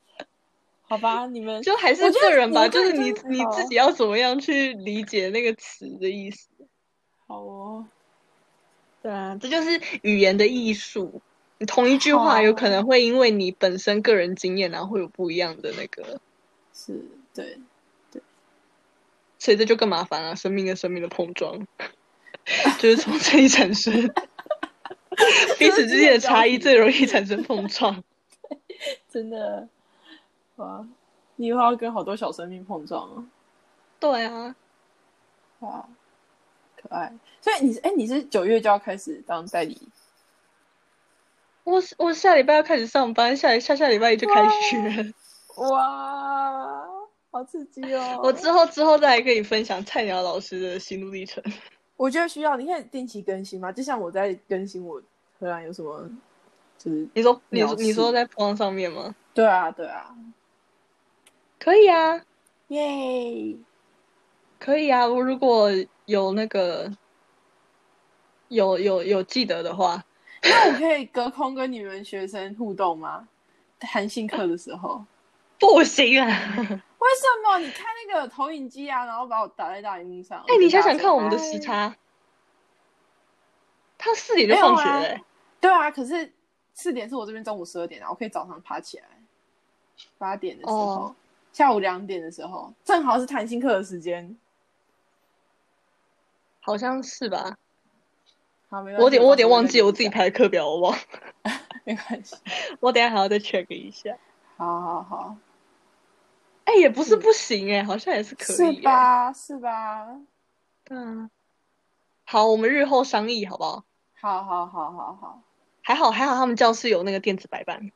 S1: 好吧，你们
S2: 就还
S1: 我
S2: 是
S1: 觉得
S2: 个人吧，
S1: 你这个
S2: 就是你
S1: 真的
S2: 你
S1: 好
S2: 自己要怎么样去理解那个词的意思。
S1: 好哦，
S2: 对啊，这就是语言的艺术。你同一句话有
S1: 好
S2: 可能会因为你本身个人经验，然后会有不一样的那个，
S1: 是对，
S2: 所以这就更麻烦了。生命跟生命的碰撞， 就是从这里产 生彼此之间的差异，最容易产生碰撞。
S1: 真的哇，你以后要跟好多小生命碰撞哦，
S2: 对啊，
S1: 哇，可爱。所以你是哎，你是九月就要开始当代理，
S2: 我我下礼拜要开始上班，下下下礼拜一就开学。
S1: 哇，好刺激哦！
S2: 我之后之后再来跟你分享菜鸟老师的心路历程。
S1: 我觉得需要，你可以定期更新嘛，就像我在更新我荷兰有什么，就是
S2: 你说你
S1: 了
S2: 说你说
S1: 事
S2: 在 p o 上面吗？
S1: 对啊对啊，
S2: 可以啊，
S1: 耶、
S2: 可以啊，我如果有那个有有有记得的话，
S1: 那我可以隔空跟你们学生互动吗？弹性课的时候，
S2: 不行啊！
S1: 为什么？你看那个投影机啊，然后把我打在大荧幕上。
S2: 哎、你想想看，我们的
S1: 时
S2: 时
S1: 差。
S2: 差，他四点就放学欸
S1: 没
S2: 了、
S1: 有对啊，可是四点是我这边中午十二点啊，我可以早上爬起来，八点的时候，
S2: 哦
S1: 下午两点的时候，正好是弹性课的时间。
S2: 好像是吧？
S1: 好，没关系
S2: 我有点我有点忘记
S1: 到时候
S2: 我
S1: 再
S2: 自己
S1: 跟你
S2: 排课表，我忘，
S1: 讲，没关系。
S2: 我等一下还要再 check 一下。
S1: 好好好，
S2: 哎、也不是不行哎、好像也是可
S1: 嗯是
S2: 以、欸。
S1: 吧？是吧？
S2: 嗯，好，我们日后商议好不好？
S1: 好好好好好，
S2: 还好还好，他们教室有那个电子白板。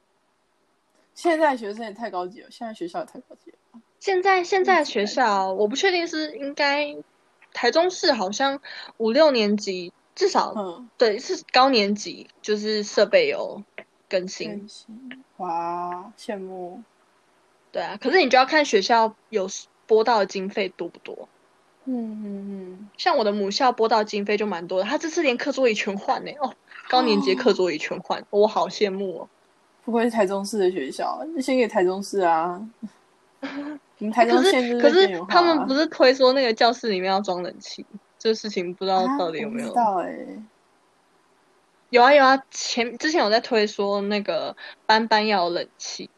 S1: 现在学生也太高级了，现在学校也太高级了。
S2: 现在现在的学
S1: 电子
S2: 校，我不确定是应该台中市好像五六年级至少、
S1: 嗯，
S2: 对是高年级，就是设备有更新。
S1: 真心哇，羡慕。
S2: 对啊，可是你就要看学校有拨到的经费多不多。
S1: 嗯嗯
S2: 像我的母校拨到的经费就蛮多的，他这次连课桌椅全换呢、哦，高年级的课桌椅全换，我好羡慕哦。
S1: 嗯，不愧是台中市的学校，就先给台中市 啊。你们台中
S2: 可
S1: 县
S2: 是
S1: 就
S2: 可
S1: 是
S2: 是他
S1: 啊
S2: 们不是推说那个教室里面要装冷气，这个事情不知道
S1: 啊
S2: 到底有没有。
S1: 我不知道哎、
S2: 有啊有啊，前之前有在推说那个班班要有冷气，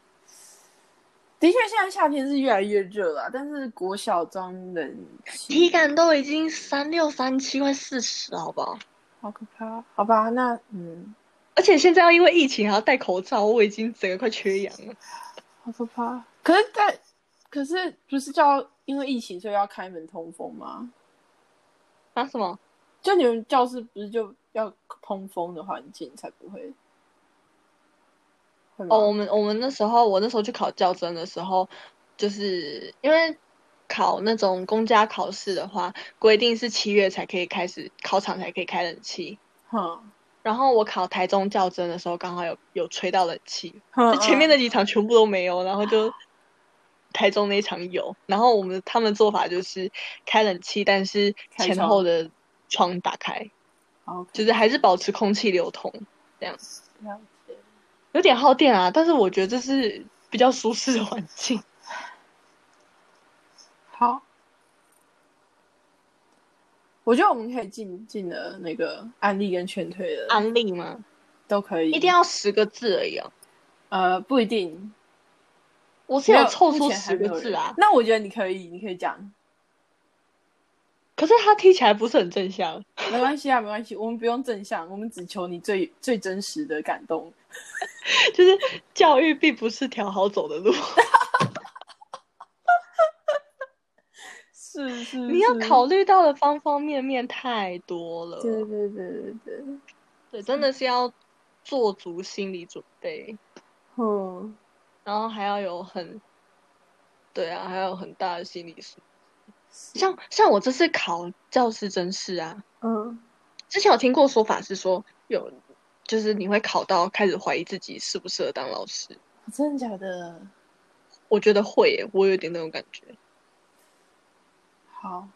S1: 的确，现在夏天是越来越热了，啊但是国小装冷
S2: 体
S1: 气
S2: 感都已经三六三七快四十了，好不好？
S1: 好可怕。啊好吧，那嗯，
S2: 而且现在要因为疫情还要戴口罩，我已经整个快缺氧了。
S1: 好可怕。啊可是但可是不是叫因为疫情所以要开门通风吗？
S2: 啊什么？
S1: 就你们教室不是就要通风的环境才不会？会吗
S2: 哦，我们我们那时候我那时候去考教甄的时候，就是因为考那种公家考试的话，规定是七月才可以开始考场才可以开冷气。
S1: 哼
S2: 然后我考台中教甄的时候，刚好有有吹到冷气，
S1: 哼
S2: 就前面的几场全部都没有，然 后就台中那一场有，然后我们他们做法就是开冷气，但是
S1: 开
S2: 前
S1: 窗
S2: 后的窗打开，
S1: 好可
S2: 就是还是保持空气流通，
S1: 了解。
S2: 有点耗电啊，但是我觉得这是比较舒适的环 境。
S1: 好，我觉得我们可以进进了那个案例跟劝退的
S2: 安利
S1: 嗯
S2: 吗？
S1: 都可以，
S2: 一定要十个字而已哦。
S1: 呃不一定，
S2: 我是有凑
S1: 目
S2: 出
S1: 前还
S2: 十
S1: 没有
S2: 个字
S1: 人
S2: 啊，
S1: 那我觉得你可以，你可以讲，
S2: 可是它听起来不是很正向。
S1: 没关系啊，没关系，我们不用正向，我们只求你最最真实的感动。
S2: 就是教育并不是条好走的路，
S1: 是是，
S2: 你要
S1: 嗯是
S2: 考，虑到的方方面面太多了。
S1: 对对对对对，
S2: 对，真的是要做足心理准备，
S1: 嗯，
S2: 然后还要有很，对啊，还要有很大的心理素质。像像我这次考教师真试啊，
S1: 嗯，
S2: 之前有听过说法是说有，就是你会考到开始怀疑自己适不适合当老师。
S1: 真的假的？
S2: 我觉得会耶，我有点那种感觉，
S1: 好，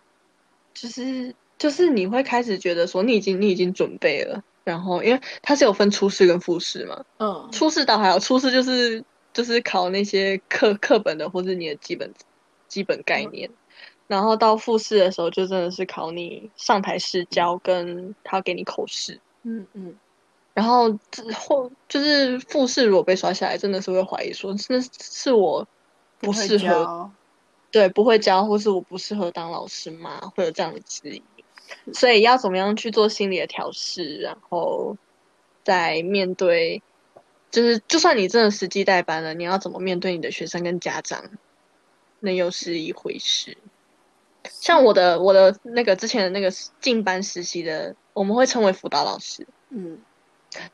S2: 就是就是你会开始觉得说你已经你已经准备了，然后因为它是有分初试跟复试嘛，
S1: 嗯，
S2: 初试倒还好，初试就是就是考那些课课本的或是你的基本基本概念，然后到复试的时候就真的是考你上台试教
S7: 嗯
S2: 跟他给你口试，
S1: 嗯嗯，
S2: 然后之后就是复试如果被刷下来，真的是会怀疑说那是我不
S7: 会
S2: 适合
S7: 教
S2: 对，不会教，或是我不适合当老师嘛，会有这样的质疑。所以要怎么样去做心理的调试，然后再面对，就是就算你真的实际带班了，你要怎么面对你的学生跟家长，那又是一回事。像我的我的那个之前的那个进班实习的，我们会称为辅导老师，
S1: 嗯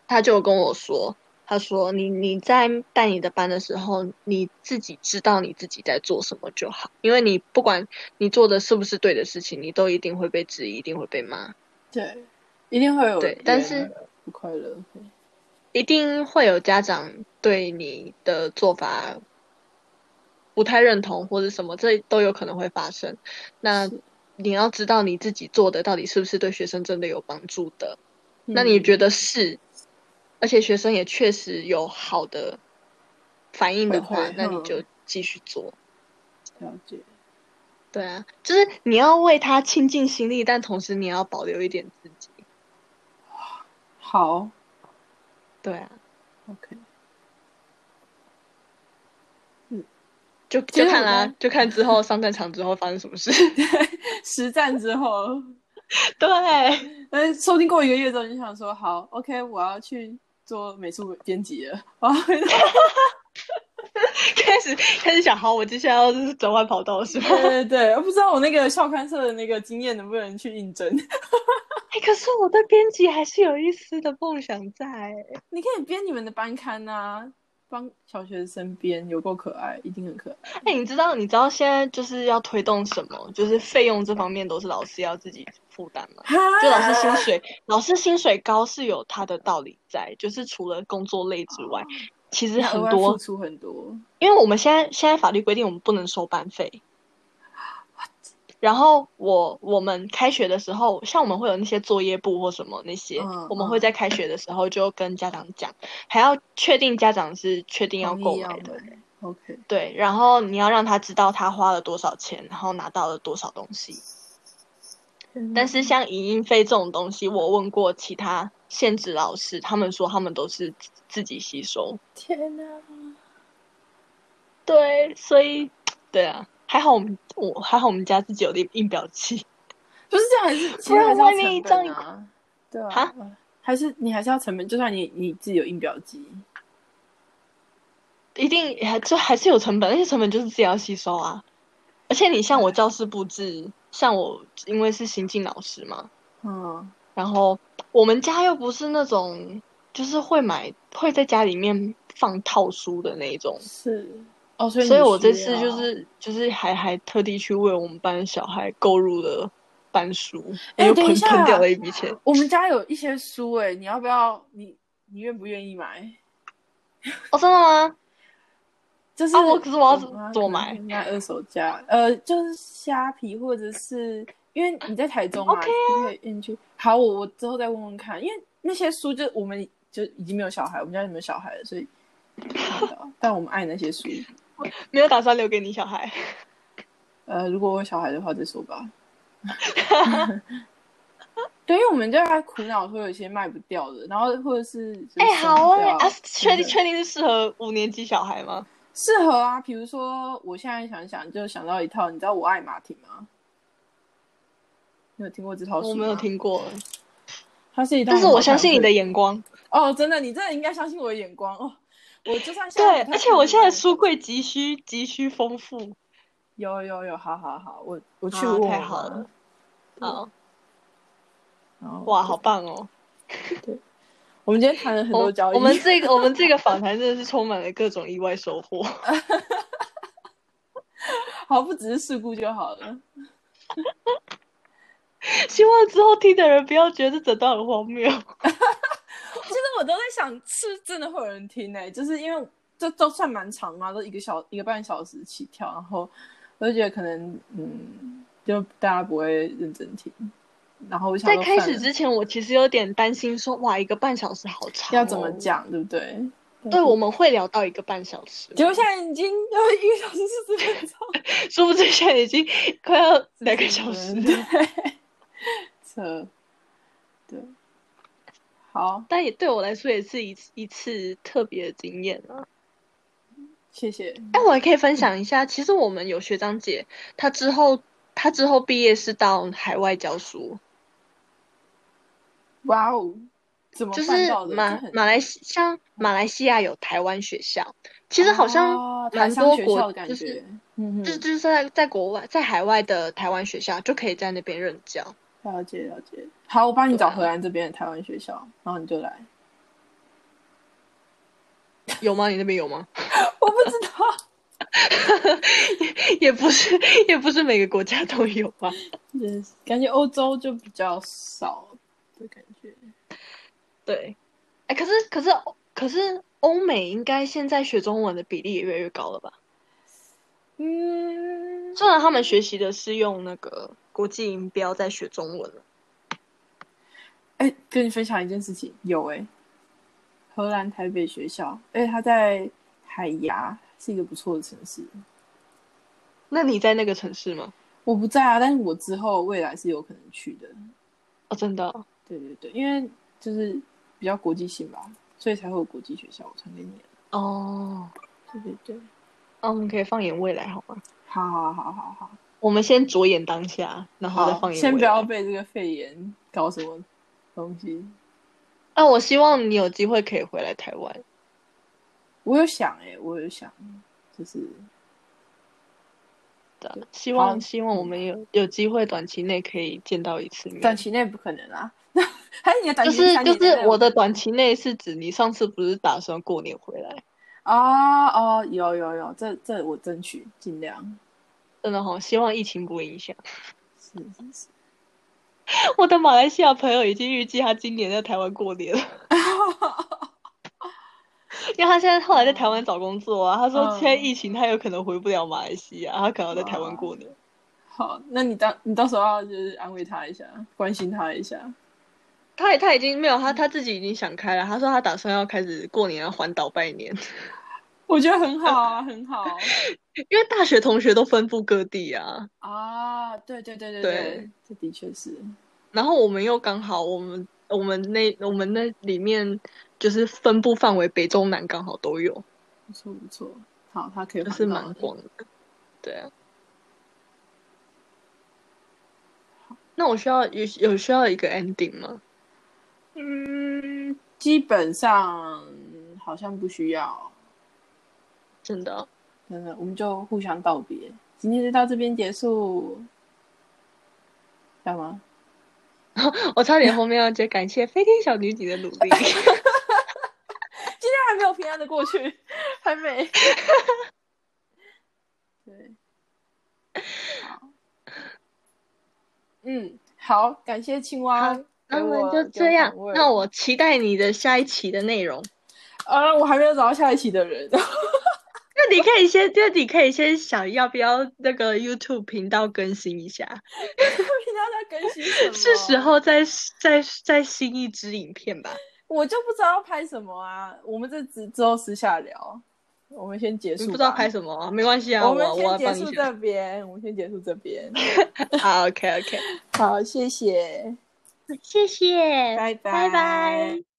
S2: 他就跟我说，他说你你在带你的班的时候，你自己知道你自己在做什么就好，因为你不管你做的是不是对的事情，你都一定会被质疑，一定会被骂，
S1: 对，一定会有别
S2: 对
S1: 人
S2: 但是
S1: 不快乐，
S2: 一定会有家长对你的做法不太认同或者什么，这都有可能会发生。那
S1: 是
S2: 你要知道你自己做的到底是不是对学生真的有帮助的，那
S1: 嗯
S2: 你觉得是，而且学生也确实有好的反应的话
S1: 回馈，
S2: 那你
S1: 嗯
S2: 就继续做。
S1: 了解？
S2: 对啊，就是你要为他倾尽心力，但同时你要保留一点自己。
S7: 好
S2: 对啊，
S7: ，OK，
S2: 就
S1: 其实
S2: 就看
S1: 我
S2: 啦、
S1: 在
S2: 就看之后上战场之后发生什么事。
S1: 实战之后，
S2: 对，
S1: 呃，收听过一个月之后，你就想说，好，OK，我要去做美术编辑了，哦我要回到
S2: 开始开始想，好，我接下来要就是转换跑道是吗？
S1: 对对对，我不知道我那个校刊社的那个经验能不能去应征。
S2: 哎、可是我对编辑还是有一丝的梦想在、
S1: 你可以编你们的班刊啊，帮小学生编，有够可爱，一定很可爱。
S2: 哎、你知道你知道现在就是要推动什么？就是费用这方面都是老师要自己负担吗？ 就老师薪水，老师薪水高是有他的道理在，就是除了工作类之外，其实很
S1: 哦啊额外付
S2: 多，
S1: 出很多，
S2: 因为我们现在现在法律规定我们不能收班费。然后我我们开学的时候，像我们会有那些作业簿或什么那些，
S1: 嗯
S2: 我们
S1: 嗯
S2: 会在开学的时候就跟家长讲，还要确定家长是确定要
S1: 同意
S2: 购
S1: 要
S2: 买的，
S1: 买 OK，
S2: 对，然后你要让他知道他花了多少钱，然后拿到了多少东西。但是像影音费这种东西，我问过其他现职老师，他们说他们都是自自己吸收。
S7: 天哪，
S2: 对，所以对啊，还好我们我还好我们家自己有印印表机。
S1: 不是这样，还是其实
S2: 然
S1: 还是
S2: 外
S1: 要
S2: 面一
S1: 成
S2: 张
S1: 本啊，对啊，还是你还是要成本，就算你你自己有印表机，
S2: 一定还就还是有成本，那些成本就是自己要吸收啊。而且你像我教室布置，像我因为是新进老师嘛，
S1: 嗯，
S2: 然后我们家又不是那种就是会买会在家里面放套书的那一种，
S1: 是哦，所以
S2: 所以
S1: 你
S2: 我这
S1: 需
S2: 次
S1: 要
S2: 就是就是还还特地去为我们班小孩购入了班书，
S1: 哎
S2: 又
S1: 等一
S2: 喷
S1: 下
S2: 喷掉了一笔钱。
S1: 我们家有一些书哎，你要不要？你你愿不愿意买？
S2: 哦，真的吗？
S1: 就是
S2: 啊我可是我要
S1: 妈可能
S2: 怎么买
S1: 会卖二手价，呃，就是虾皮或者是因为你在台中嘛，
S2: OK 啊
S1: 就可以运去。好，我我之后再问问看，因为那些书就我们就已经没有小孩，我们家也没有小孩了，所以看不到但我们爱那些书。
S2: 没有打算留给你小孩。
S1: 呃，如果我有小孩的话再说 吧。对，因为我们就在苦恼说有些卖不掉的，然后或者是就是
S2: 哎、好
S1: 送不
S2: 哎、
S1: 掉
S2: 啊，确
S1: 对
S2: 定确定是适合五年级小孩吗？
S1: 适合啊，比如说我现在想一想就想到一套，你知道《我爱马婷》吗？你有听过这套书？
S2: 我没有，听过，
S1: 它是一套
S2: 但
S1: 很好看的绘。
S2: 是我相信你的眼光。
S1: 哦，真的，你真的应该相信我的眼光哦。我就算现
S2: 对，
S1: 在不太
S2: 而且我现在
S1: 看
S2: 书柜急需急需丰富。
S1: 有有有，好好好，我我去
S2: 啊
S1: 问
S2: 太
S1: 我
S2: 好
S1: 妈
S2: 了，
S1: 嗯
S2: 好
S1: 然后
S2: 哇，好棒哦！
S1: 我们今天谈 了很
S2: 我
S1: 多交易，
S2: 我们这个我们这个访谈真的是充满了各种意外收获。
S1: 好不只是事故就好了。
S2: 希望之后听的人不要觉得这整段很荒谬。
S1: 其实我都在想，是不是真的会有人听呢、就是因为这都算蛮长嘛，都一个小一个半小时起跳，然后我就觉得可能嗯，就大家不会认真听。然后我想
S2: 在
S1: 说
S2: 开
S1: 算
S2: 始
S1: 了
S2: 之前，我其实有点担心说，哇，一个半小时好长、哦
S1: 要怎么？讲，对不对？
S2: 对，我们会聊到一个半小时，
S1: 结果现在已经要一个小时四十分钟，
S2: 殊不知现在 已经快要两个小时
S1: 对
S2: 了。，
S1: 扯，对，好，
S2: 但也对我来说也是一次一次特别的经验啊。
S1: 谢谢。
S2: 哎，我也可以分享一下，其实我们有学长姐，她之后她之后毕业是到海外教书，
S1: 哇哦，怎么
S2: 就是
S1: 办到的？
S2: 马
S1: 这很
S2: 马来西像马来西亚有台湾学校，其实好像
S1: 哦
S2: 蛮
S1: 台商
S2: 多
S1: 学
S2: 国
S1: 校的感
S2: 就是
S1: 觉，嗯
S2: 就
S1: 哼，
S2: 就是在在国外在海外的台湾学校就可以在那边任教。
S1: 了解了解。好，我帮你找
S2: 对啊
S1: 荷兰这边的台湾学校，然后你就来。
S2: 有吗？你那边有吗？
S1: 我不知道，
S2: 也不是也不是每个国家都有 吧。
S1: 真是感觉欧洲就比较少的感觉。
S2: 对，哎，可是可是可是欧美应该现在学中文的比例也越来越高了吧？
S1: 嗯，
S2: 虽然他们学习的是用那个国际音标在学中文了，
S1: 哎、跟你分享一件事情，有哎、荷兰台北学校，哎、它在海牙，是一个不错的城市。
S2: 那你在那个城市吗？
S1: 我不在啊，但是我之后未来是有可能去的。
S2: 哦，真的哦，
S1: 对对对，因为就是比较国际性吧，所以才会有国际学校。我传给你了。
S2: 哦，
S1: 对对对，
S2: 那我们可以放眼未来好吗？
S1: 好好好好好。
S2: 我们先着眼当下，然后再放眼
S1: 先
S2: 未
S1: 不要
S2: 来。
S1: 被这个肺炎搞什么东西。
S2: 那、啊我希望你有机会可以回来台湾。
S1: 我有想哎、我有想，就是
S2: 对啊，希望
S1: 好
S2: 希望我们有有机会短期内可以见到一次面。
S1: 短期内不可能啊， 还是你的短
S2: 就
S1: 期内
S2: 是
S1: 三
S2: 就
S1: 年内
S2: 是我的
S1: 不可能
S2: 短期内是指你上次不是打算过年回来？
S1: 哦哦，有有有，这这我争取尽量
S2: 真的好、希望疫情不影响。
S1: 是是是，
S2: 我的马来西亚朋友已经预计他今年在台湾过 年了，因为他现在后来在台湾找工作啊。他说
S1: 嗯
S2: 现在疫情，他有可能回不了马来西亚，他可能要在台湾过年。
S1: 好，那你到你到时候要就是安慰他一下，关心他一下。
S2: 他也他已经没有他他自己已经想开了，他说他打算要开始过年要环岛拜年，
S1: 我觉得很好啊，很好
S2: 因为大学同学都分布各地啊。
S1: 啊！对对对对
S2: 对，
S1: 这的确是
S2: 然后我们又刚好我们我们那我们那里面就是分布范围北中南刚好都有，
S1: 不错不错。好，他可以
S2: 就是
S1: 还到
S2: 蛮
S1: 的
S2: 广的。对啊。那我需要有有需要一个 ending 吗？
S1: 嗯，基本上好像不需要，
S2: 真的哦，
S1: 真的，我们就互相道别，今天就到这边结束，知道吗？
S2: 我差 点后面要接感谢飞天小女警的努力。
S1: 今天还没有平安的过去， 还没。对，好，嗯，好，感谢青蛙
S2: 好。
S1: 给
S2: 那我
S1: 我
S2: 们就这样
S1: 给我访，问
S2: 那我期待你的下一期的内容。
S1: 啊，我还没有找到下一期的人。
S2: 那你可以先，那你可以先想要不要那个 YouTube 频道更新一下，
S1: 平常在更新什么？
S2: 是时，候再再再新一支影片吧。
S1: 我就不知道拍什么啊。我们这之之后私下聊，我们先结束
S2: 你
S1: 吧。
S2: 不知道拍什么啊、没关系啊，
S1: 我
S2: 我
S1: 们
S2: 我
S1: 先
S2: 来
S1: 结
S2: 帮你啊
S1: 束
S2: 选。
S1: 这边，我们先结束这边。
S2: 好，OK OK，
S1: 好，谢谢，
S2: 谢谢，
S1: 拜拜
S2: 拜拜。